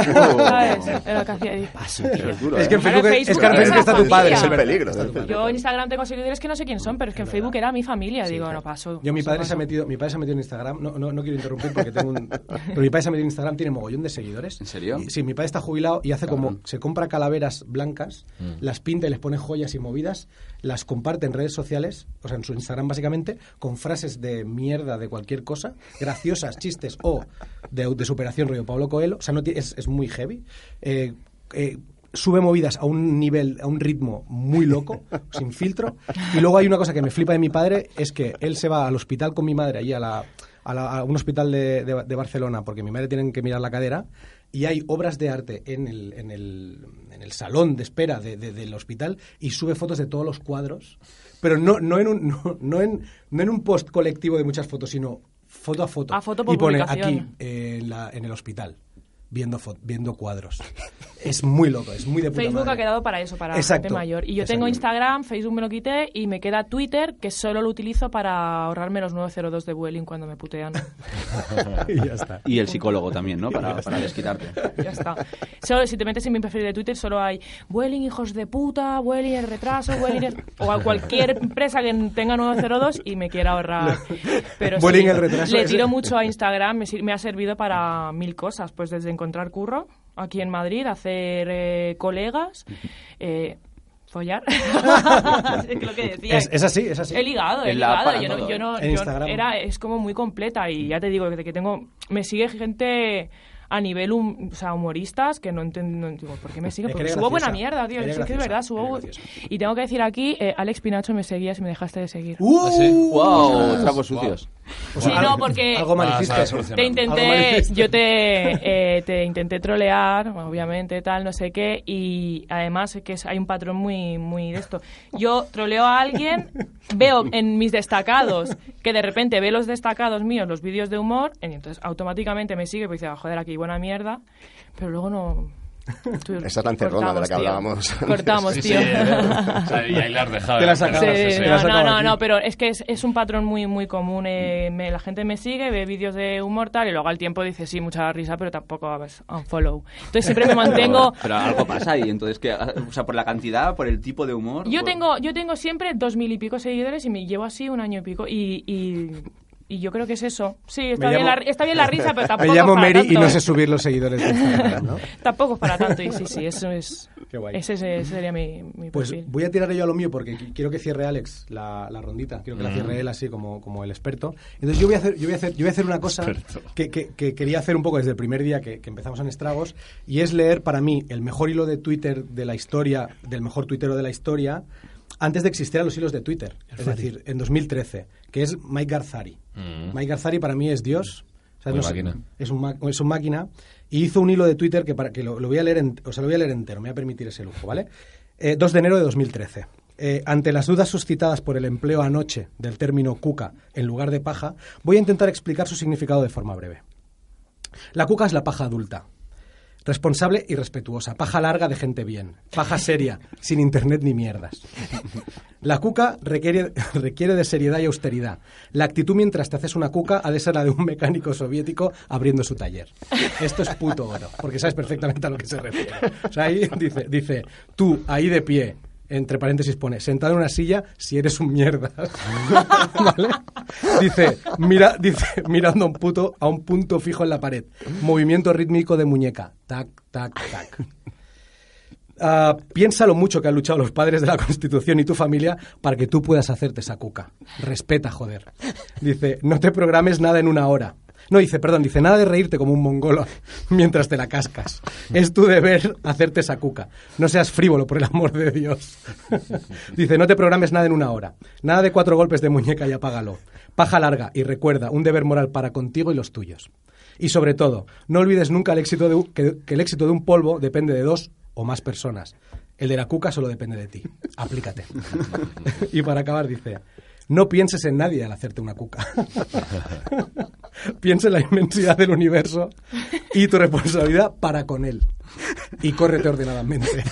Speaker 5: ¿Sabes? Era lo que hacía y paso, tío.
Speaker 2: Es duro,
Speaker 1: Es que en *laughs*
Speaker 3: ¿eh?
Speaker 5: Ahora
Speaker 1: Facebook,
Speaker 5: Facebook
Speaker 1: es que en
Speaker 5: es
Speaker 1: Facebook está tu
Speaker 5: familia.
Speaker 1: padre.
Speaker 5: Es el
Speaker 1: verdad,
Speaker 3: peligro,
Speaker 1: está
Speaker 3: ¿no?
Speaker 1: tu padre.
Speaker 5: Yo en Instagram tengo seguidores que no sé quién son, pero es que en Facebook era mi familia. Digo, no paso.
Speaker 1: Yo mi
Speaker 5: paso,
Speaker 1: padre se
Speaker 5: paso.
Speaker 1: ha metido, mi padre se ha metido en Instagram, no, no, no quiero interrumpir porque tengo
Speaker 5: *laughs*
Speaker 1: un pero mi padre se ha metido en Instagram, tiene mogollón de seguidores.
Speaker 2: ¿En serio?
Speaker 1: Y- Sí, mi padre está jubilado y hace como
Speaker 2: Cabrón.
Speaker 1: se compra calaveras blancas, las pinta y les pone joyas y movidas, las comparte en redes sociales, o sea, en su Instagram básicamente, con frases de mierda de cualquier cosa, graciosas, *laughs* chistes o de, de superación rollo Pablo Coelho, o sea, no ti- es, es muy heavy. Eh, eh, sube movidas a un nivel, a un ritmo muy loco, sin filtro. Y luego hay una cosa que me flipa de mi padre, es que él se va al hospital con mi madre, allí a, la, a, la- a un hospital de, de- de Barcelona, porque mi madre tiene que mirar la cadera, y hay obras de arte en el, en el, en el salón de espera de- de- del hospital y sube fotos de todos los cuadros, pero no, no, en un, *laughs* no, no en, no en un post colectivo de muchas fotos, sino foto a foto.
Speaker 5: A foto por
Speaker 1: y pone
Speaker 5: publicación.
Speaker 1: aquí, eh, en, la- en el hospital viendo fo- viendo cuadros. Es muy loco, es muy de puta
Speaker 5: Facebook
Speaker 1: madre.
Speaker 5: ha quedado para eso, para
Speaker 1: Exacto,
Speaker 5: gente mayor. Y yo tengo
Speaker 1: exacto.
Speaker 5: Instagram, Facebook me lo quité y me queda Twitter, que solo lo utilizo para ahorrarme los 902 de Vueling cuando me putean.
Speaker 1: *laughs* y ya está.
Speaker 2: Y el psicólogo también, ¿no? Para, para desquitarte.
Speaker 5: ya está. Solo, si te metes en mi perfil de Twitter, solo hay Vueling, hijos de puta, Vueling el retraso, Vueling el- o a cualquier empresa que tenga 902 y me quiera ahorrar. Pero sí,
Speaker 1: Vueling el retraso,
Speaker 5: Le
Speaker 1: ese.
Speaker 5: tiro mucho a Instagram, me, sir- me ha servido para mil cosas, pues desde encontrar curro aquí en Madrid, hacer eh, colegas, eh, follar. *laughs* es lo que decía.
Speaker 1: Es, es así, es así.
Speaker 5: El hígado, el
Speaker 2: En la
Speaker 5: hígado.
Speaker 2: para
Speaker 5: Yo no,
Speaker 2: todo.
Speaker 5: yo no-
Speaker 1: En
Speaker 5: yo
Speaker 1: Instagram.
Speaker 5: era, es como muy completa y ya te digo que, que tengo, me sigue gente a nivel, hum- o sea, humoristas que no entiendo, no entiendo por qué me siguen,
Speaker 1: Es que
Speaker 5: porque
Speaker 1: eres
Speaker 5: subo buena
Speaker 1: graciosa,
Speaker 5: mierda, tío,
Speaker 1: eres
Speaker 5: sí que es
Speaker 1: graciosa,
Speaker 5: verdad,
Speaker 1: eres
Speaker 5: subo.
Speaker 1: graciosa.
Speaker 5: Y tengo que decir aquí, eh, Alex Pinacho me seguías y me dejaste de seguir.
Speaker 1: ¡Uh!
Speaker 6: ¿Ah, sí?
Speaker 2: ¡Wow! Trapos sucios.
Speaker 1: O sea,
Speaker 5: Sí,
Speaker 1: algo-
Speaker 5: no, porque-
Speaker 1: algo mal
Speaker 6: Ah, se
Speaker 1: hiciste.
Speaker 6: ha solucionado.
Speaker 5: Te
Speaker 1: Algo mal
Speaker 5: intenté,
Speaker 1: hiciste.
Speaker 5: yo te, eh, te intenté trolear, obviamente, tal, no sé qué, y además es que es- hay un patrón muy, muy de esto. Yo troleo a alguien, veo en mis destacados, que de repente ve los destacados míos, los vídeos de humor, y entonces automáticamente me sigue, pues dice, "Ah, joder, aquí buena mierda, pero luego no... tú-
Speaker 3: Esa es la encerrona de la que
Speaker 5: cortamos, tío.
Speaker 3: hablábamos antes.
Speaker 5: Cortamos,
Speaker 6: Sí, sí,
Speaker 5: tío.
Speaker 6: eh, o sea, y ahí la has dejado.
Speaker 1: Te la has
Speaker 6: Claro,
Speaker 1: sacado.
Speaker 6: sí,
Speaker 5: Sí,
Speaker 6: sí.
Speaker 1: la has
Speaker 5: no, no,
Speaker 1: sacado
Speaker 5: no,
Speaker 1: aquí.
Speaker 5: no, pero es que es, es un patrón muy, muy común. eh, me- la gente me sigue, ve vídeos de humor tal, y luego al tiempo dice, sí, mucha risa, pero tampoco ves, unfollow. Entonces
Speaker 1: *laughs*
Speaker 5: siempre me mantengo...
Speaker 2: Pero, pero algo pasa ahí, entonces, que, o sea, por la cantidad, por el tipo de humor.
Speaker 5: Yo
Speaker 2: por-
Speaker 5: tengo, yo tengo siempre dos mil y pico seguidores y me llevo así un año y pico y... y y yo creo que es eso. Sí, está,
Speaker 1: Me
Speaker 5: bien,
Speaker 1: llamo-
Speaker 5: la, está bien la risa,
Speaker 1: *laughs*
Speaker 5: pero
Speaker 1: Me
Speaker 5: tampoco
Speaker 1: llamo
Speaker 5: es para
Speaker 1: Mary y
Speaker 5: tanto. ¿eh?
Speaker 1: no sé subir los seguidores de Instagram,
Speaker 5: *laughs*
Speaker 1: ¿no?
Speaker 5: Tampoco es para tanto. Y sí,
Speaker 1: *laughs*
Speaker 5: sí, eso es.
Speaker 1: Qué guay.
Speaker 5: Ese, ese sería mi, mi
Speaker 1: Pues
Speaker 5: perfil.
Speaker 1: voy a tirar yo a lo mío porque qui- quiero que cierre Alex la, la rondita. Quiero que la
Speaker 6: Mm.
Speaker 1: cierre él así como, como el experto. Entonces yo voy a hacer, yo voy a hacer, yo voy a hacer una cosa
Speaker 6: Experto.
Speaker 1: que, que- que quería hacer un poco desde el primer día que, que empezamos en Estragos y es leer para mí el mejor hilo de Twitter de la historia, del mejor tuitero de la historia, antes de que existieran los hilos de Twitter. Es decir, en 2013, que es Mike Garzari.
Speaker 6: Mm.
Speaker 1: Mike Garzari para mí es Dios. O sea,
Speaker 6: Muy
Speaker 1: no sé,
Speaker 6: máquina.
Speaker 1: es un, ma- es un máquina y hizo un hilo de Twitter que, para, que lo, lo voy a leer en- o sea, lo voy a leer entero, me voy a permitir ese lujo, ¿vale? Eh, 2 de enero de 2013. Eh, ante las dudas suscitadas por el empleo anoche del término cuca en lugar de paja, voy a intentar explicar su significado de forma breve. La cuca es la paja adulta. Responsable y respetuosa. Paja larga de gente bien. Paja seria, *laughs* sin internet ni mierdas. La cuca requiere, *laughs* requiere de seriedad y austeridad. La actitud mientras te haces una cuca ha de ser la de un mecánico soviético abriendo su taller. Esto es puto oro, porque sabes perfectamente a lo que se refiere. O sea, ahí dice, dice tú, ahí de pie, entre paréntesis pone, sentado en una silla si eres un mierda. *laughs* ¿Vale? Dice, mira, dice, mirando a un puto, a un punto fijo en la pared. Movimiento rítmico de muñeca. Tac, tac, tac. Ah, piensa lo mucho que han luchado los padres de la Constitución y tu familia para que tú puedas hacerte esa cuca. Respeta, joder. Dice, no te programes nada en una hora. No, dice, perdón, dice, nada de reírte como un mongolo *laughs* mientras te la cascas. Es tu deber hacerte esa cuca. No seas frívolo, por el amor de Dios. *laughs* dice, no te programes nada en una hora. Nada de cuatro golpes de muñeca y apágalo. Paja larga y recuerda, un deber moral para contigo y los tuyos. Y sobre todo, no olvides nunca el éxito de un- que- que el éxito de un polvo depende de dos o más personas. El de la cuca solo depende de ti. Aplícate. *laughs* y para acabar dice, no pienses en nadie al hacerte una cuca. *laughs* Piensa en la inmensidad del universo y tu responsabilidad para con él. Y córrete ordenadamente.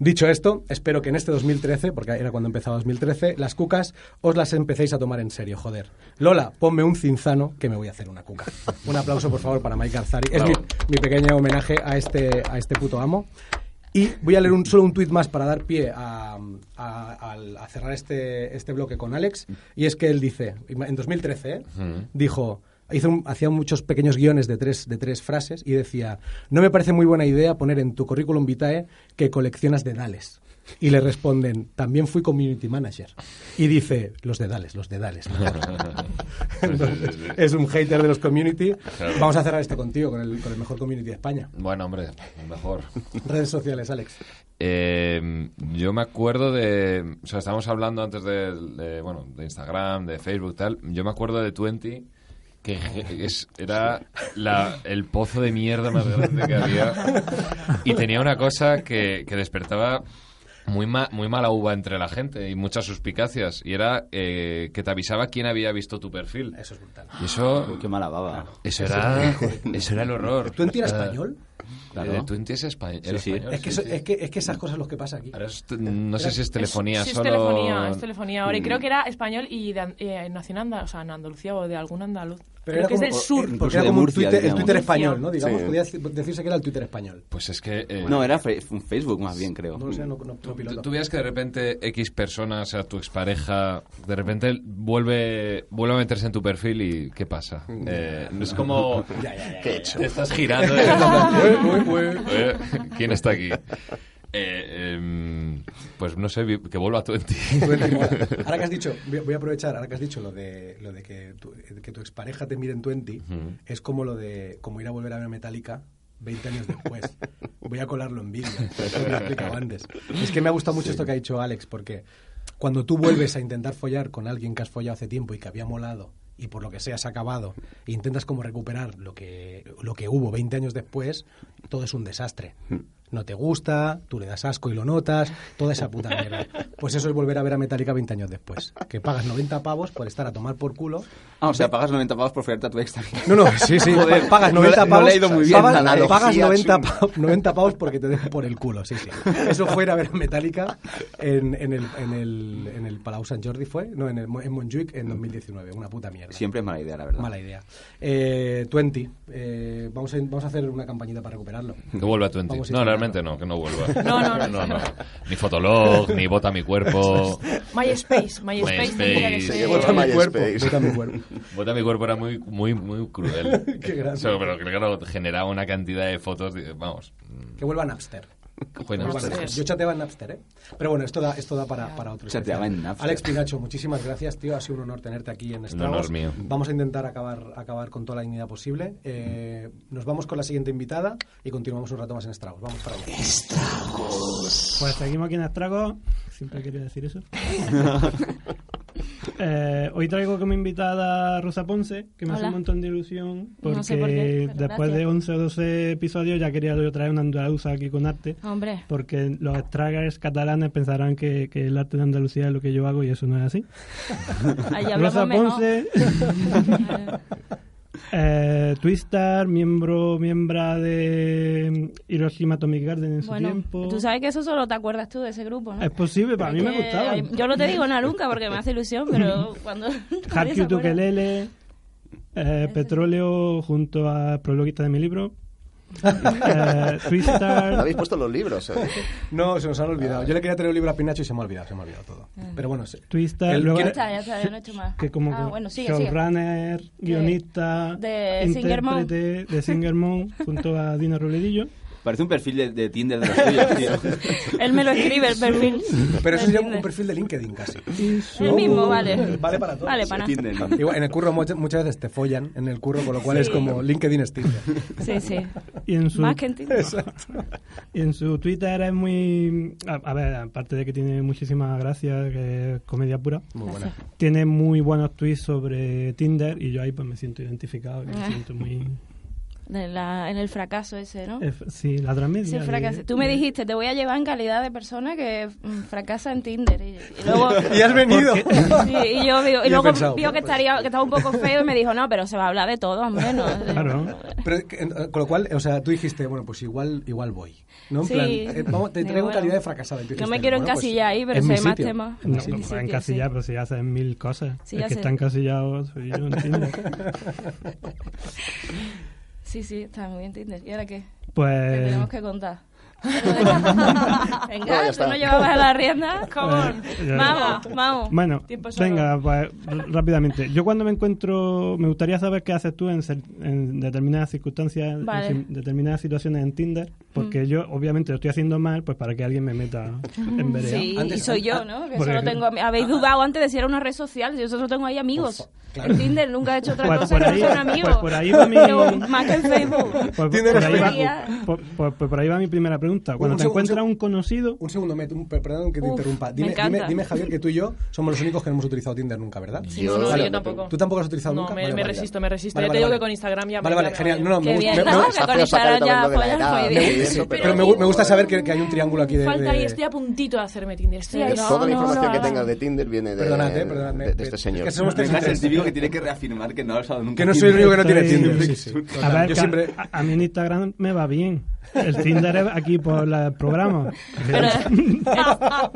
Speaker 1: Dicho esto, espero que en este 2013, porque era cuando empezaba 2013, las cucas os las empecéis a tomar en serio, joder. Lola, ponme un cinzano que me voy a hacer una cuca. Un aplauso, por favor, para Mike Arzari. Es mi, mi pequeño homenaje a este, a este puto amo. Y voy a leer un, solo un tuit más para dar pie a, a- al- a cerrar este, este bloque con Alex. Y es que él dice, en 2013, ¿eh? dijo, hizo un- hacía muchos pequeños guiones de tres, de tres frases y decía, no me parece muy buena idea poner en tu currículum vitae que coleccionas dedales. Y le responden, también fui community manager. Y dice, los dedales, los dedales. Entonces, es un hater de los community. Vamos a cerrar esto contigo, con el, con el mejor community de España.
Speaker 6: Bueno, hombre, mejor.
Speaker 1: Redes sociales, Alex.
Speaker 6: Eh, yo me acuerdo de. O sea, estábamos hablando antes de, de, bueno, de Instagram, de Facebook, tal. Yo me acuerdo de Twenty, que *laughs* es- era la- el pozo de mierda más grande que había. Y tenía una cosa que, que despertaba muy, ma- muy mala uva entre la gente y muchas suspicacias. Y era eh, que te avisaba quién había visto tu perfil.
Speaker 1: Eso es brutal.
Speaker 6: Y eso.
Speaker 2: Qué mala baba.
Speaker 6: Eso era, eso era el horror.
Speaker 1: ¿Tú entiendes
Speaker 6: Ah,
Speaker 1: español?
Speaker 2: Claro.
Speaker 6: eh, Twenty es español.
Speaker 2: Sí, sí.
Speaker 1: Es que, eso- es, que, es que esas cosas lo que pasa aquí.
Speaker 6: Ahora es t- no sé si es telefonía
Speaker 5: Sí, Eh, es
Speaker 6: solo. Mm.
Speaker 5: telefonía, es telefonía ahora. Y creo que era español y de, An- eh, nació en Anda- o sea, en Andalucía o de algún andaluz. creo
Speaker 1: como-
Speaker 5: que es del sur.
Speaker 1: eh, Porque
Speaker 2: Incluso
Speaker 1: era
Speaker 2: de
Speaker 1: como un
Speaker 2: Murcia,
Speaker 1: Twitter- el
Speaker 2: digamos.
Speaker 1: Twitter español, ¿no?
Speaker 5: Murcia.
Speaker 1: Digamos,
Speaker 3: Sí.
Speaker 1: podía decirse que era el Twitter español.
Speaker 6: Pues es que. eh,
Speaker 2: No, era fe- un Facebook más bien, creo.
Speaker 1: No lo sé, no, no- no
Speaker 6: Tú,
Speaker 1: piloto.
Speaker 6: tú veas que de repente X persona, o sea, tu expareja, de repente vuelve, vuelve a meterse en tu perfil y ¿qué pasa? Eh, es como...
Speaker 3: ¿Qué he hecho?
Speaker 6: Te estás girando. eh. Eh, ¿Quién está aquí? Eh, em, pues no sé, vi- que vuelva a Twenty.
Speaker 3: *laughs*
Speaker 1: Ahora que has dicho, voy- voy a aprovechar, ahora que has dicho lo de, lo de que, tu, que tu expareja te mire en 20, es como lo de como ir a volver a ver Metallica 20 años
Speaker 6: *laughs*
Speaker 1: después. Voy a colarlo en vídeo, lo que he explicado antes. Es que me ha gustado mucho esto que ha dicho Alex, porque cuando tú vuelves a intentar follar con alguien que has follado hace tiempo y que había molado, y por lo que sea has acabado, e intentas como recuperar lo que, lo que hubo 20 años después, todo es un desastre. No te gusta, tú le das asco y lo notas, toda esa puta mierda. Pues eso es volver a ver a Metallica 20 años después. Que pagas 90 pavos por estar a tomar por culo.
Speaker 2: Ah, o sea, pagas 90 pavos por fiarte a tu ex también.
Speaker 1: No, no, sí, sí.
Speaker 2: Joder,
Speaker 1: pagas
Speaker 2: no le-
Speaker 1: 90
Speaker 2: no
Speaker 1: pavos.
Speaker 2: le ha ido muy bien
Speaker 1: pagas,
Speaker 2: la analogía,
Speaker 1: pagas 90,
Speaker 2: chungo.
Speaker 1: pa- 90 pavos porque te den por el culo, sí, sí. Eso fue ir a ver a Metallica en, en el, en, el, en el Palau Sant Jordi, ¿fue? No, en, el, en Montjuic en 2019. Una puta mierda.
Speaker 2: Siempre es mala idea, la verdad.
Speaker 1: Mala idea. Eh, 20. eh, vamos, a, vamos a hacer una campañita para recuperarlo.
Speaker 6: Que vuelva a Twenty.
Speaker 1: Vamos a
Speaker 6: No,
Speaker 1: intentarlo.
Speaker 6: realmente no, que no vuelva.
Speaker 5: No, no, no.
Speaker 6: Ni Fotolog, ni Bota mi cuerpo. *laughs*
Speaker 5: MySpace, MySpace tendría que
Speaker 6: MySpace.
Speaker 5: ser.
Speaker 3: Se llevó otra
Speaker 1: Mi
Speaker 3: MySpace.
Speaker 1: cuerpo, vota mi
Speaker 6: *laughs*
Speaker 1: cuerpo.
Speaker 6: Bota mi cuerpo era muy, muy, muy cruel.
Speaker 1: *laughs* Qué grande.
Speaker 6: O sea, pero que, claro, generaba una cantidad de fotos, de- vamos.
Speaker 1: Que vuelva Napster.
Speaker 6: Bueno,
Speaker 1: Vuelva
Speaker 5: Napster.
Speaker 1: Napster. Yo chateaba en Napster, ¿eh? Pero bueno, esto da, esto da para, para otro.
Speaker 2: Chateaba
Speaker 1: especial.
Speaker 2: en Napster.
Speaker 1: Alex Pinacho, muchísimas gracias, tío. Ha sido un honor tenerte aquí en Estragos.
Speaker 6: honor mío.
Speaker 1: Vamos a intentar acabar, acabar con toda la dignidad posible. Eh, nos vamos con la siguiente invitada y continuamos un rato más en Estragos. Vamos para allá.
Speaker 4: Pues seguimos aquí en Astrago. Siempre quería decir eso. Eh, hoy traigo como invitada a Rosa Ponce, que me hace
Speaker 5: Hola.
Speaker 4: un montón de ilusión, porque
Speaker 5: No sé por qué, pero
Speaker 4: después de
Speaker 5: gracias.
Speaker 4: 11 o 12 episodios ya quería yo traer una andaluza aquí con arte,
Speaker 5: Hombre,
Speaker 4: porque los estragers catalanes pensarán que, que el arte de Andalucía es lo que yo hago y eso no es así.
Speaker 5: ahí
Speaker 4: Rosa
Speaker 5: *laughs* hablamos mejor.
Speaker 4: Ponce Eh, Twistar, miembro, miembra de Hiroshima Atomic Garden en
Speaker 7: Bueno,
Speaker 4: su tiempo.
Speaker 7: tú sabes que eso solo te acuerdas tú de ese grupo, ¿no?
Speaker 4: Es posible, para mí me
Speaker 7: Porque
Speaker 4: gustaba.
Speaker 7: hay- Yo no te digo nada nunca porque me hace ilusión,
Speaker 4: *laughs*
Speaker 7: pero cuando... nadie se
Speaker 4: Harky
Speaker 7: acuerda.
Speaker 4: Tukelele, eh, Petróleo junto a Prologuita de mi libro. eh,
Speaker 3: ¿No
Speaker 4: Twistar.
Speaker 3: habéis puesto los libros? eh?
Speaker 1: No, se nos han olvidado.
Speaker 2: Ah.
Speaker 1: Yo le quería tener un libro a Pinacho y se me ha olvidado, se me ha olvidado todo. Pero bueno, se-
Speaker 4: Twistar,
Speaker 1: Él
Speaker 4: luego-
Speaker 1: quiere-
Speaker 7: Ya está, ya está, ya Ah, no he hecho más.
Speaker 4: que como
Speaker 7: ah,
Speaker 4: que
Speaker 7: bueno, sigue, sigue.
Speaker 4: showrunner, guionista,
Speaker 7: de Singer Moon.
Speaker 4: intérprete de Singer
Speaker 7: *laughs*
Speaker 4: Moon junto a Dina Robledillo.
Speaker 2: Parece un perfil de, de Tinder de los
Speaker 1: *laughs*
Speaker 2: tuyos, tío.
Speaker 7: *laughs* Él me lo escribe, el perfil.
Speaker 1: pero eso
Speaker 7: Del
Speaker 1: sería
Speaker 7: Tinder.
Speaker 1: un perfil de LinkedIn casi. Uh,
Speaker 4: Y su-
Speaker 7: El mismo, vale.
Speaker 1: Vale para todos.
Speaker 7: Vale, para nada.
Speaker 2: Tinder.
Speaker 1: Igual, en el curro muchas, muchas veces te follan en el curro, con lo cual
Speaker 7: Sí.
Speaker 1: es como LinkedIn es Tinder.
Speaker 7: Sí, sí.
Speaker 4: y en su
Speaker 7: Más que en Tinder.
Speaker 4: Y en su Twitter es muy... A, a ver, aparte de que tiene muchísima gracia, que es comedia pura,
Speaker 1: Muy buena.
Speaker 4: tiene muy buenos tweets sobre Tinder y yo ahí pues me siento identificado y
Speaker 7: Ah.
Speaker 4: me siento
Speaker 7: *laughs*
Speaker 4: muy...
Speaker 7: De la- en el fracaso ese, ¿no?
Speaker 4: eh, sí, la
Speaker 7: Sí,
Speaker 4: transmedia.
Speaker 7: fracasé. Tú me dijiste, te voy a llevar en calidad de persona que mm, fracasa en Tinder. Y, y luego...
Speaker 1: *laughs* Y has venido.
Speaker 7: *laughs* Sí, y yo digo,
Speaker 1: Y
Speaker 7: y
Speaker 1: he
Speaker 7: luego
Speaker 1: pensado,
Speaker 7: vio que,
Speaker 1: pues.
Speaker 7: estaría, que estaba un poco feo y me dijo, no, pero se va a hablar de todo, al menos.
Speaker 4: *laughs* Claro.
Speaker 1: Pero, que- en- con lo cual, o sea, tú dijiste, bueno, pues igual, igual voy. ¿no? En
Speaker 7: Sí.
Speaker 1: plan, eh, vamos, te
Speaker 7: Digo,
Speaker 1: traigo
Speaker 7: bueno,
Speaker 1: calidad de fracasado. Y tú
Speaker 7: No
Speaker 1: dijiste,
Speaker 7: me quiero
Speaker 1: bueno, pues,
Speaker 7: encasillar ahí, pero
Speaker 1: es
Speaker 7: si
Speaker 1: mi
Speaker 7: hay más
Speaker 1: sitio.
Speaker 7: temas.
Speaker 4: No,
Speaker 7: Sí, sí,
Speaker 4: no, en
Speaker 7: sí,
Speaker 4: casilla,
Speaker 7: sí.
Speaker 4: pero si hacen mil cosas.
Speaker 7: Sí,
Speaker 4: el
Speaker 7: ya
Speaker 4: que
Speaker 7: sé.
Speaker 4: está encasillado soy
Speaker 7: *laughs*
Speaker 4: yo en Tinder.
Speaker 7: Sí, sí, está muy bien Tinder. ¿Y ahora qué? Te
Speaker 4: Pues...
Speaker 7: tenemos que contar. Venga,
Speaker 3: ya
Speaker 7: tú no
Speaker 3: está.
Speaker 7: llevabas la rienda. Come on.
Speaker 4: Eh, ya-
Speaker 7: Vamos, vamos.
Speaker 4: Bueno,
Speaker 5: Tiempo es oro.
Speaker 4: venga, pues r- rápidamente. Yo cuando me encuentro, me gustaría saber qué haces tú en, cer- en determinadas circunstancias,
Speaker 7: Vale. Mm.
Speaker 4: en sim- determinadas situaciones en Tinder, porque yo obviamente lo estoy haciendo mal, pues para que alguien me
Speaker 7: *laughs*
Speaker 4: meta en vereda.
Speaker 7: Sí,
Speaker 1: Antes-
Speaker 7: y soy yo, ¿no? Que
Speaker 4: Porque-
Speaker 7: solo tengo... ami- Habéis dudado antes de si era una red social. Yo solo tengo ahí amigos. En Tinder nunca he hecho otra
Speaker 4: Pues
Speaker 7: cosa
Speaker 4: por
Speaker 7: que no
Speaker 4: ahí-
Speaker 7: ser un amigo.
Speaker 4: pues por ahí va mi-
Speaker 7: Pero más que en Facebook.
Speaker 4: Pues-
Speaker 1: Tinder
Speaker 4: por,
Speaker 1: es
Speaker 4: ahí va,
Speaker 7: Facebook.
Speaker 4: por- por- por- por ahí va mi primera pregunta. Cuando
Speaker 1: Un
Speaker 4: te
Speaker 1: seg- un
Speaker 4: encuentras
Speaker 1: seg-
Speaker 4: un conocido,
Speaker 1: Un segundo, Met, un- per- perdón que te
Speaker 7: Uf,
Speaker 1: interrumpa.
Speaker 7: me
Speaker 1: Dime,
Speaker 7: encanta.
Speaker 1: dime, dime, Javier, que tú y yo somos los únicos que no hemos utilizado Tinder nunca, ¿verdad?
Speaker 5: Sí, no, no,
Speaker 1: Vale,
Speaker 5: yo tampoco.
Speaker 1: ¿Tú tampoco lo has utilizado
Speaker 5: No,
Speaker 1: nunca?
Speaker 5: me-
Speaker 1: Vale,
Speaker 5: me
Speaker 1: vale.
Speaker 5: resisto, me resisto. Ya te digo que con Instagram ya me-
Speaker 1: Vale, vale,
Speaker 5: ya me
Speaker 1: genial. No,
Speaker 5: vale.
Speaker 1: no, me
Speaker 7: Qué
Speaker 1: gusta-
Speaker 7: bien,
Speaker 1: me-
Speaker 7: ¿no?
Speaker 1: me-
Speaker 7: Que
Speaker 3: está
Speaker 7: con
Speaker 3: feo sacar
Speaker 7: Instagram
Speaker 3: el
Speaker 7: ya
Speaker 3: doble de la
Speaker 7: follas
Speaker 3: edad,
Speaker 7: muy
Speaker 3: ¿no?
Speaker 7: bien.
Speaker 3: Y eso,
Speaker 1: pero,
Speaker 5: Pero
Speaker 1: me, gu- me gusta saber que, que hay un triángulo aquí de...
Speaker 5: Falta
Speaker 1: de-
Speaker 5: ahí, estoy a puntito de hacerme Tinder. Estoy ahí.
Speaker 7: Sí,
Speaker 5: No,
Speaker 3: Toda la
Speaker 5: no,
Speaker 3: información
Speaker 5: no,
Speaker 3: que
Speaker 5: no.
Speaker 3: tengo de Tinder viene de,
Speaker 1: Perdonad, eh, perdonad,
Speaker 3: de-
Speaker 1: me-
Speaker 3: de
Speaker 1: me-
Speaker 3: este señor.
Speaker 1: que somos tres
Speaker 2: Me encanta el
Speaker 1: intereses.
Speaker 2: típico que tiene que reafirmar que no ha usado nunca
Speaker 1: Que no soy el
Speaker 2: Tinder.
Speaker 1: único que no tiene
Speaker 4: Estoy-
Speaker 1: Tinder. Sí, sí.
Speaker 4: a
Speaker 1: Total,
Speaker 4: ver,
Speaker 1: yo
Speaker 4: que a-
Speaker 1: siempre...
Speaker 4: a, a mí en Instagram me va bien. El Tinder es aquí por la- el programa.
Speaker 7: *laughs* Pero-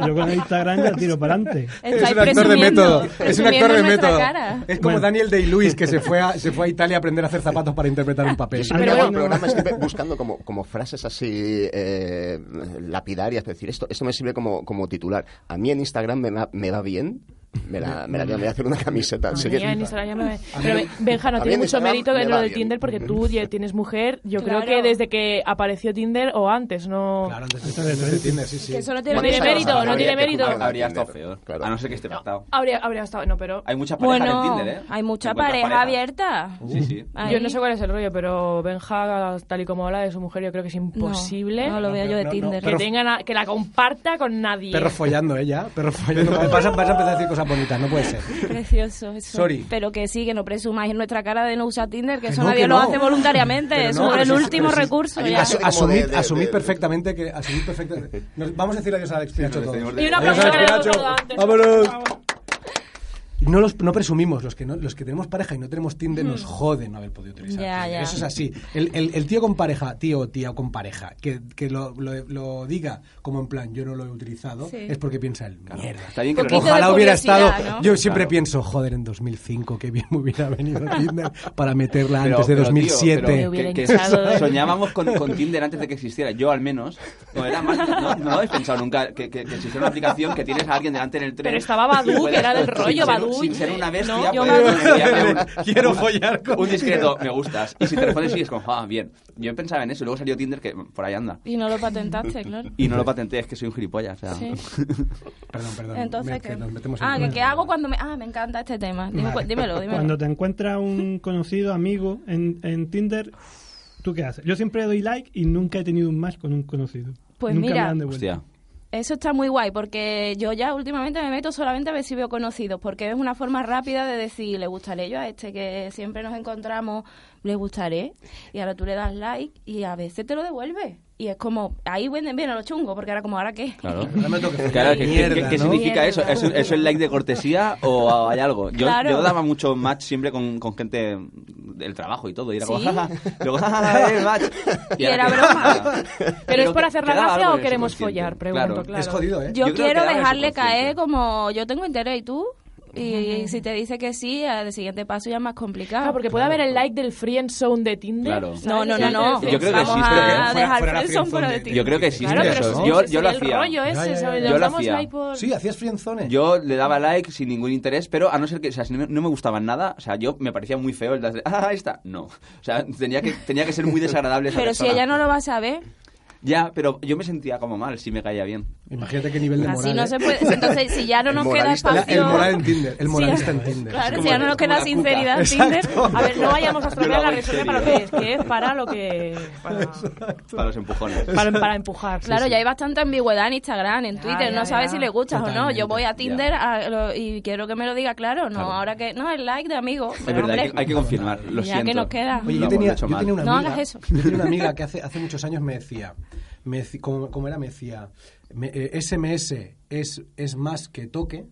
Speaker 4: Yo con el Instagram ya tiro para adelante.
Speaker 1: Es
Speaker 7: Estáis
Speaker 1: un actor de
Speaker 7: presumiendo,
Speaker 1: método. Es un actor
Speaker 7: presumiendo
Speaker 1: de
Speaker 7: nuestra
Speaker 1: método.
Speaker 7: cara.
Speaker 1: Es como
Speaker 4: Bueno.
Speaker 1: Daniel Day-Lewis que se fue, a, se fue a Italia a aprender a hacer zapatos para interpretar un papel.
Speaker 3: Yo siempre
Speaker 4: Pero
Speaker 3: hago el
Speaker 4: bueno.
Speaker 3: programa
Speaker 4: *laughs*
Speaker 3: estoy buscando como, como frases así eh, lapidarias, para decir, esto, esto me sirve como, como titular. A mí en Instagram me, va- me va bien, me la, me la me voy a hacer una camiseta. así
Speaker 5: Madre
Speaker 3: que- *laughs*
Speaker 5: mía, en Instagram ya me- Pero Be- Benja,
Speaker 3: a
Speaker 5: no
Speaker 3: mí
Speaker 5: tiene
Speaker 3: en
Speaker 5: mucho
Speaker 3: Instagram
Speaker 5: mérito
Speaker 3: me
Speaker 5: en
Speaker 3: va
Speaker 5: lo de
Speaker 3: bien.
Speaker 5: Tinder porque tú ya tienes mujer. Yo
Speaker 7: Claro.
Speaker 5: creo que desde que apareció Tinder o antes, no.
Speaker 1: Claro, antes de- antes de Tinder, sí, sí.
Speaker 7: Que solo tiene
Speaker 5: No tiene
Speaker 3: ¿Cuántos años
Speaker 5: mérito, no
Speaker 3: habría
Speaker 5: tiene
Speaker 3: que
Speaker 5: mérito.
Speaker 3: cumplir?
Speaker 2: Habría
Speaker 3: Tinder,
Speaker 2: estado peor.
Speaker 3: claro.
Speaker 2: A no ser que esté pactado.
Speaker 5: Habría, habría estado. No, pero.
Speaker 2: Hay muchas parejas
Speaker 7: Bueno,
Speaker 2: en Tinder, ¿eh?
Speaker 7: hay mucha
Speaker 2: Encuentras
Speaker 7: pareja,
Speaker 2: pareja.
Speaker 7: abierta. Uh.
Speaker 2: Sí, sí.
Speaker 7: Ahí.
Speaker 5: Yo no sé cuál es el rollo, pero Benja, tal y como habla de su mujer, yo creo que es
Speaker 7: No,
Speaker 5: imposible.
Speaker 7: No, lo veo yo de
Speaker 1: no, no,
Speaker 7: Tinder.
Speaker 5: que,
Speaker 1: Pero-
Speaker 5: tengan a- que la comparta con nadie.
Speaker 1: Perro follando ella, perro follando. Vas a, vas a empezar a decir cosas bonitas, no puede ser. *laughs*
Speaker 7: Precioso eso.
Speaker 1: Sorry.
Speaker 7: Pero que sí, que no presumáis en nuestra cara de no usar Tinder, que,
Speaker 1: Que
Speaker 7: eso
Speaker 1: no,
Speaker 7: nadie
Speaker 1: que
Speaker 7: lo
Speaker 1: no.
Speaker 7: hace voluntariamente,
Speaker 1: Pero
Speaker 7: eso
Speaker 1: no, pero
Speaker 7: es el
Speaker 1: sí,
Speaker 7: último
Speaker 1: pero sí.
Speaker 7: recurso.
Speaker 3: Hay
Speaker 7: ya.
Speaker 1: Asu-
Speaker 3: como
Speaker 1: asumid,
Speaker 3: de- de-
Speaker 1: asumid
Speaker 3: de-
Speaker 1: perfectamente que... Asumid perfectamente. Nos- vamos a decir adiós a Alex Pinacho
Speaker 2: nos
Speaker 1: todos.
Speaker 2: despedimos de-
Speaker 5: Y una
Speaker 1: Adiós,
Speaker 5: aplauso
Speaker 1: Alex
Speaker 5: para el
Speaker 1: Pinacho.
Speaker 5: otro antes.
Speaker 1: Vámonos. No, los, no presumimos, los que, no, los que tenemos pareja y no tenemos Tinder nos joden no haber podido utilizar
Speaker 7: Hmm. Ya,
Speaker 1: Tinder.
Speaker 7: ya.
Speaker 1: Eso es así. El, el- el tío con pareja, tío o tía con pareja, que, que lo, lo- lo diga como en plan yo no lo he utilizado,
Speaker 7: Sí.
Speaker 1: es porque piensa el mierda.
Speaker 2: Está bien que lo
Speaker 7: Poquito
Speaker 2: reconozca.
Speaker 1: Ojalá
Speaker 7: de
Speaker 1: hubiera
Speaker 7: curiosidad,
Speaker 1: estado.
Speaker 7: ¿no?
Speaker 1: Yo siempre
Speaker 2: Claro.
Speaker 1: pienso, joder, en 2005, qué bien *laughs* me hubiera venido Tinder para meterla
Speaker 2: Pero-
Speaker 1: antes de
Speaker 2: pero, tío,
Speaker 1: 2007.
Speaker 2: pero
Speaker 5: Me hubiera
Speaker 2: que- que
Speaker 5: hinchado, ¿eh?
Speaker 2: soñábamos con, con Tinder antes de que existiera, yo al menos. No, era más, no, no lo habéis pensado nunca que, que, que existiera una aplicación que tienes a alguien delante en el tren.
Speaker 5: Pero estaba Badu,
Speaker 2: y puedes-
Speaker 5: que era del rollo,
Speaker 2: sin ser-
Speaker 5: Badu.
Speaker 2: Sin ser una bestia, pues,
Speaker 5: No, yo
Speaker 2: puedes
Speaker 1: *laughs*
Speaker 5: Badu.
Speaker 2: enviarle un-
Speaker 1: Quiero follar
Speaker 5: *laughs*
Speaker 1: con-
Speaker 2: Un discreto, me gustas. Y si te respondes sí, es como, ah, bien. Yo pensaba en eso, y luego salió Tinder que mm, por ahí anda.
Speaker 7: Y no lo patentaste, claro.
Speaker 2: Y no lo patenté, es que soy un gilipollas. O
Speaker 1: *laughs*
Speaker 2: sea,
Speaker 7: Sí.
Speaker 1: Perdón, perdón. me-
Speaker 7: Entonces,
Speaker 1: que
Speaker 7: ¿qué?
Speaker 1: nos metemos en-
Speaker 7: Ah, que ¿qué hago cuando me...? Ah, me encanta este tema. Dime-
Speaker 1: Vale.
Speaker 7: Dímelo, dímelo.
Speaker 4: Cuando te encuentras un conocido amigo en, en Tinder, ¿tú qué haces? Yo siempre doy like y nunca he tenido un match con un conocido.
Speaker 7: Pues
Speaker 4: Nunca me
Speaker 7: mira.
Speaker 4: dan de vuelta.
Speaker 2: Hostia.
Speaker 7: Eso está muy guay porque yo ya últimamente me meto solamente a ver si veo conocidos porque es una forma rápida de decir, le gustaré yo a este que siempre nos encontramos, le gustaré y ahora tú le das like y a veces te lo devuelve. Y es como, ahí venden bien a los chungos, porque ahora como, ¿ahora qué?
Speaker 2: Claro.
Speaker 1: Ahora me toca hacer
Speaker 2: Claro, ¿qué, qué-
Speaker 1: mierda,
Speaker 2: qué- qué
Speaker 1: ¿no?
Speaker 2: significa eso?
Speaker 7: Mierda.
Speaker 2: ¿Es, un- ¿Es un like de cortesía o hay algo? Yo,
Speaker 7: Claro.
Speaker 2: yo daba mucho match siempre con, con gente del trabajo y todo. Y era como,
Speaker 7: ¿Sí?
Speaker 2: jaja. Luego, jajaja, eh, match.
Speaker 7: Y era
Speaker 2: que- *laughs*
Speaker 7: broma.
Speaker 5: ¿Pero es por
Speaker 2: que-
Speaker 5: hacer la
Speaker 2: quedaba
Speaker 5: gracia
Speaker 2: algo
Speaker 5: o
Speaker 2: en el
Speaker 5: queremos
Speaker 2: subconsciente.
Speaker 5: follar? Pregunto, claro.
Speaker 1: Es jodido, ¿eh?
Speaker 7: Yo,
Speaker 2: Yo creo
Speaker 7: quiero
Speaker 2: que ahora es
Speaker 7: dejarle
Speaker 2: subconsciente.
Speaker 7: caer como yo tengo interés y tú. Y si te dice que sí, al siguiente paso ya es más complicado.
Speaker 2: Ah,
Speaker 5: Claro, porque puede haber el like del friend zone de Tinder.
Speaker 2: Claro.
Speaker 5: ¿sabes?
Speaker 7: No, no, no, no.
Speaker 2: Yo creo que
Speaker 7: Vamos
Speaker 2: sí, pero que
Speaker 7: a
Speaker 2: fuera-
Speaker 7: ah, dejar
Speaker 1: fuera la
Speaker 7: friendzone
Speaker 1: friendzone
Speaker 7: fuera
Speaker 1: de
Speaker 7: de
Speaker 1: Tinder.
Speaker 7: ti.
Speaker 2: Yo creo que existe
Speaker 5: Claro, pero
Speaker 2: eso.
Speaker 5: eso,
Speaker 2: Yo,
Speaker 5: ese
Speaker 2: yo lo
Speaker 5: sería
Speaker 2: hacía.
Speaker 5: El rollo ese,
Speaker 1: Ya, ya, ya.
Speaker 5: ¿sabes?
Speaker 1: Yo
Speaker 5: Nos
Speaker 2: lo
Speaker 5: damos
Speaker 2: hacía.
Speaker 5: like por...
Speaker 1: Sí, hacías friendzone.
Speaker 2: Yo le daba like sin ningún interés, pero a no ser que, o sea, si no, me- no me gustaban nada, o sea, yo me parecía muy feo el de, ah, ahí está, no. O sea, tenía que, tenía que ser muy desagradable esa
Speaker 7: Pero si
Speaker 2: persona.
Speaker 7: ella no lo va a saber,
Speaker 2: Ya, pero yo me sentía como mal si me caía bien.
Speaker 1: Imagínate qué nivel de moral.
Speaker 7: así no
Speaker 1: ¿eh?
Speaker 7: se puede. Entonces, si ya no
Speaker 3: El
Speaker 7: nos queda
Speaker 3: moralista.
Speaker 1: La-
Speaker 7: espacio.
Speaker 1: el moral en Tinder, el
Speaker 7: Sí,
Speaker 1: moralista en
Speaker 7: *laughs* claro,
Speaker 1: Tinder.
Speaker 7: Claro,
Speaker 2: como-
Speaker 7: si ya no nos
Speaker 2: es como
Speaker 7: queda
Speaker 2: la
Speaker 7: sinceridad en
Speaker 1: cuca.
Speaker 7: Tinder. Ah,
Speaker 5: A ver, no vayamos
Speaker 2: *laughs* Yo lo
Speaker 5: a estropear la
Speaker 2: hago en
Speaker 5: red social
Speaker 2: serio.
Speaker 5: para lo que es, que es para lo que... Para,
Speaker 2: *laughs* Para los empujones.
Speaker 5: para, para empujar.
Speaker 7: Claro, ya hay bastante ambigüedad en Instagram, en
Speaker 5: Ya,
Speaker 7: Twitter,
Speaker 5: ya,
Speaker 7: no sabes
Speaker 5: ya.
Speaker 7: si le gustas o no.
Speaker 1: Ah, Totalmente,
Speaker 7: Yo voy a Tinder a lo- y quiero que me lo diga claro, no,
Speaker 2: Claro.
Speaker 7: ahora que no, el like de amigo.
Speaker 2: Es
Speaker 7: Pero,
Speaker 2: verdad, hay
Speaker 7: hombre,
Speaker 2: que, hay que confirmar, lo
Speaker 7: Ya que
Speaker 2: siento.
Speaker 7: nos queda.
Speaker 1: Oye,
Speaker 2: Lo
Speaker 1: yo
Speaker 2: hemos
Speaker 1: tenía,
Speaker 2: hecho
Speaker 1: yo
Speaker 2: mal.
Speaker 1: tenía una
Speaker 7: No
Speaker 1: amiga,
Speaker 7: hagas eso.
Speaker 1: yo tenía una amiga que hace, hace muchos años me decía, me, deci- ¿cómo, cómo era? Me decía, me- eh, SMS es, es más que toque,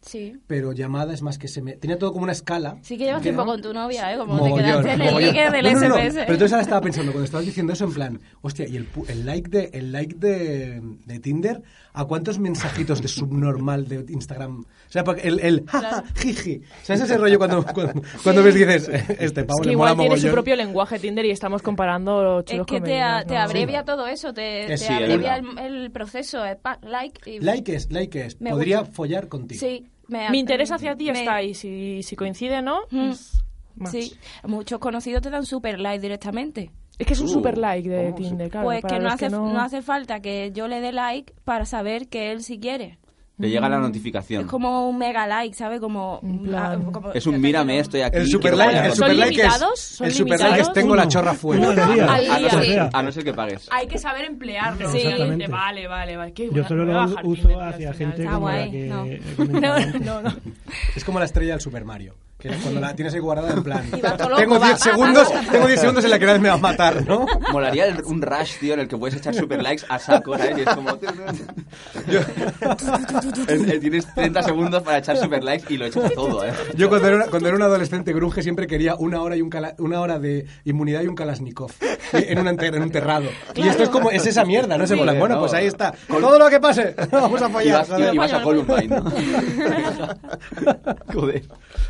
Speaker 7: Sí.
Speaker 1: pero llamada es más que SMS. Tenía todo como una escala.
Speaker 7: Sí que llevas
Speaker 1: ¿Qué
Speaker 7: tiempo
Speaker 1: era?
Speaker 7: con tu novia, ¿eh? Como te
Speaker 1: Mogollón,
Speaker 7: quedaste en el
Speaker 1: mogollón.
Speaker 7: ligue del
Speaker 1: No, no, no,
Speaker 7: SMS.
Speaker 1: Pero entonces ahora estaba pensando, cuando estabas diciendo eso, en plan, hostia, y el, pu- el like, de, el like de, de Tinder, ¿a cuántos mensajitos de subnormal de Instagram? O sea, porque el, el ja, ja, jiji. ¿Sabes ese rollo cuando, cuando, cuando ves que dices, este pavo
Speaker 5: Es que
Speaker 1: le mola
Speaker 5: igual tiene su
Speaker 1: mogollón"?
Speaker 5: propio lenguaje Tinder y estamos comparando los
Speaker 7: Es
Speaker 5: chulos
Speaker 7: que
Speaker 5: con
Speaker 7: te,
Speaker 5: meninas,
Speaker 7: a- te
Speaker 5: ¿no?
Speaker 7: abrevia todo eso, te, te
Speaker 1: Eh, sí,
Speaker 2: es
Speaker 7: abrevia el,
Speaker 2: verdad.
Speaker 7: el proceso, es pa- like y...
Speaker 1: Like es, like es.
Speaker 7: Me
Speaker 1: Podría
Speaker 7: gusta.
Speaker 1: follar contigo.
Speaker 7: Sí. me-
Speaker 5: Mi interés hacia ti
Speaker 7: me-
Speaker 5: está ahí, si, si coincide, ¿no? Pues,
Speaker 7: Mm.
Speaker 5: Es más.
Speaker 7: Sí, muchos conocidos te dan super like directamente.
Speaker 5: Es que es un
Speaker 2: Uh,
Speaker 5: super like de
Speaker 2: ¿cómo?
Speaker 5: Tinder, claro.
Speaker 7: pues
Speaker 5: para
Speaker 7: que no,
Speaker 5: los
Speaker 7: hace,
Speaker 5: no-
Speaker 7: no hace falta que yo le dé like para saber que él sí quiere.
Speaker 2: Le llega la notificación.
Speaker 7: Es como un mega like, ¿sabe? Como,
Speaker 5: En plan-
Speaker 7: ah, como-
Speaker 2: Es un mírame, estoy aquí.
Speaker 1: El super
Speaker 2: quiero
Speaker 1: like,
Speaker 2: follar
Speaker 1: el
Speaker 5: ¿Son
Speaker 1: super
Speaker 2: contigo".
Speaker 1: like es,
Speaker 5: limitados? ¿Son
Speaker 1: el super
Speaker 5: limitados?
Speaker 1: like es tengo la
Speaker 4: Uno.
Speaker 1: chorra
Speaker 4: Uno al
Speaker 1: fuera.
Speaker 4: día.
Speaker 5: Al
Speaker 2: A no,
Speaker 5: día.
Speaker 4: O sea,
Speaker 2: ser, a no ser que pagues.
Speaker 5: Hay que saber emplearlo.
Speaker 7: Sí.
Speaker 5: Dice,
Speaker 4: Exactamente.
Speaker 5: vale, vale, vale. qué
Speaker 4: yo
Speaker 5: buena-
Speaker 4: solo
Speaker 5: me
Speaker 4: lo
Speaker 5: baja
Speaker 4: uso
Speaker 5: Tinder al
Speaker 4: hacia
Speaker 5: final.
Speaker 4: gente
Speaker 7: Está
Speaker 4: como la
Speaker 7: guay,
Speaker 4: que
Speaker 7: *laughs* no.
Speaker 4: he comentado antes.
Speaker 7: No, no, no.
Speaker 1: Es como la estrella del Super Mario. Que la- cuando la tienes ahí guardada en plan.
Speaker 7: Y va todo
Speaker 1: Tengo
Speaker 7: loco,
Speaker 1: 10
Speaker 7: va, va,
Speaker 1: segundos,
Speaker 7: va, va.
Speaker 1: tengo 10 segundos en la que nadie me va a matar, ¿no?
Speaker 2: Molaría el- un rush, tío, en el que puedes echar super likes a saco, ¿sabes? Y es como...
Speaker 7: *laughs*
Speaker 2: Yo- Es- es- Tienes 30 segundos para echar super likes y lo echas a todo, ¿eh?
Speaker 1: Yo cuando era, cuando era un adolescente grunge siempre quería una hora y un cala- una hora de inmunidad y un Kalashnikov en, una enter- en un terrado. Y esto es como es esa mierda, ¿no? Es en plan, bueno, pues ahí está. Todo lo que pase, *laughs* vamos a
Speaker 2: Y
Speaker 1: follar.
Speaker 2: vas,
Speaker 1: ¿sabes?
Speaker 2: y vas a
Speaker 7: Follar.
Speaker 2: Columbine, ¿no? Joder.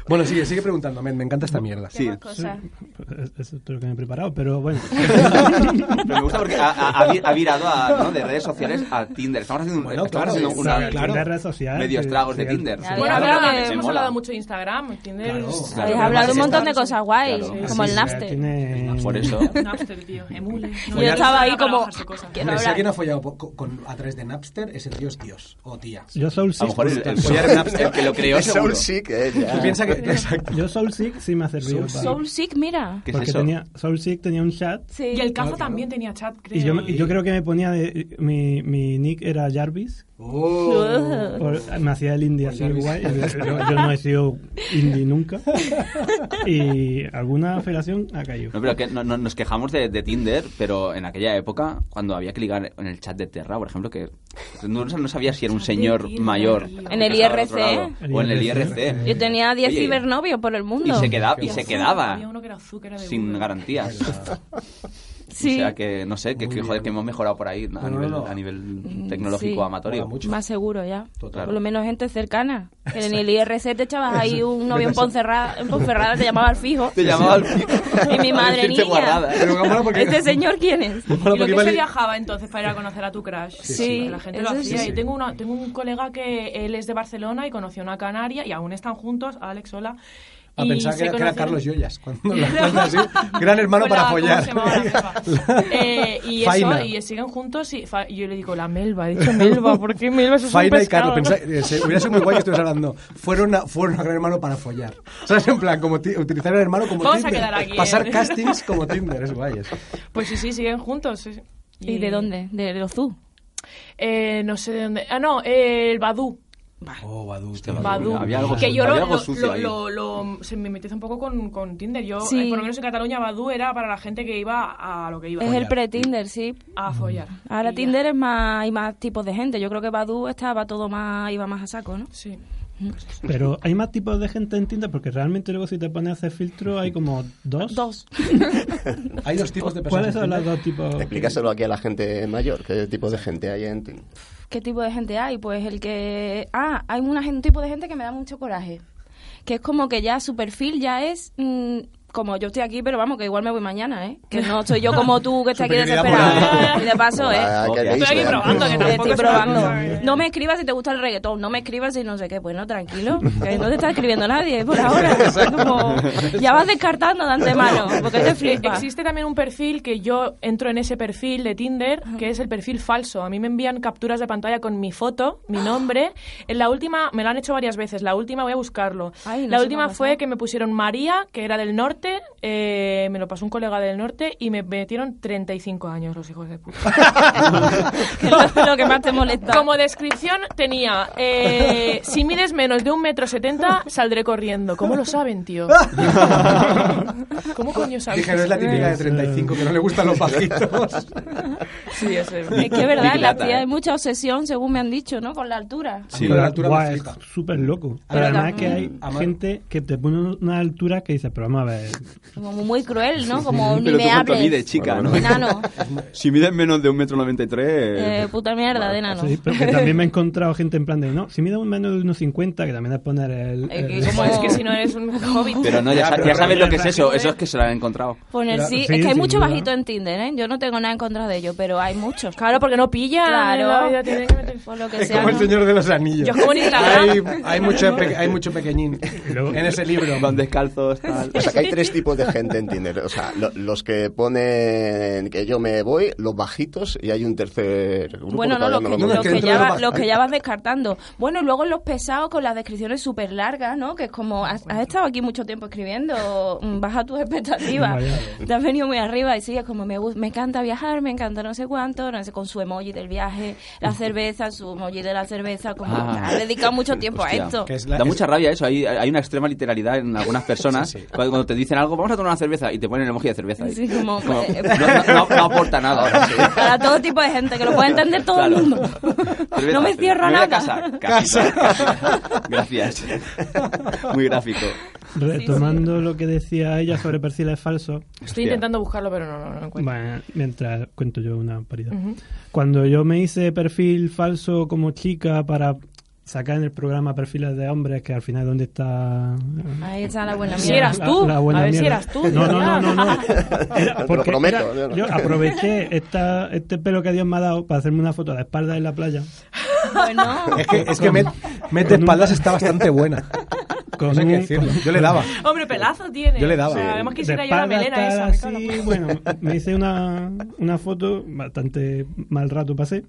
Speaker 1: Bueno, sigue, sigue preguntando, men, me encanta esta mierda.
Speaker 7: ¿Qué más cosas?
Speaker 4: Es- Pues Eso es todo lo que me he preparado, pero
Speaker 7: *laughs*
Speaker 4: bueno.
Speaker 2: Pero me gusta porque ha, ha- ha vir- ha virado a, ¿no? de redes sociales a Tinder. Estamos haciendo, un,
Speaker 1: Bueno,
Speaker 2: estamos
Speaker 1: claro,
Speaker 2: haciendo
Speaker 1: claro,
Speaker 2: una,
Speaker 1: claro.
Speaker 4: Una red social,
Speaker 2: medios
Speaker 4: sí,
Speaker 2: tragos de
Speaker 4: sí,
Speaker 2: Tinder.
Speaker 4: sí.
Speaker 7: Ya,
Speaker 5: Bueno,
Speaker 7: ya,
Speaker 5: hablamos-
Speaker 7: claro,
Speaker 5: hemos
Speaker 2: mola.
Speaker 5: hablado mucho de Instagram. Tinder
Speaker 1: Claro.
Speaker 5: es-
Speaker 2: Claro,
Speaker 7: Habéis
Speaker 2: pero
Speaker 7: hablado
Speaker 2: además
Speaker 7: un montón de
Speaker 5: está-
Speaker 7: cosas guay,
Speaker 2: Claro.
Speaker 7: como el
Speaker 1: Sí, sí,
Speaker 7: Napster.
Speaker 4: Tiene-
Speaker 2: Ah, Por
Speaker 4: *laughs*
Speaker 2: eso.
Speaker 5: Napster, tío. Emule.
Speaker 4: Pues
Speaker 7: Y yo estaba ahí como... quiero
Speaker 1: Hombre, si
Speaker 7: hablar.
Speaker 1: alguien ha follado po- con, con- a través de Napster, ese tío es Dios o tía.
Speaker 4: Yo Soul
Speaker 2: A lo
Speaker 4: Six,
Speaker 2: mejor el, el, *laughs*
Speaker 1: Follar en Napster.
Speaker 2: el que lo creó
Speaker 3: Es Soul
Speaker 2: seguro.
Speaker 3: Sick, eh, ya.
Speaker 1: Tú piensa que. Exacto.
Speaker 7: *laughs*
Speaker 4: yo Soul Sick sí me ha servido. para-
Speaker 7: Soul Sick, mira.
Speaker 2: ¿Qué es
Speaker 4: porque
Speaker 2: eso?
Speaker 4: tenía, Soul Sick tenía un chat
Speaker 7: Sí.
Speaker 5: Y el Caza
Speaker 1: Claro.
Speaker 5: también tenía chat, creo.
Speaker 4: y yo, y yo creo que me ponía de, mi, mi nick era Jarvis.
Speaker 1: Oh.
Speaker 4: por- me hacía el indie así
Speaker 1: Jarvis.
Speaker 4: guay. Yo, yo no he sido indie nunca. Y alguna federación ha caído.
Speaker 2: No, pero que no- no- nos quejamos de, de Tinder, pero en aquella época, cuando había que ligar en el chat de Terra, por ejemplo, que no, no sabía si era un señor
Speaker 5: Tinder,
Speaker 2: mayor.
Speaker 5: tío.
Speaker 2: que
Speaker 7: En el
Speaker 2: estaba al otro
Speaker 7: IRC.
Speaker 2: lado, O en el IRC.
Speaker 7: Yo tenía 10
Speaker 2: Oye,
Speaker 7: cibernovios por el
Speaker 2: Y
Speaker 7: mundo.
Speaker 2: se quedaba, y
Speaker 5: Era
Speaker 2: se
Speaker 5: azul,
Speaker 2: quedaba
Speaker 5: Había uno que era azul, que era de
Speaker 2: sin
Speaker 5: Google.
Speaker 7: *laughs*
Speaker 2: garantías.
Speaker 7: Sí,
Speaker 2: O sea que, no sé, que, que, joder, que hemos mejorado por ahí a
Speaker 1: no,
Speaker 2: nivel,
Speaker 1: no.
Speaker 2: a nivel tecnológico
Speaker 7: Mm, sí.
Speaker 2: amatorio.
Speaker 1: Mola mucho.
Speaker 7: más seguro ya.
Speaker 1: Total.
Speaker 7: Por lo menos gente cercana. Que en el IRC te echabas ahí un novio en Ponferrada, en Ponferrada te llamaba al fijo.
Speaker 2: Te llamaba al
Speaker 7: Y mi madre
Speaker 2: Decirte
Speaker 7: niña.
Speaker 2: guarrada.
Speaker 1: Pero me mola porque.
Speaker 7: ¿Este señor quién es?
Speaker 1: me mola
Speaker 5: ¿Y
Speaker 1: porque
Speaker 5: lo que
Speaker 1: iba
Speaker 5: se
Speaker 1: li-
Speaker 5: viajaba entonces para ir a conocer a tu crush?
Speaker 7: Sí, sí.
Speaker 5: La gente lo
Speaker 7: Eso
Speaker 5: hacía.
Speaker 7: sí.
Speaker 5: Y tengo, una, tengo un colega que él es de Barcelona y conoció a una canaria y aún están juntos, Alex Ola.
Speaker 1: A
Speaker 5: y
Speaker 1: pensar
Speaker 5: se
Speaker 1: que, era- que era
Speaker 5: conocieron-
Speaker 1: Carlos Yoyas.
Speaker 5: *laughs*
Speaker 1: Cuando lo cuenta así. Gran hermano
Speaker 5: Con
Speaker 1: para
Speaker 5: la- ¿cómo
Speaker 1: follar.
Speaker 5: se llamaba la
Speaker 1: *laughs*
Speaker 5: jefa? Eh, y
Speaker 1: Faina.
Speaker 5: eso, y siguen juntos y fa- yo le digo, la Melba, he dicho Melba, ¿por qué Melba? Eso es un
Speaker 1: Faina y
Speaker 5: pescado,
Speaker 1: Carlos,
Speaker 5: ¿no?
Speaker 1: pensad- eh, se- hubiera sido muy guay que estuvieras hablando. Fueron a, fueron a Gran Hermano para follar. ¿Sabes? En plan, como ti- utilizar al hermano como
Speaker 5: Vamos a
Speaker 1: Tinder.
Speaker 5: quedar aquí,
Speaker 1: Pasar
Speaker 5: eh.
Speaker 1: castings como Tinder, es guay. eso.
Speaker 5: Pues sí, sí, siguen juntos. sí, sí.
Speaker 7: ¿Y de dónde? ¿De Lozú?
Speaker 5: Eh, no sé de dónde. Ah, no, eh, el Badú.
Speaker 1: Oh, Badu.
Speaker 2: Hostia,
Speaker 1: tío.
Speaker 5: Badoo.
Speaker 2: Había algo
Speaker 5: que
Speaker 2: sucio,
Speaker 5: yo lo,
Speaker 2: había algo
Speaker 5: lo-
Speaker 2: sucio
Speaker 5: lo-
Speaker 2: ahí.
Speaker 5: lo- lo- se me metió un poco con, con Tinder. Yo,
Speaker 7: Sí.
Speaker 5: eh, por lo menos en Cataluña, Badu era para la gente que iba a lo que iba.
Speaker 7: Es el pre-Tinder, sí.
Speaker 5: A follar.
Speaker 7: Ahora
Speaker 5: Y ya.
Speaker 7: Tinder es más, hay más tipos de gente. Yo creo que Badu estaba todo más, iba más a saco, ¿no?
Speaker 5: Sí.
Speaker 4: Pero hay más tipos de gente en Tinder porque realmente luego si te pones a hacer filtro hay como dos.
Speaker 7: Dos.
Speaker 1: Hay dos tipos de personas.
Speaker 4: ¿Cuáles son
Speaker 1: en
Speaker 4: los
Speaker 1: Tinder.
Speaker 4: dos tipos?
Speaker 3: Explícaselo aquí a la gente mayor, qué tipo de gente hay en Tinder.
Speaker 7: ¿Qué tipo de gente hay? Pues el que... Ah, hay una, gen- un tipo de gente que me da mucho coraje. Que es como que ya su perfil ya es... mm, como yo estoy aquí, pero vamos, que igual me voy mañana, ¿eh? Que no soy yo como tú, que estoy aquí
Speaker 1: Superioridad
Speaker 7: desesperada.
Speaker 5: moral.
Speaker 7: Y de paso, ¿eh?
Speaker 3: Ah,
Speaker 2: Estoy
Speaker 3: queréis
Speaker 5: aquí
Speaker 3: ver.
Speaker 5: probando, que tampoco
Speaker 7: Estoy
Speaker 5: es para
Speaker 7: probando.
Speaker 5: tanto.
Speaker 7: No me escribas si te gusta el reggaetón. No me escribas si no sé qué. Bueno, tranquilo. Que no te está escribiendo nadie ¿eh? por ahora. Como, ya vas descartando de antemano. Porque te flipa.
Speaker 5: Eh, Existe también un perfil que yo entro en ese perfil de Tinder, que es el perfil falso. A mí me envían capturas de pantalla con mi foto, mi
Speaker 7: *gasps*
Speaker 5: nombre. En la última, me lo han hecho varias veces, la última voy a buscarlo.
Speaker 7: Ay, no
Speaker 5: la
Speaker 7: sé
Speaker 5: última
Speaker 7: cómo
Speaker 5: fue
Speaker 7: hacer.
Speaker 5: que me pusieron María, que era del norte, eh, me lo pasó un colega del norte y me metieron 35 años los hijos de puta.
Speaker 7: *laughs* Que es lo, lo que más te molesta.
Speaker 5: Como descripción tenía, eh, si mides menos de un metro setenta, saldré corriendo. ¿Cómo lo saben, tío? ¿Cómo coño saben?
Speaker 1: Dije, no es la típica
Speaker 2: eh.
Speaker 1: de 35 que no le gustan
Speaker 2: *laughs*
Speaker 1: los bajitos.
Speaker 5: Sí, es el-
Speaker 7: Es que es verdad, en la
Speaker 2: Piquilata,
Speaker 7: tía
Speaker 2: ¿eh?
Speaker 7: hay mucha obsesión, según me han dicho, ¿no? Con la altura.
Speaker 2: Sí.
Speaker 1: Con la altura
Speaker 4: Guau,
Speaker 1: me
Speaker 4: es
Speaker 1: flipa.
Speaker 4: súper loco. Pero,
Speaker 7: Pero
Speaker 4: además
Speaker 7: tam-
Speaker 4: que hay
Speaker 1: Amar-
Speaker 4: gente que te pone una altura que dices, pero vamos a ver.
Speaker 7: Como muy cruel, ¿no? Como ni
Speaker 2: Pero tú
Speaker 7: me
Speaker 2: cuánto mides,
Speaker 7: hables.
Speaker 2: chica, ¿no?
Speaker 3: Bueno, bueno.
Speaker 7: Enano.
Speaker 2: *laughs* Si mides menos de un metro noventa y tres...
Speaker 7: Eh, puta mierda de enano.
Speaker 4: Sí, pero que también me he encontrado gente en plan de, no, si mide un menos de unos 50, que también es poner el...
Speaker 7: Eh,
Speaker 4: *laughs*
Speaker 7: que
Speaker 4: el-
Speaker 7: como-
Speaker 5: Es que si no eres un hobbit.
Speaker 2: Pero no,
Speaker 1: Ya,
Speaker 2: ya, sa-
Speaker 1: pero
Speaker 2: ya
Speaker 1: no
Speaker 2: sabes lo que es
Speaker 5: miras
Speaker 2: eso.
Speaker 5: la
Speaker 2: Eso es
Speaker 5: gente.
Speaker 2: que se lo han encontrado.
Speaker 7: Poner
Speaker 4: Claro,
Speaker 7: Pues sí,
Speaker 4: sí,
Speaker 7: es que hay
Speaker 4: sin
Speaker 7: mucho
Speaker 4: duda.
Speaker 7: bajito en Tinder, ¿eh? Yo no tengo nada en contra de ello, pero hay muchos.
Speaker 5: Claro, porque no pilla.
Speaker 7: Claro.
Speaker 5: la vida tiene que meter-
Speaker 7: Por lo que
Speaker 1: Es
Speaker 7: sea.
Speaker 1: como el
Speaker 7: ¿no?
Speaker 1: señor de los anillos.
Speaker 5: Yo es como en Instagram.
Speaker 1: hay, hay
Speaker 5: *laughs*
Speaker 1: mucho, pe- hay mucho pequeñín en ese libro.
Speaker 2: Van descalzos, tal.
Speaker 3: O sea, que hay tres tipos de gente en Tinder. O sea, lo- los que ponen que yo me voy, los bajitos, y hay un tercer grupo.
Speaker 7: Bueno, no,
Speaker 3: todavía
Speaker 7: los que,
Speaker 1: no,
Speaker 3: lo
Speaker 1: es
Speaker 7: los
Speaker 1: que
Speaker 7: que
Speaker 1: dentro
Speaker 7: ya
Speaker 1: de lo
Speaker 7: va-
Speaker 1: más-
Speaker 7: los que ya vas descartando. Bueno, y luego los pesados con las descripciones súper largas, ¿no? Que es como, has, has estado aquí mucho tiempo escribiendo, mm, baja tus expectativas.
Speaker 4: Vaya.
Speaker 7: Te has venido muy arriba y sí, es como, me, gus- me encanta viajar, me encanta no sé cuánto, no sé, con su emoji del viaje, la cerveza, su emoji de la cerveza, como,
Speaker 2: Ah.
Speaker 7: has
Speaker 2: *laughs*
Speaker 7: dedicado mucho tiempo
Speaker 2: Hostia.
Speaker 7: a Pues esto.
Speaker 1: Que es la-
Speaker 2: da
Speaker 1: es-
Speaker 2: mucha rabia eso. Hay, hay una extrema literalidad en algunas personas.
Speaker 1: *laughs* Sí, sí.
Speaker 2: Cuando, cuando te dicen algo, vamos a tomar una cerveza y te ponen el emoji de cerveza. ahí. *laughs*
Speaker 7: Sí, como-
Speaker 2: no, no- no aporta nada. ahora sí.
Speaker 7: *laughs* Para todo tipo de gente, que lo puede entender todo el
Speaker 2: Claro.
Speaker 7: mundo.
Speaker 2: Cerveza,
Speaker 7: no me
Speaker 2: cerveza.
Speaker 7: cierro a
Speaker 2: voy
Speaker 7: nada.
Speaker 2: a Casa, casa, casa. *laughs* Gracias. Muy gráfico.
Speaker 4: Retomando lo que decía ella sobre perfiles falsos,
Speaker 5: Estoy
Speaker 2: Hostia.
Speaker 5: intentando buscarlo, pero no, no, no lo encuentro.
Speaker 4: bueno, mientras cuento yo una parida.
Speaker 5: Ujú.
Speaker 4: Cuando yo me hice perfil falso como chica para sacar en el programa perfiles de hombres, que al final dónde está...
Speaker 7: Ahí está la buena
Speaker 5: Si
Speaker 7: mierda.
Speaker 5: eras tú,
Speaker 4: La- la
Speaker 5: a
Speaker 4: buena
Speaker 5: ver si
Speaker 4: mierda.
Speaker 5: eras tú.
Speaker 4: No, no, no, no. no. Era-
Speaker 3: *laughs* Te lo
Speaker 4: porque
Speaker 3: prometo,
Speaker 4: era-
Speaker 3: yo no.
Speaker 4: yo aproveché esta, este pelo que Dios me ha dado para hacerme una foto a la espalda en la playa.
Speaker 7: Bueno,
Speaker 1: Es que, es que Met, Met de espaldas está bastante buena.
Speaker 4: Con
Speaker 1: Eso hay que
Speaker 4: un-
Speaker 1: decirlo.
Speaker 4: con-
Speaker 1: Yo le daba.
Speaker 5: Hombre, pelazo tiene.
Speaker 1: Yo le daba.
Speaker 5: O sea,
Speaker 1: Sí.
Speaker 5: además
Speaker 4: de
Speaker 5: quisiera yo la
Speaker 4: espalda
Speaker 5: melena
Speaker 4: tal,
Speaker 5: esa. me cago en
Speaker 4: así,
Speaker 5: la puta.
Speaker 4: bueno, me hice una, una foto, bastante mal rato pasé,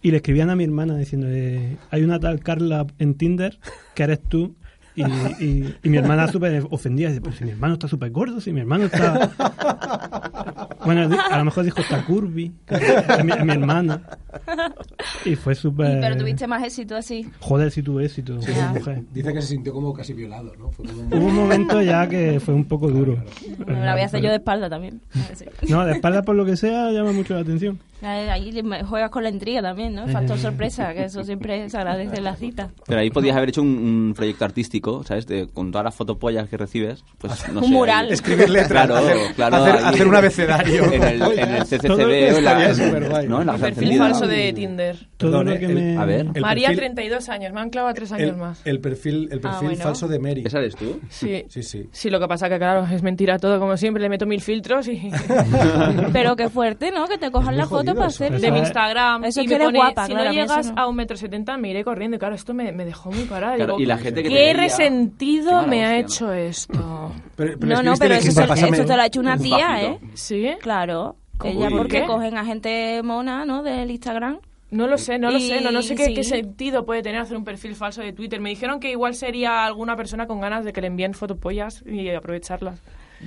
Speaker 4: y le escribían a mi hermana diciéndole, hay una tal Carla en Tinder, que eres tú, y, y- y mi hermana súper ofendida, dice, pero si mi hermano está súper gordo, si mi hermano está... Bueno, di- a lo mejor dijo, está curvy, es mi, es mi hermana. Y fue súper...
Speaker 1: Pues-
Speaker 7: pero tuviste más éxito así.
Speaker 4: Joder, si tuve éxito,
Speaker 7: Ya.
Speaker 4: mujer.
Speaker 1: Dice que se sintió como casi violado, ¿no? Fue como
Speaker 4: Hubo
Speaker 1: un-
Speaker 4: un momento ya que fue un poco duro.
Speaker 7: Bueno, la voy a hacer yo de espalda *laughs* también.
Speaker 4: No, de espalda por lo que sea llama mucho la atención.
Speaker 7: Ahí le- juegas con la intriga también, ¿no? El Factor sorpresa, que eso siempre se agradece en las citas.
Speaker 2: Pero ahí podías haber hecho un, un proyecto artístico, ¿sabes? De, con todas las fotopollas que recibes.
Speaker 7: *laughs*
Speaker 2: Pues, no
Speaker 7: Un
Speaker 2: sé,
Speaker 7: mural.
Speaker 2: ahí-
Speaker 1: Escribir letras.
Speaker 2: *laughs* Claro,
Speaker 1: hacer,
Speaker 2: claro,
Speaker 1: hacer,
Speaker 2: ahí-
Speaker 1: hacer un abecedario. *laughs*
Speaker 2: En el, en el CCCB
Speaker 4: Todo
Speaker 2: o en la,
Speaker 1: estaría superguay.
Speaker 2: ¿no? en la
Speaker 5: El
Speaker 2: Plaza
Speaker 5: perfil
Speaker 2: Encendida.
Speaker 5: falso de Tinder.
Speaker 4: Todo
Speaker 1: Perdón,
Speaker 4: lo
Speaker 1: eh,
Speaker 4: que
Speaker 1: el-
Speaker 4: me...
Speaker 2: A ver.
Speaker 1: El
Speaker 5: María,
Speaker 1: perfil-
Speaker 5: 32 años. Me han clavado 3 años
Speaker 1: El,
Speaker 5: más.
Speaker 1: el perfil, el perfil
Speaker 7: Ah, bueno.
Speaker 1: falso de Mary.
Speaker 2: ¿Esa eres tú?
Speaker 5: Sí.
Speaker 1: Sí,
Speaker 7: *laughs*
Speaker 1: sí.
Speaker 5: Sí, lo que pasa que, claro, es mentira todo, como siempre. Le meto mil filtros
Speaker 1: *laughs*
Speaker 5: y...
Speaker 7: Pero qué fuerte, ¿no? Que te cojan
Speaker 1: muy
Speaker 7: la foto
Speaker 1: jodido
Speaker 7: para
Speaker 1: eso.
Speaker 7: hacerlo.
Speaker 5: de mi
Speaker 4: eh,
Speaker 5: Instagram.
Speaker 7: eso
Speaker 5: y me
Speaker 7: es que eres
Speaker 5: pone,
Speaker 7: guapa,
Speaker 5: si
Speaker 7: claro, a
Speaker 5: no
Speaker 7: mí eso
Speaker 5: llegas
Speaker 7: no.
Speaker 5: a un metro setenta me iré corriendo. Y claro, esto me, me dejó muy parada.
Speaker 2: Claro,
Speaker 5: Digo,
Speaker 2: y la gente que te
Speaker 5: ¿Qué
Speaker 2: veía-
Speaker 5: resentido
Speaker 2: Qué
Speaker 5: me ha
Speaker 2: maravilla, *clears throat*
Speaker 5: hecho esto?
Speaker 1: Pero, pero
Speaker 7: No, no,
Speaker 1: escribiste
Speaker 7: pero
Speaker 1: de
Speaker 7: eso,
Speaker 1: Quinta,
Speaker 7: se-
Speaker 1: pásame-
Speaker 7: eso te lo ha hecho una tía,
Speaker 2: Bajito.
Speaker 7: ¿eh?
Speaker 5: ¿Sí?
Speaker 7: Claro.
Speaker 2: ¿Cómo?
Speaker 7: Ella
Speaker 2: Uy.
Speaker 7: porque
Speaker 2: ¿Qué?
Speaker 7: cogen a gente mona, ¿no? Del Instagram.
Speaker 5: No lo sé, no lo
Speaker 7: Y-
Speaker 5: sé, no, no sé qué,
Speaker 7: sí.
Speaker 5: qué sentido puede tener hacer un perfil falso de Twitter. Me dijeron que igual sería alguna persona con ganas de que le envíen fotopollas y aprovecharlas.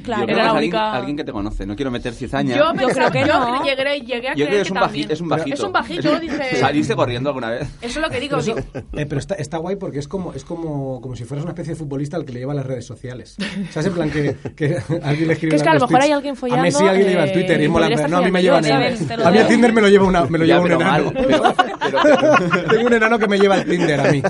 Speaker 7: Claro.
Speaker 2: Yo creo que
Speaker 5: Era la
Speaker 2: es alguien,
Speaker 5: única-
Speaker 2: alguien que te conoce, no quiero meter cizaña.
Speaker 8: Yo,
Speaker 2: *laughs*
Speaker 8: me
Speaker 7: creo que
Speaker 8: yo
Speaker 7: no.
Speaker 8: llegué, llegué a
Speaker 2: Yo
Speaker 8: creer
Speaker 2: creo que
Speaker 8: que
Speaker 2: es un,
Speaker 8: también.
Speaker 2: baji- es un bajito.
Speaker 8: Es un bajito, dice.
Speaker 2: ¿Saliste corriendo alguna vez?
Speaker 8: Eso es lo que digo. digo,
Speaker 1: Eh, pero está, está guay porque es como es como, como si fueras una especie de futbolista al que le llevan las redes sociales. O sea, es en plan que, que *laughs* alguien le escribe
Speaker 5: Que es que
Speaker 1: en
Speaker 5: a lo
Speaker 1: los
Speaker 5: mejor
Speaker 1: tweets.
Speaker 5: hay alguien follando,
Speaker 1: A Messi alguien le lleva en
Speaker 5: eh,
Speaker 1: Twitter y
Speaker 5: y
Speaker 1: mola.
Speaker 5: podría
Speaker 1: pero
Speaker 5: estar
Speaker 1: No, a mí me llevan
Speaker 5: follando.
Speaker 7: Ya
Speaker 1: el-
Speaker 7: ves, te lo
Speaker 1: A mí a
Speaker 7: doy.
Speaker 1: Tinder me lo lleva, una, me lo
Speaker 2: Ya,
Speaker 1: lleva un
Speaker 2: pero
Speaker 1: enano.
Speaker 2: mal, pero-
Speaker 1: *laughs*
Speaker 2: pero-
Speaker 1: Tengo un enano que me lleva el Tinder a mí.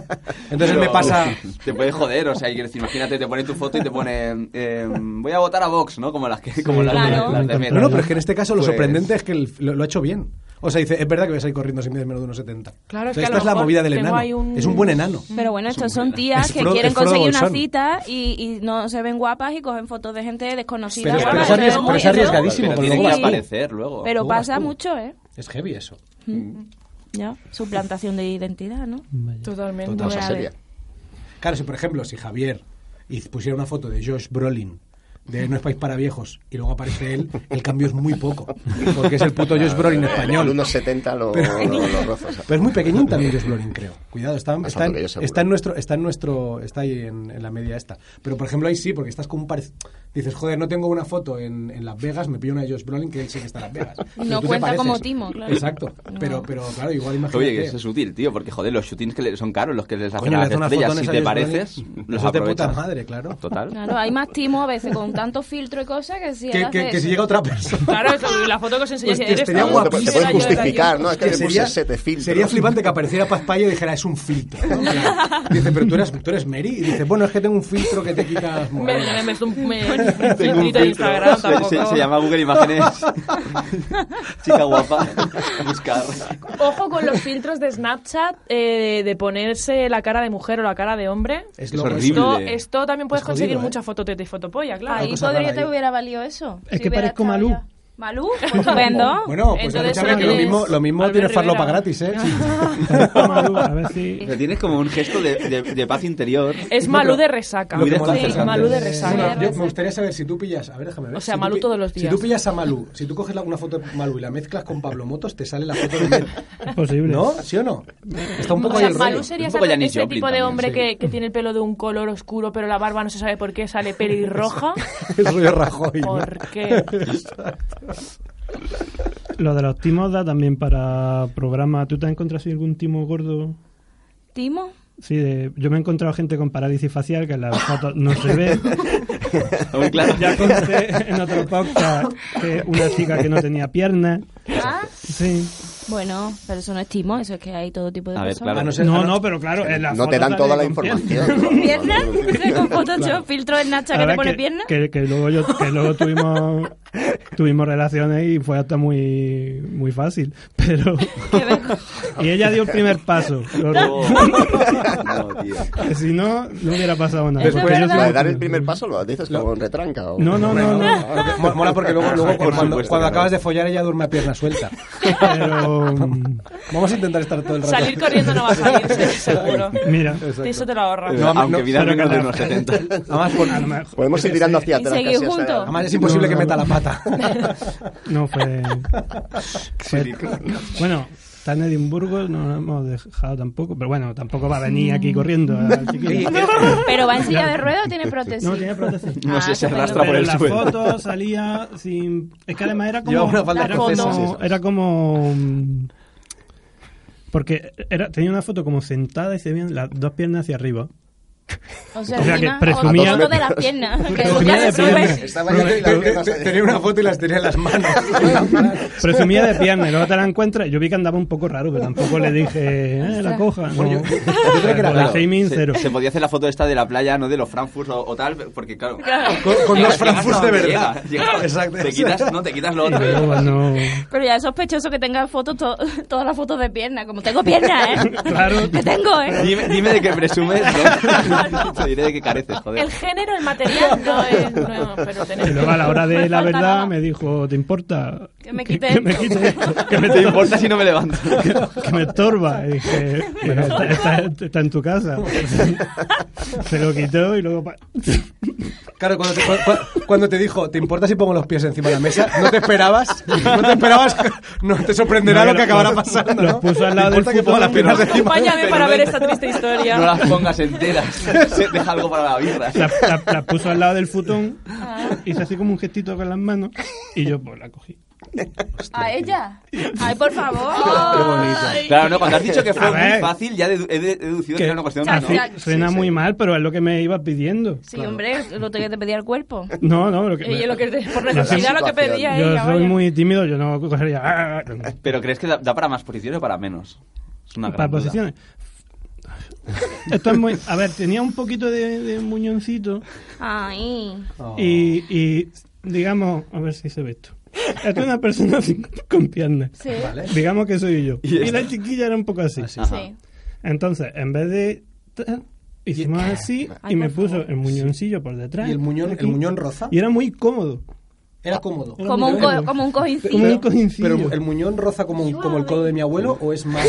Speaker 1: Entonces me
Speaker 2: Pero
Speaker 1: pasa...
Speaker 2: *laughs* Te puede joder, o sea, hay que decir, imagínate, te ponen tu foto y te pone. eh, voy a votar a Vox, ¿no? Como las, que, como las,
Speaker 7: claro.
Speaker 2: las de Meta.
Speaker 1: No, no, pero es que en este caso lo
Speaker 2: Pues-
Speaker 1: sorprendente es que el- lo, lo ha hecho bien. O sea, dice, es verdad que voy a salir corriendo sin medir menos de unos 70.
Speaker 5: Claro, es
Speaker 1: Entonces,
Speaker 5: que a
Speaker 1: esta
Speaker 5: lo
Speaker 1: es la
Speaker 5: mejor
Speaker 1: movida del
Speaker 5: tengo
Speaker 1: enano.
Speaker 5: ahí un-
Speaker 1: Es un buen enano.
Speaker 7: Pero bueno, estos son
Speaker 1: Es
Speaker 7: tías que
Speaker 1: Frodo-
Speaker 7: quieren
Speaker 1: es Frodo
Speaker 7: conseguir una
Speaker 1: Bolsón.
Speaker 7: cita y, y no se ven guapas y cogen fotos de gente desconocida.
Speaker 1: Pero,
Speaker 7: Ahora,
Speaker 1: pero es,
Speaker 7: eso
Speaker 1: arries-
Speaker 7: muy-
Speaker 1: pero es
Speaker 7: eso-
Speaker 1: arriesgadísimo.
Speaker 2: Pero
Speaker 1: porque luego
Speaker 2: tiene que
Speaker 1: vas tú.
Speaker 2: aparecer luego.
Speaker 7: Pero
Speaker 1: Tú vas
Speaker 7: pasa
Speaker 1: tú.
Speaker 7: mucho, ¿eh?
Speaker 1: Es heavy eso.
Speaker 7: Ya, suplantación de identidad, ¿no?
Speaker 1: Mm.
Speaker 4: Vaya.
Speaker 5: Totalmente.
Speaker 3: Total, cosa seria.
Speaker 1: Claro, si por ejemplo, si Javier y pusiera una foto de Josh Brolin de No es país para viejos y luego aparece él, el cambio es muy poco. Porque es el puto Josh Brolin
Speaker 3: El
Speaker 1: español.
Speaker 3: 1,70 lo,
Speaker 1: Pero-
Speaker 3: lo, lo rozo, o sea.
Speaker 1: Pero es muy pequeñín también Josh Brolin, creo. Cuidado, está,
Speaker 3: Más
Speaker 1: está,
Speaker 3: alto que
Speaker 1: en,
Speaker 3: yo, seguro.
Speaker 1: está en nuestro, está en nuestro, está ahí en, en la media esta. Pero por ejemplo ahí sí, porque estás como un parec- dices, joder, no tengo una foto en, en Las Vegas, me pillo una de Josh Brolin que él sí que está en Las Vegas. Pero tú te
Speaker 7: cuenta
Speaker 1: pareces.
Speaker 7: como Timo, claro.
Speaker 1: Exacto. Pero, pero claro, igual imagínate.
Speaker 2: Oye, que eso es útil, tío, porque joder, los shootings que le- son caros los que les hacen
Speaker 1: Coño, le
Speaker 2: a las
Speaker 1: hace unas
Speaker 2: estrellas. Si
Speaker 1: fotones a
Speaker 2: te
Speaker 1: Josh Brolin.
Speaker 2: pareces, los
Speaker 1: Eso es de puta
Speaker 2: aprovechas.
Speaker 1: madre, claro.
Speaker 2: Total.
Speaker 7: Claro, hay más timo a veces con tanto filtro y cosas que si
Speaker 1: Que,
Speaker 7: eras
Speaker 1: que-
Speaker 7: de-
Speaker 1: que si llega otra persona.
Speaker 5: Claro, eso, la foto que os enseñé.
Speaker 2: Pues
Speaker 1: Hostia,
Speaker 5: eres
Speaker 1: estaría
Speaker 5: tú,
Speaker 3: Te- Te,
Speaker 1: guapísimo.
Speaker 5: era
Speaker 3: puedes
Speaker 5: yo, era yo.
Speaker 3: justificar, ¿no? Es que
Speaker 1: Que
Speaker 3: le puse
Speaker 1: sería,
Speaker 3: siete filtros.
Speaker 1: sería flipante que apareciera Paz Paya y dijera, es un filtro.
Speaker 5: *laughs*
Speaker 1: ¿no? Claro. Dice, pero tú eres, tú eres Mary. Y dice, bueno, es que tengo un filtro que te quita las
Speaker 5: Me,
Speaker 1: mujeres.
Speaker 5: me, me,
Speaker 2: *laughs*
Speaker 5: me,
Speaker 2: Tengo un
Speaker 5: me de
Speaker 2: filtro. *laughs*
Speaker 5: Instagram
Speaker 2: Se- se,
Speaker 5: tampoco.
Speaker 2: se llama Google Imágenes.
Speaker 5: *laughs*
Speaker 2: Chica guapa. Buscar.
Speaker 5: Ojo con los filtros de Snapchat eh, de, de ponerse la cara de mujer o la cara de hombre.
Speaker 1: Es
Speaker 2: Es
Speaker 1: loco,
Speaker 2: horrible.
Speaker 5: Esto, esto también puedes
Speaker 1: Es jodido,
Speaker 5: conseguir
Speaker 1: ¿eh?
Speaker 5: mucha foto de fotopolla, claro.
Speaker 1: Hay
Speaker 7: Ahí
Speaker 1: cosa
Speaker 7: podría
Speaker 1: rara
Speaker 7: te
Speaker 1: ahí.
Speaker 7: hubiera valido eso.
Speaker 4: Es
Speaker 7: si
Speaker 4: que
Speaker 7: hubiera
Speaker 4: parezco
Speaker 7: estado
Speaker 4: Malú.
Speaker 7: ya. Malú, pues estupendo.
Speaker 1: Bueno, pues
Speaker 5: Entonces,
Speaker 1: escúchame que
Speaker 4: eso
Speaker 1: lo mismo,
Speaker 5: es
Speaker 1: lo mismo
Speaker 5: Albert
Speaker 1: tiene farlopa
Speaker 5: Rivera.
Speaker 1: gratis,
Speaker 5: *laughs*
Speaker 1: ¿eh?
Speaker 4: Parezco Malú, a ver
Speaker 2: *laughs*
Speaker 4: si...
Speaker 2: Pero tienes como un gesto de, de- de paz interior.
Speaker 5: Es
Speaker 1: No, pero
Speaker 5: Malú de resaca.
Speaker 1: Lo que
Speaker 2: Sí,
Speaker 1: mola es
Speaker 5: Sí,
Speaker 1: antes.
Speaker 5: Malú de
Speaker 1: Bueno,
Speaker 5: resaca.
Speaker 1: yo me gustaría saber si tú pillas, a ver, déjame ver.
Speaker 5: O sea,
Speaker 1: Si tú
Speaker 5: Malú
Speaker 1: pi-
Speaker 5: todos los días.
Speaker 1: Si tú pillas a Malú, si tú coges la- una foto de Malú y la mezclas con Pablo Motos, te sale la foto de él.
Speaker 4: Es posible.
Speaker 1: ¿No? ¿Sí o no? Está un poco
Speaker 5: O
Speaker 1: ahí
Speaker 5: sea,
Speaker 1: el rollo.
Speaker 5: Malú sería
Speaker 2: Un poco
Speaker 5: esa-
Speaker 2: Janis
Speaker 5: ese
Speaker 2: Joplin
Speaker 5: tipo de
Speaker 2: también,
Speaker 5: hombre
Speaker 2: sí.
Speaker 5: que, que tiene el pelo de un color oscuro, pero la barba no se sabe por qué
Speaker 2: *laughs*
Speaker 5: sale pelirroja.
Speaker 1: Es rollo Rajoy. ¿no?
Speaker 5: ¿Por qué?
Speaker 4: Lo de los timos da también para programa. ¿Tú te has encontrado así algún timo gordo?
Speaker 7: ¿Timo?
Speaker 4: Sí, de- yo me he encontrado gente con parálisis facial que en las fotos no se
Speaker 1: *laughs*
Speaker 4: ve.
Speaker 2: *laughs* Muy claro.
Speaker 4: Ya conté en otro podcast que una chica que no tenía piernas.
Speaker 7: ¿Ah?
Speaker 4: Sí.
Speaker 7: Bueno, pero eso no es timo, eso es que hay todo tipo de
Speaker 2: A ver,
Speaker 7: personas. Ah,
Speaker 1: A
Speaker 2: claro.
Speaker 1: no ser- a
Speaker 4: No,
Speaker 1: no-
Speaker 4: no, pero claro, en las
Speaker 3: No te
Speaker 4: fotos
Speaker 3: dan toda
Speaker 4: sale
Speaker 3: la
Speaker 4: con piernas.
Speaker 1: *laughs*
Speaker 3: información.
Speaker 7: ¿Piernas? *laughs* Con Photoshop, filtro en Nacha
Speaker 4: La
Speaker 7: que te
Speaker 4: verdad
Speaker 7: pone
Speaker 4: que-
Speaker 7: piernas.
Speaker 4: Que, que luego, yo, que luego tuvimos,
Speaker 7: *laughs*
Speaker 4: tuvimos relaciones y fue hasta muy, muy fácil. Pero.
Speaker 7: Que ve-
Speaker 4: *laughs* Y ella dio el primer paso. Lo-
Speaker 2: Oh. No, tío.
Speaker 4: que si no, no hubiera pasado nada.
Speaker 7: Eso es
Speaker 4: Porque yo
Speaker 7: verdad.
Speaker 4: soy-
Speaker 3: Lo de dar el primer paso lo dices con retranca. o-
Speaker 4: No, no, no, no.
Speaker 1: Ah. Mo- Mola porque luego, luego
Speaker 2: *laughs* Por
Speaker 1: cuando,
Speaker 2: supuesto
Speaker 1: cuando
Speaker 2: que no.
Speaker 1: acabas de follar ella duerme a pierna suelta.
Speaker 4: Pero. mm,
Speaker 1: Vamos a intentar estar todo el rato.
Speaker 5: Salir corriendo no va
Speaker 1: *laughs*
Speaker 2: *laughs*
Speaker 5: a salir, se- seguro.
Speaker 4: Mira.
Speaker 5: Eso te lo ahorras.
Speaker 1: No,
Speaker 2: Aunque
Speaker 1: no,
Speaker 2: mida
Speaker 4: pero
Speaker 2: menos de
Speaker 4: claro.
Speaker 2: unos 70.
Speaker 1: Además, por-
Speaker 4: a lo mejor-
Speaker 3: Podemos ir tirando hacia
Speaker 7: Y
Speaker 3: atrás.
Speaker 7: seguir
Speaker 3: casi hasta-
Speaker 7: juntos.
Speaker 1: además es imposible
Speaker 4: No,
Speaker 1: que
Speaker 4: no,
Speaker 1: meta
Speaker 4: no.
Speaker 1: la
Speaker 5: *laughs*
Speaker 1: pata.
Speaker 3: *laughs*
Speaker 4: No fue. fue- bueno, está en Edimburgo, no lo hemos dejado tampoco, pero bueno, tampoco va a venir aquí corriendo. la chiquilla.
Speaker 7: ¿Pero va en
Speaker 4: *laughs*
Speaker 7: silla de ruedas o tiene prótesis? pues
Speaker 4: No, tenía prótesis.
Speaker 7: *laughs*
Speaker 2: No
Speaker 7: Ah,
Speaker 2: sé, se
Speaker 7: estupendo.
Speaker 2: arrastra
Speaker 4: Pero
Speaker 2: por
Speaker 4: en
Speaker 2: el
Speaker 4: la
Speaker 2: suelo.
Speaker 4: foto salía sin. Es que además era como.
Speaker 1: Llevaba una falda
Speaker 4: era,
Speaker 1: escocesa.
Speaker 4: como era como. mm, Porque era, tenía una foto como sentada y se veían las dos piernas hacia arriba.
Speaker 7: O sea,
Speaker 4: O sea, que
Speaker 7: encima,
Speaker 4: presumía-
Speaker 7: o todo de las piernas. que
Speaker 4: Presumía
Speaker 7: ya
Speaker 4: de
Speaker 7: se presume.
Speaker 4: piernas.
Speaker 3: Estaba yo y las piernas ahí.
Speaker 1: Tenía una foto y las tenía en las manos.
Speaker 4: Presumía de pierna y luego te la encuentras. Yo vi que andaba un poco raro, pero tampoco le dije, eh, la coja. No.
Speaker 1: Bueno, yo- yo creo que era
Speaker 4: Con el
Speaker 1: raro.
Speaker 4: shaming, cero.
Speaker 2: se, se podía hacer la foto esta de la playa, no de los Frankfurt o, o tal, porque claro.
Speaker 1: Con, con los Frankfurt de
Speaker 2: Llegas,
Speaker 1: verdad.
Speaker 2: llegas, llegas.
Speaker 1: Exacto.
Speaker 2: Te quitas, no, te quitas lo
Speaker 4: Y
Speaker 2: otro.
Speaker 4: luego no-
Speaker 7: Pero ya es sospechoso que tenga fotos, to- *laughs* todas las fotos de piernas. Como tengo piernas, ¿eh?
Speaker 4: *laughs* Claro.
Speaker 7: *laughs* Que tengo, ¿eh?
Speaker 2: Dime, dime
Speaker 7: *laughs*
Speaker 2: de qué presumes, ¿no? *laughs* Te diré de qué careces, joder.
Speaker 5: El género, el material,
Speaker 3: *laughs*
Speaker 5: no es. No, pero tenés-
Speaker 4: Y luego a la hora de
Speaker 5: No
Speaker 4: la
Speaker 7: *laughs*
Speaker 5: falta
Speaker 4: verdad
Speaker 5: nada.
Speaker 4: me dijo, ¿te importa?
Speaker 7: Que me
Speaker 4: que,
Speaker 7: quite
Speaker 4: que me
Speaker 7: esto".
Speaker 4: quite esto, que me,
Speaker 2: ¿Te importa si no me levanto?
Speaker 4: que me estorba. Y dije, "Pero está, está- está en tu casa. *laughs* Se lo quitó y luego... pa-
Speaker 1: Claro, cuando te, cu- cu- cuando te dijo, ¿te importa si pongo los pies encima de la mesa? No te esperabas, no te esperabas, no te sorprenderá lo
Speaker 4: No,
Speaker 1: que
Speaker 4: los-
Speaker 1: acabará
Speaker 4: los-
Speaker 1: pasando.
Speaker 4: los
Speaker 1: ¿no?
Speaker 4: puso al lado
Speaker 1: ¿Te
Speaker 4: del
Speaker 1: importa que ponga
Speaker 4: futón?
Speaker 1: las piernas
Speaker 4: Pero-
Speaker 1: encima?
Speaker 5: Acompáñame para ver esta triste
Speaker 2: No
Speaker 5: historia.
Speaker 2: las pongas enteras. Se deja algo para la birra.
Speaker 4: La, la- la puso al lado del futón, hizo así como un gestito con las manos y yo pues la cogí.
Speaker 7: ¿A ella? Ay, por favor.
Speaker 2: Claro, no, cuando has dicho que
Speaker 4: A
Speaker 2: fue muy
Speaker 4: ver.
Speaker 2: fácil, ya dedu- he de- he deducido que
Speaker 4: Que-
Speaker 2: era una cuestión
Speaker 7: Chachi,
Speaker 2: ¿no?
Speaker 4: Así
Speaker 7: Claro,
Speaker 4: suena
Speaker 2: sí,
Speaker 4: muy
Speaker 2: sí.
Speaker 4: mal, pero es lo que me iba pidiendo.
Speaker 7: Sí, hombre, lo tenía que te pedía el
Speaker 3: *laughs*
Speaker 7: cuerpo.
Speaker 4: No, no, lo que
Speaker 5: Y
Speaker 4: me-
Speaker 5: lo que te- por
Speaker 4: La
Speaker 5: necesidad lo que
Speaker 3: situación.
Speaker 5: pedía
Speaker 4: yo
Speaker 5: ella.
Speaker 4: soy
Speaker 5: vaya.
Speaker 4: muy tímido, yo no cogería ah,
Speaker 2: Pero ¿crees que da, da para más posiciones o para menos? Es una
Speaker 4: para
Speaker 2: gran duda.
Speaker 4: posiciones. Esto es muy, a ver, tenía un poquito de, de muñoncito
Speaker 7: Ay.
Speaker 4: y, y, digamos, a ver si se ve esto. Esto es una persona *laughs* sin- con piernas.
Speaker 7: Sí.
Speaker 1: Vale.
Speaker 4: Digamos que soy yo.
Speaker 2: Y
Speaker 4: Y,
Speaker 2: esta.
Speaker 4: la chiquilla era un poco así.
Speaker 1: Así.
Speaker 2: Ajá.
Speaker 7: Sí.
Speaker 4: Ah. Entonces, en vez de ta- hicimos así
Speaker 7: Ay,
Speaker 4: y me
Speaker 7: por
Speaker 4: puso
Speaker 7: favor.
Speaker 4: el muñoncillo por detrás.
Speaker 1: Y el muñón, el
Speaker 4: aquí.
Speaker 1: muñón roza.
Speaker 4: Y era muy cómodo.
Speaker 1: Ah, Era cómodo.
Speaker 4: Era
Speaker 7: Como
Speaker 4: muy
Speaker 7: un, co-
Speaker 4: cómodo.
Speaker 7: como un cojincillo.
Speaker 4: Como un cojincillo.
Speaker 1: Pero el muñón roza como, un- como el codo de mi abuelo o es
Speaker 7: *laughs*
Speaker 1: más.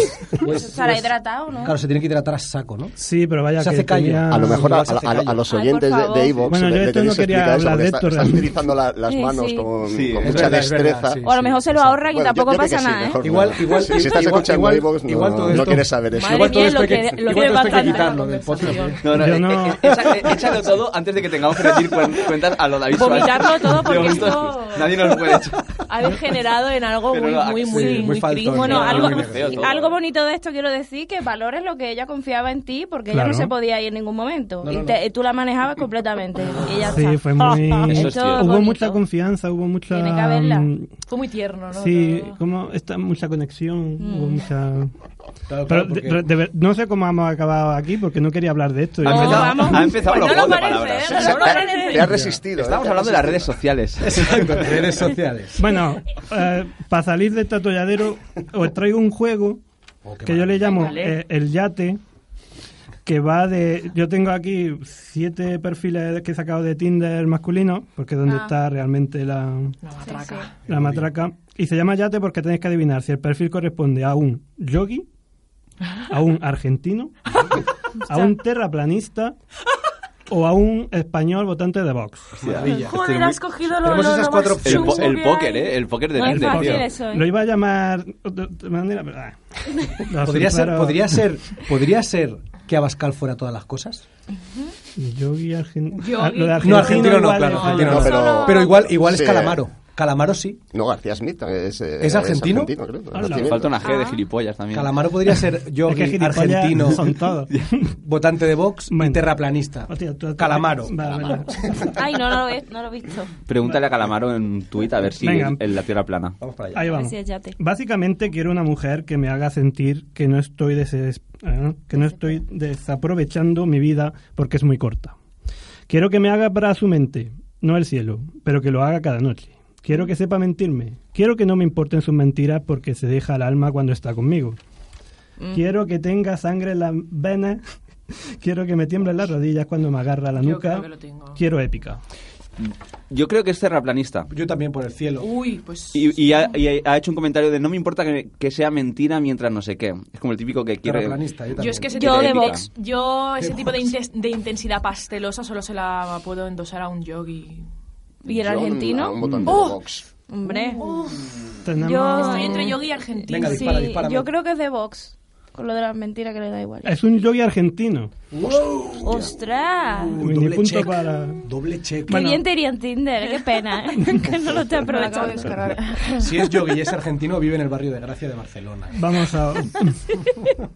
Speaker 1: o es-
Speaker 7: Estará
Speaker 1: o es-
Speaker 7: hidratado, ¿no?
Speaker 1: Claro, se tiene que hidratar a saco, ¿no?
Speaker 4: Sí, pero vaya
Speaker 1: Se
Speaker 4: que
Speaker 1: hace callo.
Speaker 4: tenía-
Speaker 3: A lo mejor a,
Speaker 1: Se hace
Speaker 3: a- a- a los
Speaker 7: Ay, por
Speaker 3: oyentes de-
Speaker 7: favor.
Speaker 3: de Evox
Speaker 4: Bueno, yo
Speaker 3: le,
Speaker 4: esto no quería hablar de esto
Speaker 3: Están
Speaker 4: realmente.
Speaker 3: utilizando la- las
Speaker 7: Sí,
Speaker 3: manos
Speaker 7: sí.
Speaker 3: Con,
Speaker 2: Sí,
Speaker 3: con
Speaker 2: es
Speaker 3: mucha
Speaker 1: verdad, es verdad,
Speaker 3: destreza.
Speaker 1: sí.
Speaker 7: O a lo mejor se lo ahorran y
Speaker 3: Bueno, yo
Speaker 7: tampoco
Speaker 3: creo que
Speaker 7: pasa
Speaker 3: sí,
Speaker 7: nada, ¿eh?
Speaker 3: mejor
Speaker 1: Igual-
Speaker 3: no.
Speaker 1: igual-
Speaker 3: si estás
Speaker 1: igual-
Speaker 3: escuchando
Speaker 1: igual-
Speaker 3: Evox, no,
Speaker 1: igual todo
Speaker 3: no
Speaker 1: esto-
Speaker 3: quieres saber eso.
Speaker 7: Madre
Speaker 1: Igual todo
Speaker 7: mía,
Speaker 1: esto
Speaker 7: lo
Speaker 1: hay
Speaker 7: que,
Speaker 1: que-
Speaker 7: lo
Speaker 1: igual
Speaker 7: que
Speaker 1: todo esto hay que
Speaker 7: bastante la
Speaker 1: quitarlo del podcast.
Speaker 7: conversación.
Speaker 2: No, no,
Speaker 4: Yo
Speaker 2: eh,
Speaker 4: no-
Speaker 2: eh, echa- eh, échalo todo antes de que tengamos que decir cuen- cuentas a lo David Suárez.
Speaker 5: Vomitarlo todo porque
Speaker 2: De momento,
Speaker 5: esto-
Speaker 2: Nadie nos lo puede echar.
Speaker 5: ha degenerado en algo
Speaker 2: Pero
Speaker 5: muy,
Speaker 2: no,
Speaker 5: muy,
Speaker 2: sí,
Speaker 5: muy,
Speaker 1: muy
Speaker 5: muy
Speaker 1: faltón,
Speaker 5: cringe.
Speaker 7: Bueno,
Speaker 1: No,
Speaker 7: algo,
Speaker 1: no, no,
Speaker 2: no, no.
Speaker 7: algo bonito de esto quiero decir, que valores lo que ella confiaba en ti, porque ella
Speaker 4: Claro.
Speaker 7: no se podía ir en ningún momento.
Speaker 1: No,
Speaker 7: y
Speaker 1: no,
Speaker 7: te-
Speaker 1: no.
Speaker 7: y tú la manejabas completamente. Y ya
Speaker 4: Sí,
Speaker 7: está.
Speaker 4: fue
Speaker 7: *laughs*
Speaker 4: muy...
Speaker 2: Eso es cierto.
Speaker 4: hubo
Speaker 7: bonito.
Speaker 4: mucha confianza, hubo mucha...
Speaker 7: Tiene que haberla.
Speaker 4: mm,
Speaker 5: Fue muy tierno, ¿no?
Speaker 4: Sí,
Speaker 5: Todo.
Speaker 4: como esta, mucha conexión, hubo mucha...
Speaker 1: Claro,
Speaker 4: Pero
Speaker 1: claro,
Speaker 4: de-
Speaker 1: porque-
Speaker 4: de ver- no sé cómo hemos acabado aquí porque no quería hablar de esto.
Speaker 2: Ha
Speaker 4: Yo-
Speaker 2: empezado,
Speaker 7: vamos.
Speaker 2: ha empezado
Speaker 5: Pues
Speaker 2: los
Speaker 5: no
Speaker 2: juegos
Speaker 5: lo
Speaker 2: de
Speaker 5: parece,
Speaker 2: palabras.
Speaker 5: ¿eh? No lo parece.
Speaker 3: Te has resistido. ¿eh?
Speaker 2: Estábamos hablando de las redes sociales.
Speaker 1: Exacto,
Speaker 4: *laughs*
Speaker 1: redes sociales.
Speaker 4: Bueno, para salir de este atolladero os traigo un juego
Speaker 1: Oh, qué
Speaker 4: que yo le llamo
Speaker 5: Vale.
Speaker 4: eh, el yate, que va de... Yo tengo aquí siete perfiles que he sacado de Tinder masculino, porque es donde
Speaker 7: Ah.
Speaker 4: está realmente la,
Speaker 5: Una matraca.
Speaker 4: la matraca. Y se llama yate porque tenéis que adivinar si el perfil corresponde a un yogi, a un argentino, a un terraplanista o a un español votante de Vox.
Speaker 1: Maravilla.
Speaker 5: Joder, has cogido lo,
Speaker 1: Tenemos
Speaker 5: lo-
Speaker 1: esas
Speaker 5: lo
Speaker 1: cuatro
Speaker 5: más
Speaker 2: El,
Speaker 1: opciones.
Speaker 5: chungo
Speaker 2: po- el
Speaker 5: que
Speaker 2: póker,
Speaker 5: hay.
Speaker 2: ¿eh? El póker de
Speaker 7: No es
Speaker 2: Tinder,
Speaker 7: fácil
Speaker 2: tío.
Speaker 7: eso, ¿eh?
Speaker 4: Lo iba a llamar de de manera... pero, ah. Lo
Speaker 1: ¿Podría ser,
Speaker 4: censuraron.
Speaker 1: podría, ser, ¿Podría ser que Abascal fuera todas las cosas?
Speaker 4: Yogi argen-
Speaker 5: Yogi.
Speaker 4: Ah, lo de
Speaker 1: No, argentino no,
Speaker 4: igual
Speaker 1: claro,
Speaker 4: es-
Speaker 1: argentino
Speaker 3: No,
Speaker 1: no.
Speaker 3: pero-
Speaker 1: Pero, igual, igual
Speaker 3: Sí.
Speaker 1: es Calamaro. Calamaro sí.
Speaker 3: No, García Smith también es, eh,
Speaker 1: ¿Es argentino?
Speaker 3: creo,
Speaker 4: Hola.
Speaker 3: argentino.
Speaker 2: Falta una G de gilipollas también.
Speaker 1: Calamaro podría ser yo,
Speaker 4: *laughs* Es que gilipollas
Speaker 1: argentino,
Speaker 4: son todos.
Speaker 1: *laughs* votante de Vox y
Speaker 4: Bueno.
Speaker 1: terraplanista.
Speaker 4: Hostia, tú- tú-
Speaker 1: Calamaro.
Speaker 4: Vale, venga.
Speaker 7: Ay, no, no lo he, no lo he
Speaker 4: *laughs*
Speaker 7: visto.
Speaker 2: Pregúntale a Calamaro en tuit a ver si
Speaker 4: Venga.
Speaker 2: el- el- la tierra plana.
Speaker 1: Vamos para allá.
Speaker 4: Ahí vamos.
Speaker 7: Decía yate.
Speaker 4: Básicamente quiero una mujer que me haga sentir que no estoy deses- eh, que no estoy desaprovechando mi vida porque es muy corta. Quiero que me haga para su mente, no el cielo, pero que lo haga cada noche. Quiero que sepa mentirme. Quiero que no me importen sus mentiras porque se deja el alma cuando está conmigo.
Speaker 5: Mm.
Speaker 4: Quiero que tenga sangre en las venas. *laughs* Quiero que me tiemblen las rodillas cuando me agarra la
Speaker 5: Yo
Speaker 4: nuca.
Speaker 5: creo que lo tengo.
Speaker 4: Quiero épica.
Speaker 2: Yo creo que es terraplanista.
Speaker 1: Yo también por el cielo.
Speaker 4: Uh,
Speaker 5: Uy, pues...
Speaker 2: Y, y ha, y ha hecho un comentario de no me importa que, que sea mentira mientras no sé qué. Es como el típico que quiere...
Speaker 1: Terraplanista, yo también.
Speaker 5: Yo es que ese
Speaker 7: Yo
Speaker 5: tipo
Speaker 7: de
Speaker 5: de,
Speaker 7: Vox.
Speaker 5: yo ese
Speaker 1: De
Speaker 5: tipo de,
Speaker 1: Vox.
Speaker 5: intes- de intensidad pastelosa solo se la puedo endosar a un yogi.
Speaker 7: ¿Y el
Speaker 3: Yo, mm,
Speaker 7: argentino?
Speaker 3: a Un botón de
Speaker 5: Oh.
Speaker 3: Vox.
Speaker 7: Hombre.
Speaker 4: Tenemos-
Speaker 7: Yo-
Speaker 5: Estoy entre yogi y argentino.
Speaker 1: Venga,
Speaker 7: sí,
Speaker 1: dispara, dispárame.
Speaker 7: yo creo que es de Vox. Con lo de las mentiras que le da igual.
Speaker 4: Es un yogi argentino.
Speaker 7: ¡Ostras!
Speaker 1: Uh,
Speaker 4: Mini
Speaker 1: doble
Speaker 4: punto
Speaker 1: check.
Speaker 4: para-
Speaker 1: Doble check.
Speaker 7: Qué bien te iría en Tinder, qué pena, ¿eh? *laughs* que no lo esté
Speaker 5: Me lo acabo de
Speaker 7: aprovechando.
Speaker 5: descargar.
Speaker 1: Si es yogi y es argentino, vive en el barrio de Gracia de Barcelona.
Speaker 4: Vamos a. *laughs*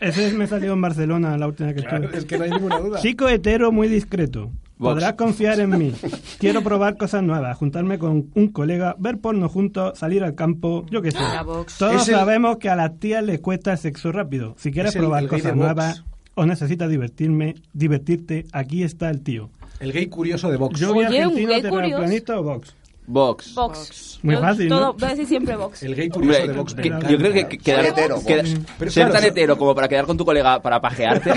Speaker 4: Ese me salió en Barcelona la última que estuve.
Speaker 1: Es que no hay ninguna duda.
Speaker 4: Chico hetero muy discreto.
Speaker 2: Vox.
Speaker 4: Podrás confiar en mí. Quiero probar cosas nuevas, juntarme con un colega, ver porno juntos, salir al campo, yo qué sé.
Speaker 5: La Vox.
Speaker 4: Todos
Speaker 1: Es el-
Speaker 4: sabemos que a las tías les cuesta el sexo rápido. Si quieres
Speaker 1: Es el-
Speaker 4: probar
Speaker 1: el gay de
Speaker 4: cosas
Speaker 1: Vox.
Speaker 4: nuevas o necesitas divertirme, divertirte, aquí está el tío.
Speaker 1: El gay curioso de Vox.
Speaker 4: Yo voy
Speaker 7: Oye, un
Speaker 4: argentino,
Speaker 7: gay
Speaker 4: terraplanista o Vox.
Speaker 2: Vox.
Speaker 7: Vox.
Speaker 4: Muy
Speaker 7: Yo
Speaker 4: fácil,
Speaker 7: Todo,
Speaker 4: ¿no?
Speaker 7: voy a decir siempre Vox.
Speaker 1: El gay curioso
Speaker 2: Hombre,
Speaker 1: de Vox. me
Speaker 2: que-
Speaker 1: encanta.
Speaker 2: yo creo que, que quedar,
Speaker 3: Ser hetero,
Speaker 2: queda-
Speaker 3: Vox.
Speaker 1: Pero
Speaker 2: ser
Speaker 1: claro,
Speaker 2: tan
Speaker 1: sí.
Speaker 2: hetero como para quedar con tu colega para pajearte.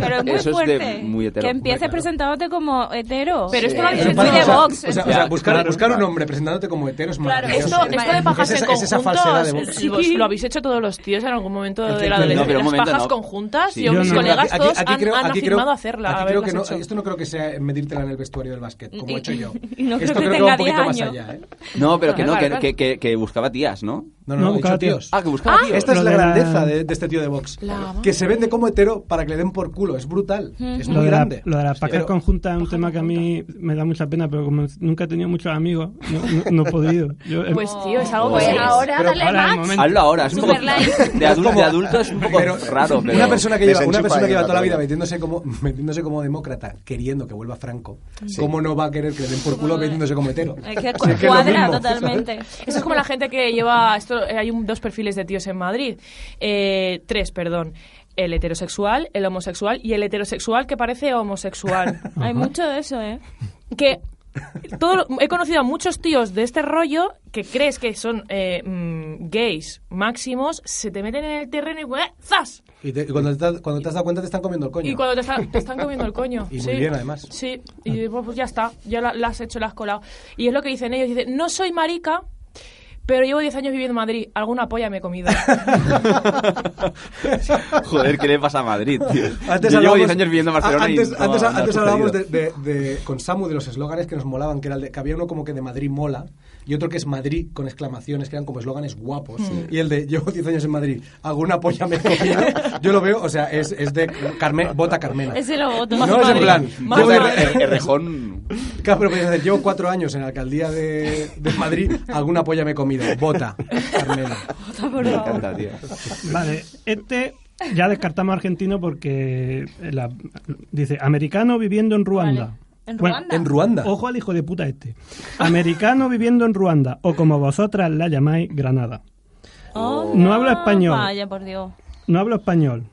Speaker 7: Pero es muy
Speaker 2: eso
Speaker 7: fuerte.
Speaker 2: es de muy hetero.
Speaker 7: Que empieces presentándote como hetero.
Speaker 5: Pero esto lo ha
Speaker 1: Pero
Speaker 5: dicho
Speaker 1: para-
Speaker 5: de
Speaker 1: o sea,
Speaker 5: Vox.
Speaker 1: O sea, o
Speaker 2: Ya,
Speaker 1: sea, buscar,
Speaker 2: claro.
Speaker 1: buscar un hombre presentándote como hetero es
Speaker 7: Claro,
Speaker 1: maravilloso.
Speaker 5: Esto, esto de pajarse
Speaker 1: es, esa- es esa falsedad de
Speaker 5: conjuntos,
Speaker 1: Vox.
Speaker 5: sí, vos- lo habéis hecho todos los tíos en algún momento
Speaker 1: Aquí-
Speaker 5: de la
Speaker 1: aquí-
Speaker 5: adolescencia.
Speaker 1: no, pero
Speaker 2: un
Speaker 5: Las
Speaker 2: momento,
Speaker 5: pajas
Speaker 2: no.
Speaker 5: conjuntas,
Speaker 2: Sí,
Speaker 5: yo,
Speaker 4: yo
Speaker 5: mis
Speaker 4: no.
Speaker 5: colegas todos han, han
Speaker 1: aquí
Speaker 5: afirmado hacerla.
Speaker 1: aquí creo
Speaker 5: haberlas
Speaker 1: que no,
Speaker 5: hecho.
Speaker 1: esto no creo que sea medírtela en el vestuario del básquet, como
Speaker 7: Y-
Speaker 1: he hecho yo.
Speaker 7: *laughs* y no creo
Speaker 1: esto
Speaker 7: que
Speaker 1: creo que
Speaker 7: tenga
Speaker 1: va un poquito
Speaker 7: 10
Speaker 1: más
Speaker 7: años.
Speaker 1: allá. ¿eh?
Speaker 2: No, pero que no,
Speaker 5: Vale,
Speaker 2: que,
Speaker 5: vale.
Speaker 2: que- que- que buscaba tías, ¿no?
Speaker 1: No, no, no, he
Speaker 4: buscaba
Speaker 1: dicho tíos.
Speaker 2: Ah, que buscaba tíos.
Speaker 1: Esta
Speaker 4: Lo
Speaker 1: es la
Speaker 4: de la-
Speaker 1: grandeza de, de este tío de Vox.
Speaker 7: La madre.
Speaker 1: Que se vende como hetero para que le den por culo. Es brutal. Es
Speaker 4: Lo
Speaker 1: muy
Speaker 4: de, la-
Speaker 1: grande.
Speaker 4: lo de las pacas
Speaker 1: Pero-
Speaker 4: conjuntas es un tema que a mí me da mucha pena, pero como nunca he tenido muchos amigos, no, no- no he podido. Yo- eh,
Speaker 7: Pues tío, es algo
Speaker 2: Pues
Speaker 7: que
Speaker 8: ahora
Speaker 4: pero
Speaker 8: dale
Speaker 4: ahora es el
Speaker 8: Max.
Speaker 4: momento.
Speaker 2: Hazlo ahora, es un poco.
Speaker 7: Superlight.
Speaker 2: *laughs* De adulto, de adulto es un poco
Speaker 1: Pero
Speaker 2: raro, pero.
Speaker 1: una persona que
Speaker 3: les
Speaker 1: lleva, una
Speaker 3: enchufa
Speaker 1: persona que
Speaker 3: ahí
Speaker 1: lleva
Speaker 3: una
Speaker 1: toda la vida
Speaker 3: tabla.
Speaker 1: metiéndose como, *laughs* metiéndose como demócrata, queriendo que vuelva Franco, ¿cómo no va a querer que le den por culo metiéndose como hetero?
Speaker 7: *laughs* Es que
Speaker 1: *laughs* Si es que es lo
Speaker 7: cuadra
Speaker 1: mismo,
Speaker 7: totalmente.
Speaker 5: Eso es como la gente que lleva. Esto, eh, hay un- dos perfiles de tíos en Madrid. Eh, tres, perdón. El heterosexual, el homosexual y el heterosexual que parece homosexual.
Speaker 1: *laughs*
Speaker 7: Hay mucho de eso, ¿eh?
Speaker 5: que todo, he conocido a muchos tíos de este rollo que crees que son eh, mm, gays máximos, se te meten en el terreno y ¡eh, ¡zas!
Speaker 1: Y, te- y cuando, te, has- cuando te has dado cuenta te están comiendo el coño.
Speaker 5: Y cuando te, está- te están comiendo el coño.
Speaker 1: Y muy
Speaker 5: sí,
Speaker 1: bien, además.
Speaker 5: Sí, y pues pues ya está, ya la, la has hecho, la has colado. Y es lo que dicen ellos, dicen, no soy marica, pero llevo 10 años viviendo en Madrid, alguna polla me
Speaker 1: *laughs*
Speaker 5: he comido.
Speaker 2: Joder, ¿qué le pasa a Madrid, tío?
Speaker 1: Antes
Speaker 2: Yo llevo
Speaker 1: hablábamos-
Speaker 2: 10 años viviendo en Barcelona
Speaker 1: Ah, Antes,
Speaker 2: y. no,
Speaker 1: antes,
Speaker 2: no ha
Speaker 1: antes
Speaker 2: sucedido.
Speaker 1: hablábamos de, de- de- con Samu de los eslóganes que nos molaban, que, era el de- que había uno como que de Madrid mola y otro que es Madrid con exclamaciones, que eran como eslóganes guapos. Y el de llevo 10 años en Madrid, alguna polla me he comido. Yo lo veo, o sea, es, es de Carmen, Bota Carmena.
Speaker 7: Ese lo voto.
Speaker 5: Más
Speaker 1: No es en
Speaker 7: *laughs*
Speaker 5: Madrid,
Speaker 1: plan.
Speaker 5: más
Speaker 1: yo de-
Speaker 5: Madrid.
Speaker 2: Joder, Errejón.
Speaker 1: Claro, pero podías hacer, llevo cuatro años en la alcaldía de, de Madrid, alguna polla me he comido. Bota, Carmena.
Speaker 2: Me encanta, tío.
Speaker 4: Vale, este ya descartamos argentino porque la- dice americano viviendo en Ruanda.
Speaker 7: Vale. ¿En
Speaker 4: Bueno,
Speaker 7: Ruanda?
Speaker 1: En Ruanda.
Speaker 4: Ojo al hijo de puta este. Americano viviendo en Ruanda, o como vosotras la llamáis, Granada.
Speaker 7: Oh,
Speaker 4: No habla español.
Speaker 7: Vaya, por Dios.
Speaker 4: No hablo español.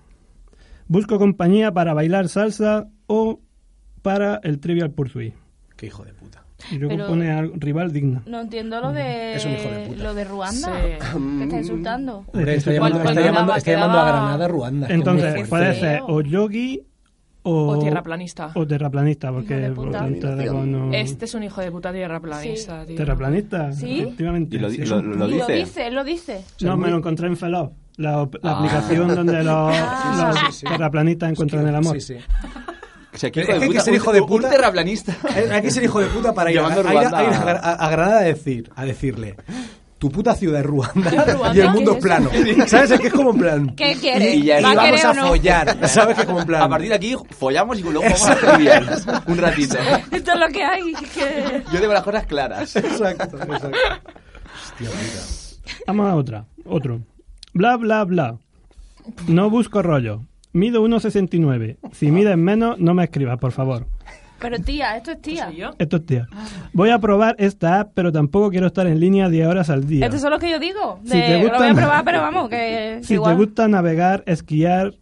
Speaker 4: Busco compañía para bailar salsa o para el Trivial Pursuit.
Speaker 1: Qué hijo de puta.
Speaker 4: Y luego
Speaker 7: Pero-
Speaker 4: pone al rival digna.
Speaker 7: No entiendo lo de,
Speaker 1: Es un hijo de puta.
Speaker 7: lo de Ruanda.
Speaker 5: Sí.
Speaker 7: Que está insultando.
Speaker 1: Hombre, está llamando,
Speaker 5: Cuando-
Speaker 1: está llamando-
Speaker 5: cuando quedaba-
Speaker 1: está llamando a
Speaker 5: quedaba-
Speaker 1: Granada, Ruanda. Qué
Speaker 4: Entonces,
Speaker 1: fuerte.
Speaker 4: puede ser o yogi o...
Speaker 5: O tierraplanista.
Speaker 4: O tierraplanista, porque...
Speaker 7: Hijo de puta.
Speaker 4: porque está de
Speaker 3: Terminación.
Speaker 1: Mm.
Speaker 4: cono-
Speaker 5: Este es un hijo de puta tierra planista, tío.
Speaker 4: Terraplanista,
Speaker 7: ¿Sí?
Speaker 4: efectivamente.
Speaker 2: Y lo,
Speaker 4: Sí,
Speaker 2: di-
Speaker 4: es
Speaker 2: lo,
Speaker 4: un-
Speaker 2: lo
Speaker 7: y lo
Speaker 2: dice.
Speaker 7: dice, él lo dice.
Speaker 4: No, me lo encontré en Felop, la, op- la
Speaker 1: *laughs*
Speaker 4: aplicación donde los, los
Speaker 1: Ah. Sí, sí, sí.
Speaker 4: terraplanistas encuentran el amor.
Speaker 1: Sí, sí.
Speaker 2: O sea,
Speaker 1: Es que hay que ser hijo
Speaker 2: un-
Speaker 1: de
Speaker 2: un
Speaker 1: puta.
Speaker 2: terraplanista.
Speaker 1: Eh, Hay que ser hijo
Speaker 7: *laughs*
Speaker 1: de puta para ir, a,
Speaker 2: Llamando a
Speaker 1: a ir a-
Speaker 2: Ruanda.
Speaker 1: a ir a Gra- a- a Granada a, decir, a decirle. Tu puta ciudad es Ruanda, y el mundo es
Speaker 7: ¿Qué es
Speaker 1: plano. *laughs* ¿Sabes? Es que es como en plan.
Speaker 7: ¿Qué quieres?
Speaker 1: Y,
Speaker 2: Y ya
Speaker 1: y
Speaker 2: está. ¿Va a
Speaker 1: vamos
Speaker 7: querer
Speaker 1: a
Speaker 7: o
Speaker 2: *laughs*
Speaker 7: no?
Speaker 1: follar. ¿Sabes? Que es como en plan.
Speaker 2: A partir de aquí follamos y luego vamos a trivial. Un ratito.
Speaker 7: *laughs* Esto es lo que hay. que-
Speaker 2: Yo tengo las cosas
Speaker 1: *laughs*
Speaker 2: claras.
Speaker 1: Exacto, exacto. Hostia, puta.
Speaker 4: Vamos a otra, otro. Bla, bla, bla. No busco rollo. Mido 1,69. Si mides menos, no me escribas, por favor.
Speaker 7: Pero tía, esto es tía.
Speaker 5: ¿Soy yo?
Speaker 4: Esto es tía.
Speaker 5: Ah.
Speaker 4: Voy a probar esta app, pero tampoco quiero estar en línea 10 horas al día.
Speaker 5: Este
Speaker 7: Estos son los que yo digo.
Speaker 4: Si te
Speaker 7: de- Lo voy a
Speaker 4: gustan-
Speaker 7: probar, pero vamos, que
Speaker 4: Si
Speaker 7: igual.
Speaker 4: te gusta navegar, esquiar,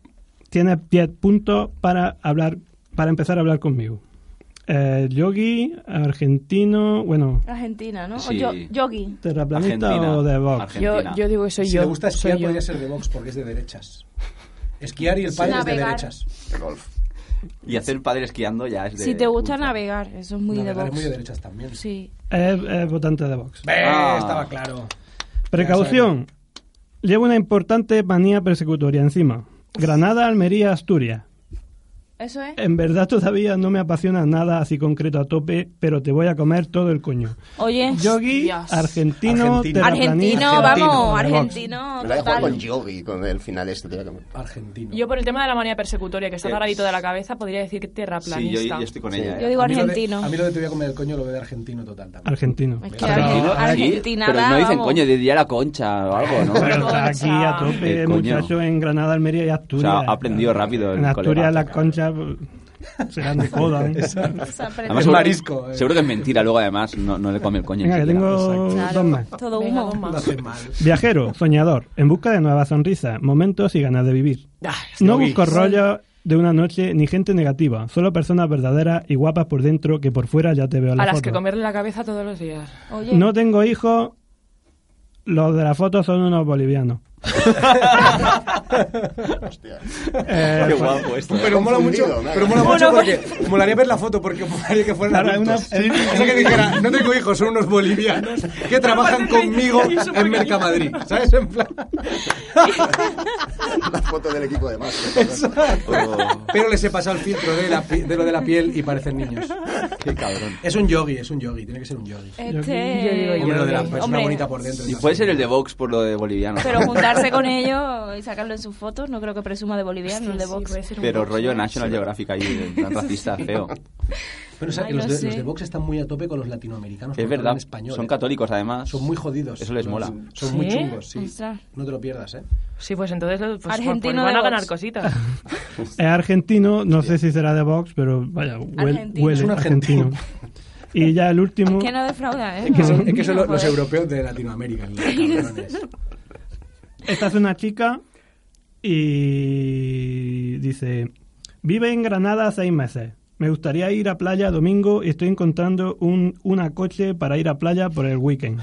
Speaker 4: tienes 10 puntos para hablar, para empezar a hablar conmigo. Eh, yogi, argentino, bueno,
Speaker 7: Argentina, ¿no? O
Speaker 2: Sí.
Speaker 7: yo- yogi.
Speaker 4: terraplanista
Speaker 2: Argentina.
Speaker 4: o de Vox.
Speaker 5: Yo,
Speaker 2: Argentina.
Speaker 5: yo digo que soy
Speaker 1: Si
Speaker 5: yo.
Speaker 1: le gusta esquiar,
Speaker 5: soy yo.
Speaker 1: podría ser de Vox porque es de derechas. Esquiar y el padre es de
Speaker 7: Navegar.
Speaker 1: derechas.
Speaker 2: Y hacer padre esquiando ya es de...
Speaker 7: Si te gusta
Speaker 2: Uf.
Speaker 7: navegar, eso es muy
Speaker 1: Navegar
Speaker 7: de
Speaker 1: es
Speaker 7: box.
Speaker 1: muy de derechas también.
Speaker 7: Sí.
Speaker 4: Es, es votante de Vox.
Speaker 1: Ve,
Speaker 2: Ah.
Speaker 1: Estaba claro.
Speaker 4: Precaución. Llevo una importante manía persecutoria encima. Granada, Almería, Asturias.
Speaker 7: Eso es.
Speaker 4: En verdad todavía no me apasiona nada así concreto a tope, pero te voy a comer todo el coño.
Speaker 7: Oye.
Speaker 4: Yogi,
Speaker 5: Dios.
Speaker 4: argentino,
Speaker 1: Argentino.
Speaker 4: terraplanista,
Speaker 7: Argentino,
Speaker 1: Argentino, de
Speaker 7: vamos,
Speaker 1: box.
Speaker 7: argentino.
Speaker 3: Me la he jugado con
Speaker 7: Total.
Speaker 3: Yogi, con el final este. tío, que me- *laughs*
Speaker 1: Argentino.
Speaker 5: Yo por el tema de la manía persecutoria, que está
Speaker 2: Eh,
Speaker 5: paradito de la cabeza, podría decir que
Speaker 2: Sí, yo,
Speaker 5: terraplanista.
Speaker 2: yo estoy con
Speaker 3: Sí.
Speaker 2: ella. ¿eh?
Speaker 7: Yo digo
Speaker 1: A mí lo de-
Speaker 7: argentino.
Speaker 1: A mí lo de te voy a comer el coño lo veo de argentino total también.
Speaker 4: Argentino.
Speaker 7: Es que
Speaker 2: Argentino, sí,
Speaker 7: Argentina,
Speaker 2: pero no
Speaker 7: vamos.
Speaker 2: dicen coño, de día la concha o algo, ¿no?
Speaker 4: Pero está aquí a tope,
Speaker 2: El coño.
Speaker 4: muchachos, en Granada, Almería y Asturias.
Speaker 2: O sea, ha aprendido rápido el
Speaker 4: En
Speaker 2: colega.
Speaker 4: Asturias las conchas pues, serán de coda. ¿eh?
Speaker 7: Se aprende.
Speaker 2: Además,
Speaker 1: Es
Speaker 2: seguro-
Speaker 1: marisco, eh.
Speaker 2: Seguro que es mentira, luego además no, no le come el coño.
Speaker 4: Venga, que
Speaker 2: enseguida.
Speaker 4: tengo
Speaker 7: Claro,
Speaker 4: dos más.
Speaker 7: Todo
Speaker 5: Venga,
Speaker 7: humo.
Speaker 5: toma.
Speaker 1: No hace mal.
Speaker 4: Viajero, soñador, en busca de nuevas sonrisas, momentos y ganas de vivir. No busco rollo de una noche ni gente negativa, solo personas verdaderas y guapas por dentro que por fuera ya te veo en la
Speaker 5: A las
Speaker 4: foto.
Speaker 5: que comerle la cabeza todos los días.
Speaker 7: Oye,
Speaker 4: No tengo hijos, los de la foto son unos bolivianos.
Speaker 3: Hostia.
Speaker 4: Eh,
Speaker 2: Qué
Speaker 4: pues,
Speaker 2: guapo esto.
Speaker 3: Pero
Speaker 1: Pero mola mucho,
Speaker 3: confundido, nada.
Speaker 1: pero mola
Speaker 5: Bueno,
Speaker 1: mucho porque molaría ver la foto porque molaría que fueran
Speaker 4: Claro,
Speaker 1: adultos.
Speaker 4: una- sí.
Speaker 1: O sea que dijera, no tengo hijos, son unos bolivianos que trabajan conmigo en Mercamadrid, ¿sabes? En plan...
Speaker 3: La foto del equipo de básquet.
Speaker 2: Oh.
Speaker 1: Pero les he pasado el filtro de, la pi- de lo de la piel y parecen niños.
Speaker 2: Qué cabrón.
Speaker 1: Es un yogi, es un yogi, tiene que ser un yogi.
Speaker 7: Este...
Speaker 5: Yo digo yo.
Speaker 1: Hombre, lo de la
Speaker 5: yogi.
Speaker 1: persona
Speaker 7: Hombre,
Speaker 1: bonita por dentro.
Speaker 2: Y puede ser el de Vox por lo de boliviano.
Speaker 7: Pero
Speaker 2: *laughs*
Speaker 7: juntarse con ellos y sacarlo en sus fotos, no creo que presuma de boliviano, de box.
Speaker 2: Pero rollo National Geographic ahí, en
Speaker 7: *laughs*
Speaker 2: plan racista, feo.
Speaker 1: Pero o sea, que
Speaker 7: Ay,
Speaker 1: los
Speaker 7: no
Speaker 1: de, los
Speaker 7: sé.
Speaker 1: de Vox están muy a tope con los latinoamericanos.
Speaker 2: Es
Speaker 1: porque
Speaker 2: verdad,
Speaker 1: hablan español,
Speaker 2: son
Speaker 1: ¿eh?
Speaker 2: católicos además.
Speaker 1: Son muy jodidos.
Speaker 2: Eso les
Speaker 1: Los-
Speaker 2: mola.
Speaker 1: Son muy
Speaker 5: ¿Sí?
Speaker 1: chungos, sí.
Speaker 7: Ostras.
Speaker 1: No te lo pierdas, ¿eh?
Speaker 5: Sí, pues entonces los- pues,
Speaker 7: Argentino
Speaker 5: pues van
Speaker 7: de
Speaker 5: a ganar
Speaker 7: Vox. *laughs*
Speaker 5: cositas.
Speaker 4: Es Eh, argentino, no sé si será de Vox, pero vaya, huel-
Speaker 7: Argentino.
Speaker 4: huele
Speaker 7: Es
Speaker 1: un
Speaker 4: argentino. Y ya el último,
Speaker 7: Que no defrauda, ¿eh?
Speaker 1: Es que son,
Speaker 7: No,
Speaker 1: es que son
Speaker 7: no
Speaker 1: los, los
Speaker 7: puede.
Speaker 1: europeos de Latinoamérica. los cabrones.
Speaker 4: esta es una chica y dice, vive en Granada seis meses. Me gustaría ir a playa domingo y estoy encontrando un una coche para ir a playa por el weekend.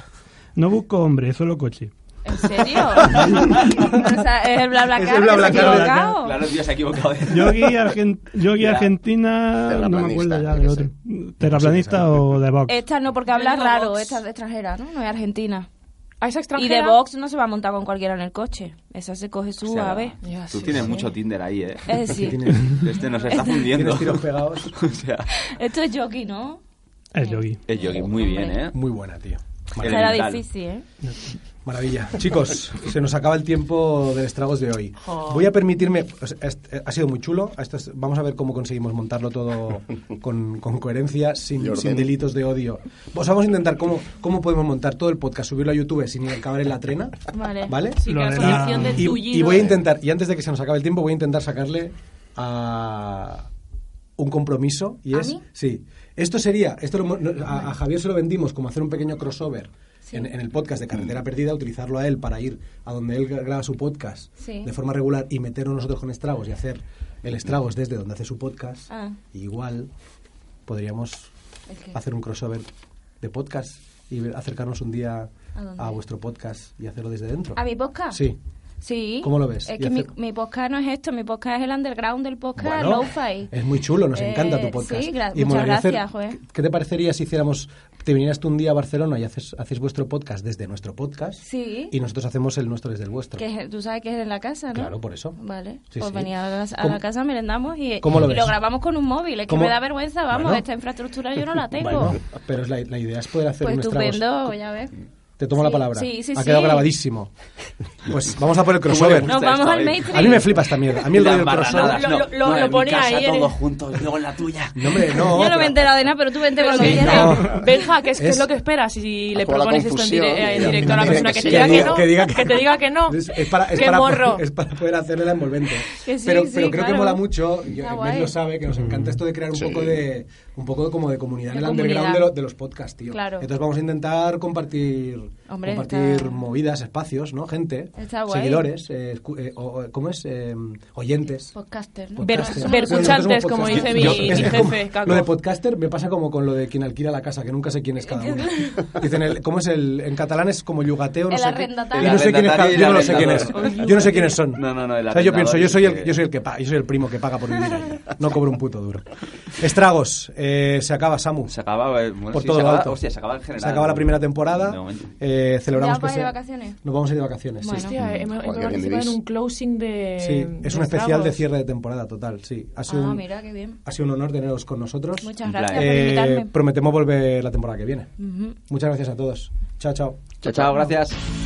Speaker 4: No busco hombre, solo coche.
Speaker 7: ¿En serio? O sea, es el bla bla
Speaker 1: Es el BlaBlaCar de acá.
Speaker 7: Oh.
Speaker 2: Claro, tío, se ha equivocado.
Speaker 4: Yogi, argen- yogi
Speaker 2: Ya.
Speaker 4: Argentina, no me acuerdo ya del
Speaker 3: Terraplanista,
Speaker 4: otro. Terraplanista o de Vox.
Speaker 7: Esta no, porque
Speaker 5: Yo
Speaker 7: habla
Speaker 5: digo
Speaker 7: raro,
Speaker 5: Vox.
Speaker 7: esta es extranjera, ¿no? No es argentina.
Speaker 5: ¿A esa
Speaker 7: Y de box no se va a montar con cualquiera en el coche. Esa se coge su ave.
Speaker 5: Ya,
Speaker 2: Tú
Speaker 5: sí,
Speaker 2: tienes
Speaker 5: sí.
Speaker 2: mucho Tinder ahí, ¿eh?
Speaker 7: Es
Speaker 1: Que
Speaker 7: decir,
Speaker 1: tienes,
Speaker 2: *laughs* Este nos está fundiendo.
Speaker 1: tienes tiros pegados.
Speaker 2: *laughs* o sea,
Speaker 7: esto es jockey, ¿no?
Speaker 4: Es yogi.
Speaker 2: el Yogi, muy bien, ¿eh?
Speaker 1: Muy buena, tío.
Speaker 7: Será
Speaker 2: Elemental.
Speaker 7: difícil, ¿eh?
Speaker 1: Maravilla. Chicos, se nos acaba el tiempo de estragos de hoy. Voy a permitirme, o sea, est- eh, ha sido muy chulo, esto es- vamos a ver cómo conseguimos montarlo todo con, con coherencia,
Speaker 3: Y
Speaker 1: sin,
Speaker 3: orden.
Speaker 1: sin delitos de odio. Pues vamos a intentar cómo, cómo podemos montar todo el podcast, subirlo a YouTube sin acabar en la trena.
Speaker 7: Vale.
Speaker 1: ¿Vale?
Speaker 5: Sí, que
Speaker 4: Lo
Speaker 5: a
Speaker 4: de la-
Speaker 5: solución del
Speaker 1: Ah, Y, y
Speaker 5: tullido.
Speaker 7: eh.
Speaker 1: voy a intentar, y antes de que se nos acabe el tiempo, voy a intentar sacarle a un compromiso y
Speaker 7: ¿A
Speaker 1: es
Speaker 7: mí?
Speaker 1: sí esto sería esto lo mo- no, a, a Javier se lo vendimos como hacer un pequeño crossover en, en el podcast de carretera perdida utilizarlo a él para ir a donde él gra- graba su podcast
Speaker 7: Sí.
Speaker 1: de forma regular y meternos nosotros con estragos y hacer el estragos desde donde hace su podcast
Speaker 7: Ah.
Speaker 1: igual podríamos
Speaker 7: Es que-
Speaker 1: hacer un crossover de podcast y ver- acercarnos un día
Speaker 7: ¿A dónde? Ah,
Speaker 1: a vuestro podcast y hacerlo desde dentro
Speaker 7: ¿A mi podcast? *laughs*
Speaker 1: sí
Speaker 7: Sí.
Speaker 1: ¿Cómo lo ves?
Speaker 7: Es
Speaker 1: Y
Speaker 7: que mi,
Speaker 1: hacer-
Speaker 7: mi podcast no es esto, mi podcast es el underground del podcast
Speaker 1: Bueno,
Speaker 7: lo-fi.
Speaker 1: Es muy chulo, nos
Speaker 7: Eh,
Speaker 1: encanta tu podcast.
Speaker 7: sí, gra-
Speaker 1: Y
Speaker 7: muchas
Speaker 1: molaría hacer-
Speaker 7: gracias, joder.
Speaker 1: ¿Qué te parecería si hiciéramos, te vinieras tú un día a Barcelona y haces, haces vuestro podcast desde nuestro podcast
Speaker 7: Sí.
Speaker 1: y nosotros hacemos el nuestro desde el vuestro?
Speaker 7: Que es- tú sabes que es en la casa, ¿no?
Speaker 1: Claro, por eso.
Speaker 7: Vale.
Speaker 1: Sí,
Speaker 7: pues
Speaker 1: sí.
Speaker 7: venía a la, a la
Speaker 1: ¿Cómo-
Speaker 7: casa, merendamos y,
Speaker 1: cómo lo
Speaker 7: y
Speaker 1: ves?
Speaker 7: grabamos con un móvil. Es que
Speaker 1: ¿Cómo?
Speaker 7: me da vergüenza, vamos,
Speaker 1: Bueno.
Speaker 7: esta infraestructura yo
Speaker 1: *laughs*
Speaker 7: no la tengo.
Speaker 1: Bueno, pero es la, la idea es poder hacer
Speaker 7: pues
Speaker 1: un estragos.
Speaker 7: estupendo, ya ves.
Speaker 1: Te tomo la
Speaker 7: Sí,
Speaker 1: palabra.
Speaker 7: sí, sí,
Speaker 1: ha quedado
Speaker 7: sí.
Speaker 1: grabadísimo. Pues vamos a por el crossover.
Speaker 2: Está
Speaker 7: Nos vamos
Speaker 2: esta
Speaker 7: al
Speaker 2: vez.
Speaker 7: Matrix.
Speaker 1: A mí me flipa esta mierda. A mí el rollo del crossover.
Speaker 5: Lo- lo- lo-
Speaker 2: en
Speaker 5: lo
Speaker 2: mi
Speaker 5: pone
Speaker 2: casa
Speaker 5: ahí,
Speaker 2: todos
Speaker 5: eres-
Speaker 2: juntos, luego en la tuya.
Speaker 1: No, hombre, no.
Speaker 7: yo no me he
Speaker 1: pero-
Speaker 7: enterado de nada, pero tú vente
Speaker 5: Pero
Speaker 7: cuando
Speaker 5: sí,
Speaker 7: quieras.
Speaker 1: no.
Speaker 5: Benja, ¿qué es, qué es
Speaker 1: Es-
Speaker 5: lo que esperas si le
Speaker 3: Como la
Speaker 5: propones esto en, dire-
Speaker 3: confusión,
Speaker 5: en
Speaker 3: y-
Speaker 5: directo a la
Speaker 3: que
Speaker 5: persona que
Speaker 3: sí,
Speaker 5: te
Speaker 3: que
Speaker 5: diga que
Speaker 3: diga-
Speaker 5: no?
Speaker 1: que diga que
Speaker 5: Que te
Speaker 1: no.
Speaker 5: diga que no.
Speaker 1: Es, es para, es
Speaker 5: Qué
Speaker 1: para
Speaker 5: morro.
Speaker 1: poder- *laughs* es para poder hacerle la envolvente.
Speaker 7: Que sí,
Speaker 1: pero
Speaker 7: sí,
Speaker 1: pero creo que
Speaker 7: claro.
Speaker 1: mola mucho, y
Speaker 7: Está
Speaker 1: Inés
Speaker 7: guay.
Speaker 1: lo sabe, que nos encanta esto de crear un
Speaker 3: Sí.
Speaker 1: poco de un poco como de comunidad
Speaker 7: De
Speaker 1: en el underground
Speaker 7: comunidad.
Speaker 1: de, lo- de los podcasts, tío.
Speaker 7: Claro.
Speaker 1: Entonces vamos a intentar compartir
Speaker 7: Hombre,
Speaker 1: compartir
Speaker 7: está-
Speaker 1: movidas, espacios, ¿no? Gente,
Speaker 7: Está guay.
Speaker 1: seguidores, eh, escu- eh, o- o- ¿cómo es? Eh, oyentes.
Speaker 7: Podcaster, ¿no?
Speaker 5: Ver-
Speaker 1: Podcaster.
Speaker 5: vercuchantes,
Speaker 1: Nosotros somos
Speaker 5: como dice mi-
Speaker 1: podcasters.
Speaker 5: mi
Speaker 1: Es como-
Speaker 5: jefe, Caco.
Speaker 1: Lo de podcaster me pasa como con lo de quien alquila la casa, que nunca sé quién es cada
Speaker 5: *laughs*
Speaker 1: uno. Dicen, el- ¿cómo es el...? En catalán es como yugateo, no
Speaker 7: El
Speaker 1: sé qué-
Speaker 7: arrendatario.
Speaker 1: Yo no sé quién es, cada-
Speaker 2: El
Speaker 1: yo no lo sé quién es.
Speaker 2: arrendador.
Speaker 1: Yo no sé quiénes son.
Speaker 2: No, no, no, el
Speaker 1: O sea, yo pienso, yo soy el,
Speaker 2: que-
Speaker 1: yo soy el que paga, yo soy el primo que paga por vivir ahí. No cobro un puto duro. Estragos, eh, se acaba Samu.
Speaker 2: Se acaba, eh, bueno,
Speaker 1: por
Speaker 2: sí,
Speaker 1: todo
Speaker 2: se
Speaker 1: lo
Speaker 2: acaba,
Speaker 1: alto.
Speaker 2: hostia, se acaba en general.
Speaker 1: Se acaba la primera
Speaker 2: De
Speaker 1: temporada.
Speaker 2: momento.
Speaker 1: eh, celebramos
Speaker 7: ¿Ya
Speaker 1: que
Speaker 7: vais de
Speaker 1: se-
Speaker 7: vacaciones?
Speaker 1: Nos vamos a ir de vacaciones. sí.
Speaker 7: Bueno. Eh,
Speaker 5: Hostia, hemos, hemos
Speaker 3: Joder, qué
Speaker 5: participado en
Speaker 3: vivís.
Speaker 5: un closing de.
Speaker 1: Sí, es un
Speaker 5: de
Speaker 1: especial de
Speaker 5: Estragos.
Speaker 1: cierre de temporada total, sí. Ha sido,
Speaker 7: Ah,
Speaker 1: un,
Speaker 7: mira, qué bien.
Speaker 1: ha sido un honor teneros con nosotros.
Speaker 7: Muchas
Speaker 2: Un
Speaker 7: gracias
Speaker 2: placer.
Speaker 7: por
Speaker 1: Eh,
Speaker 7: invitarme.
Speaker 1: prometemos volver la temporada que viene.
Speaker 7: Ujú.
Speaker 1: Muchas gracias a todos. Chao, chao.
Speaker 2: Chao, chao, gracias.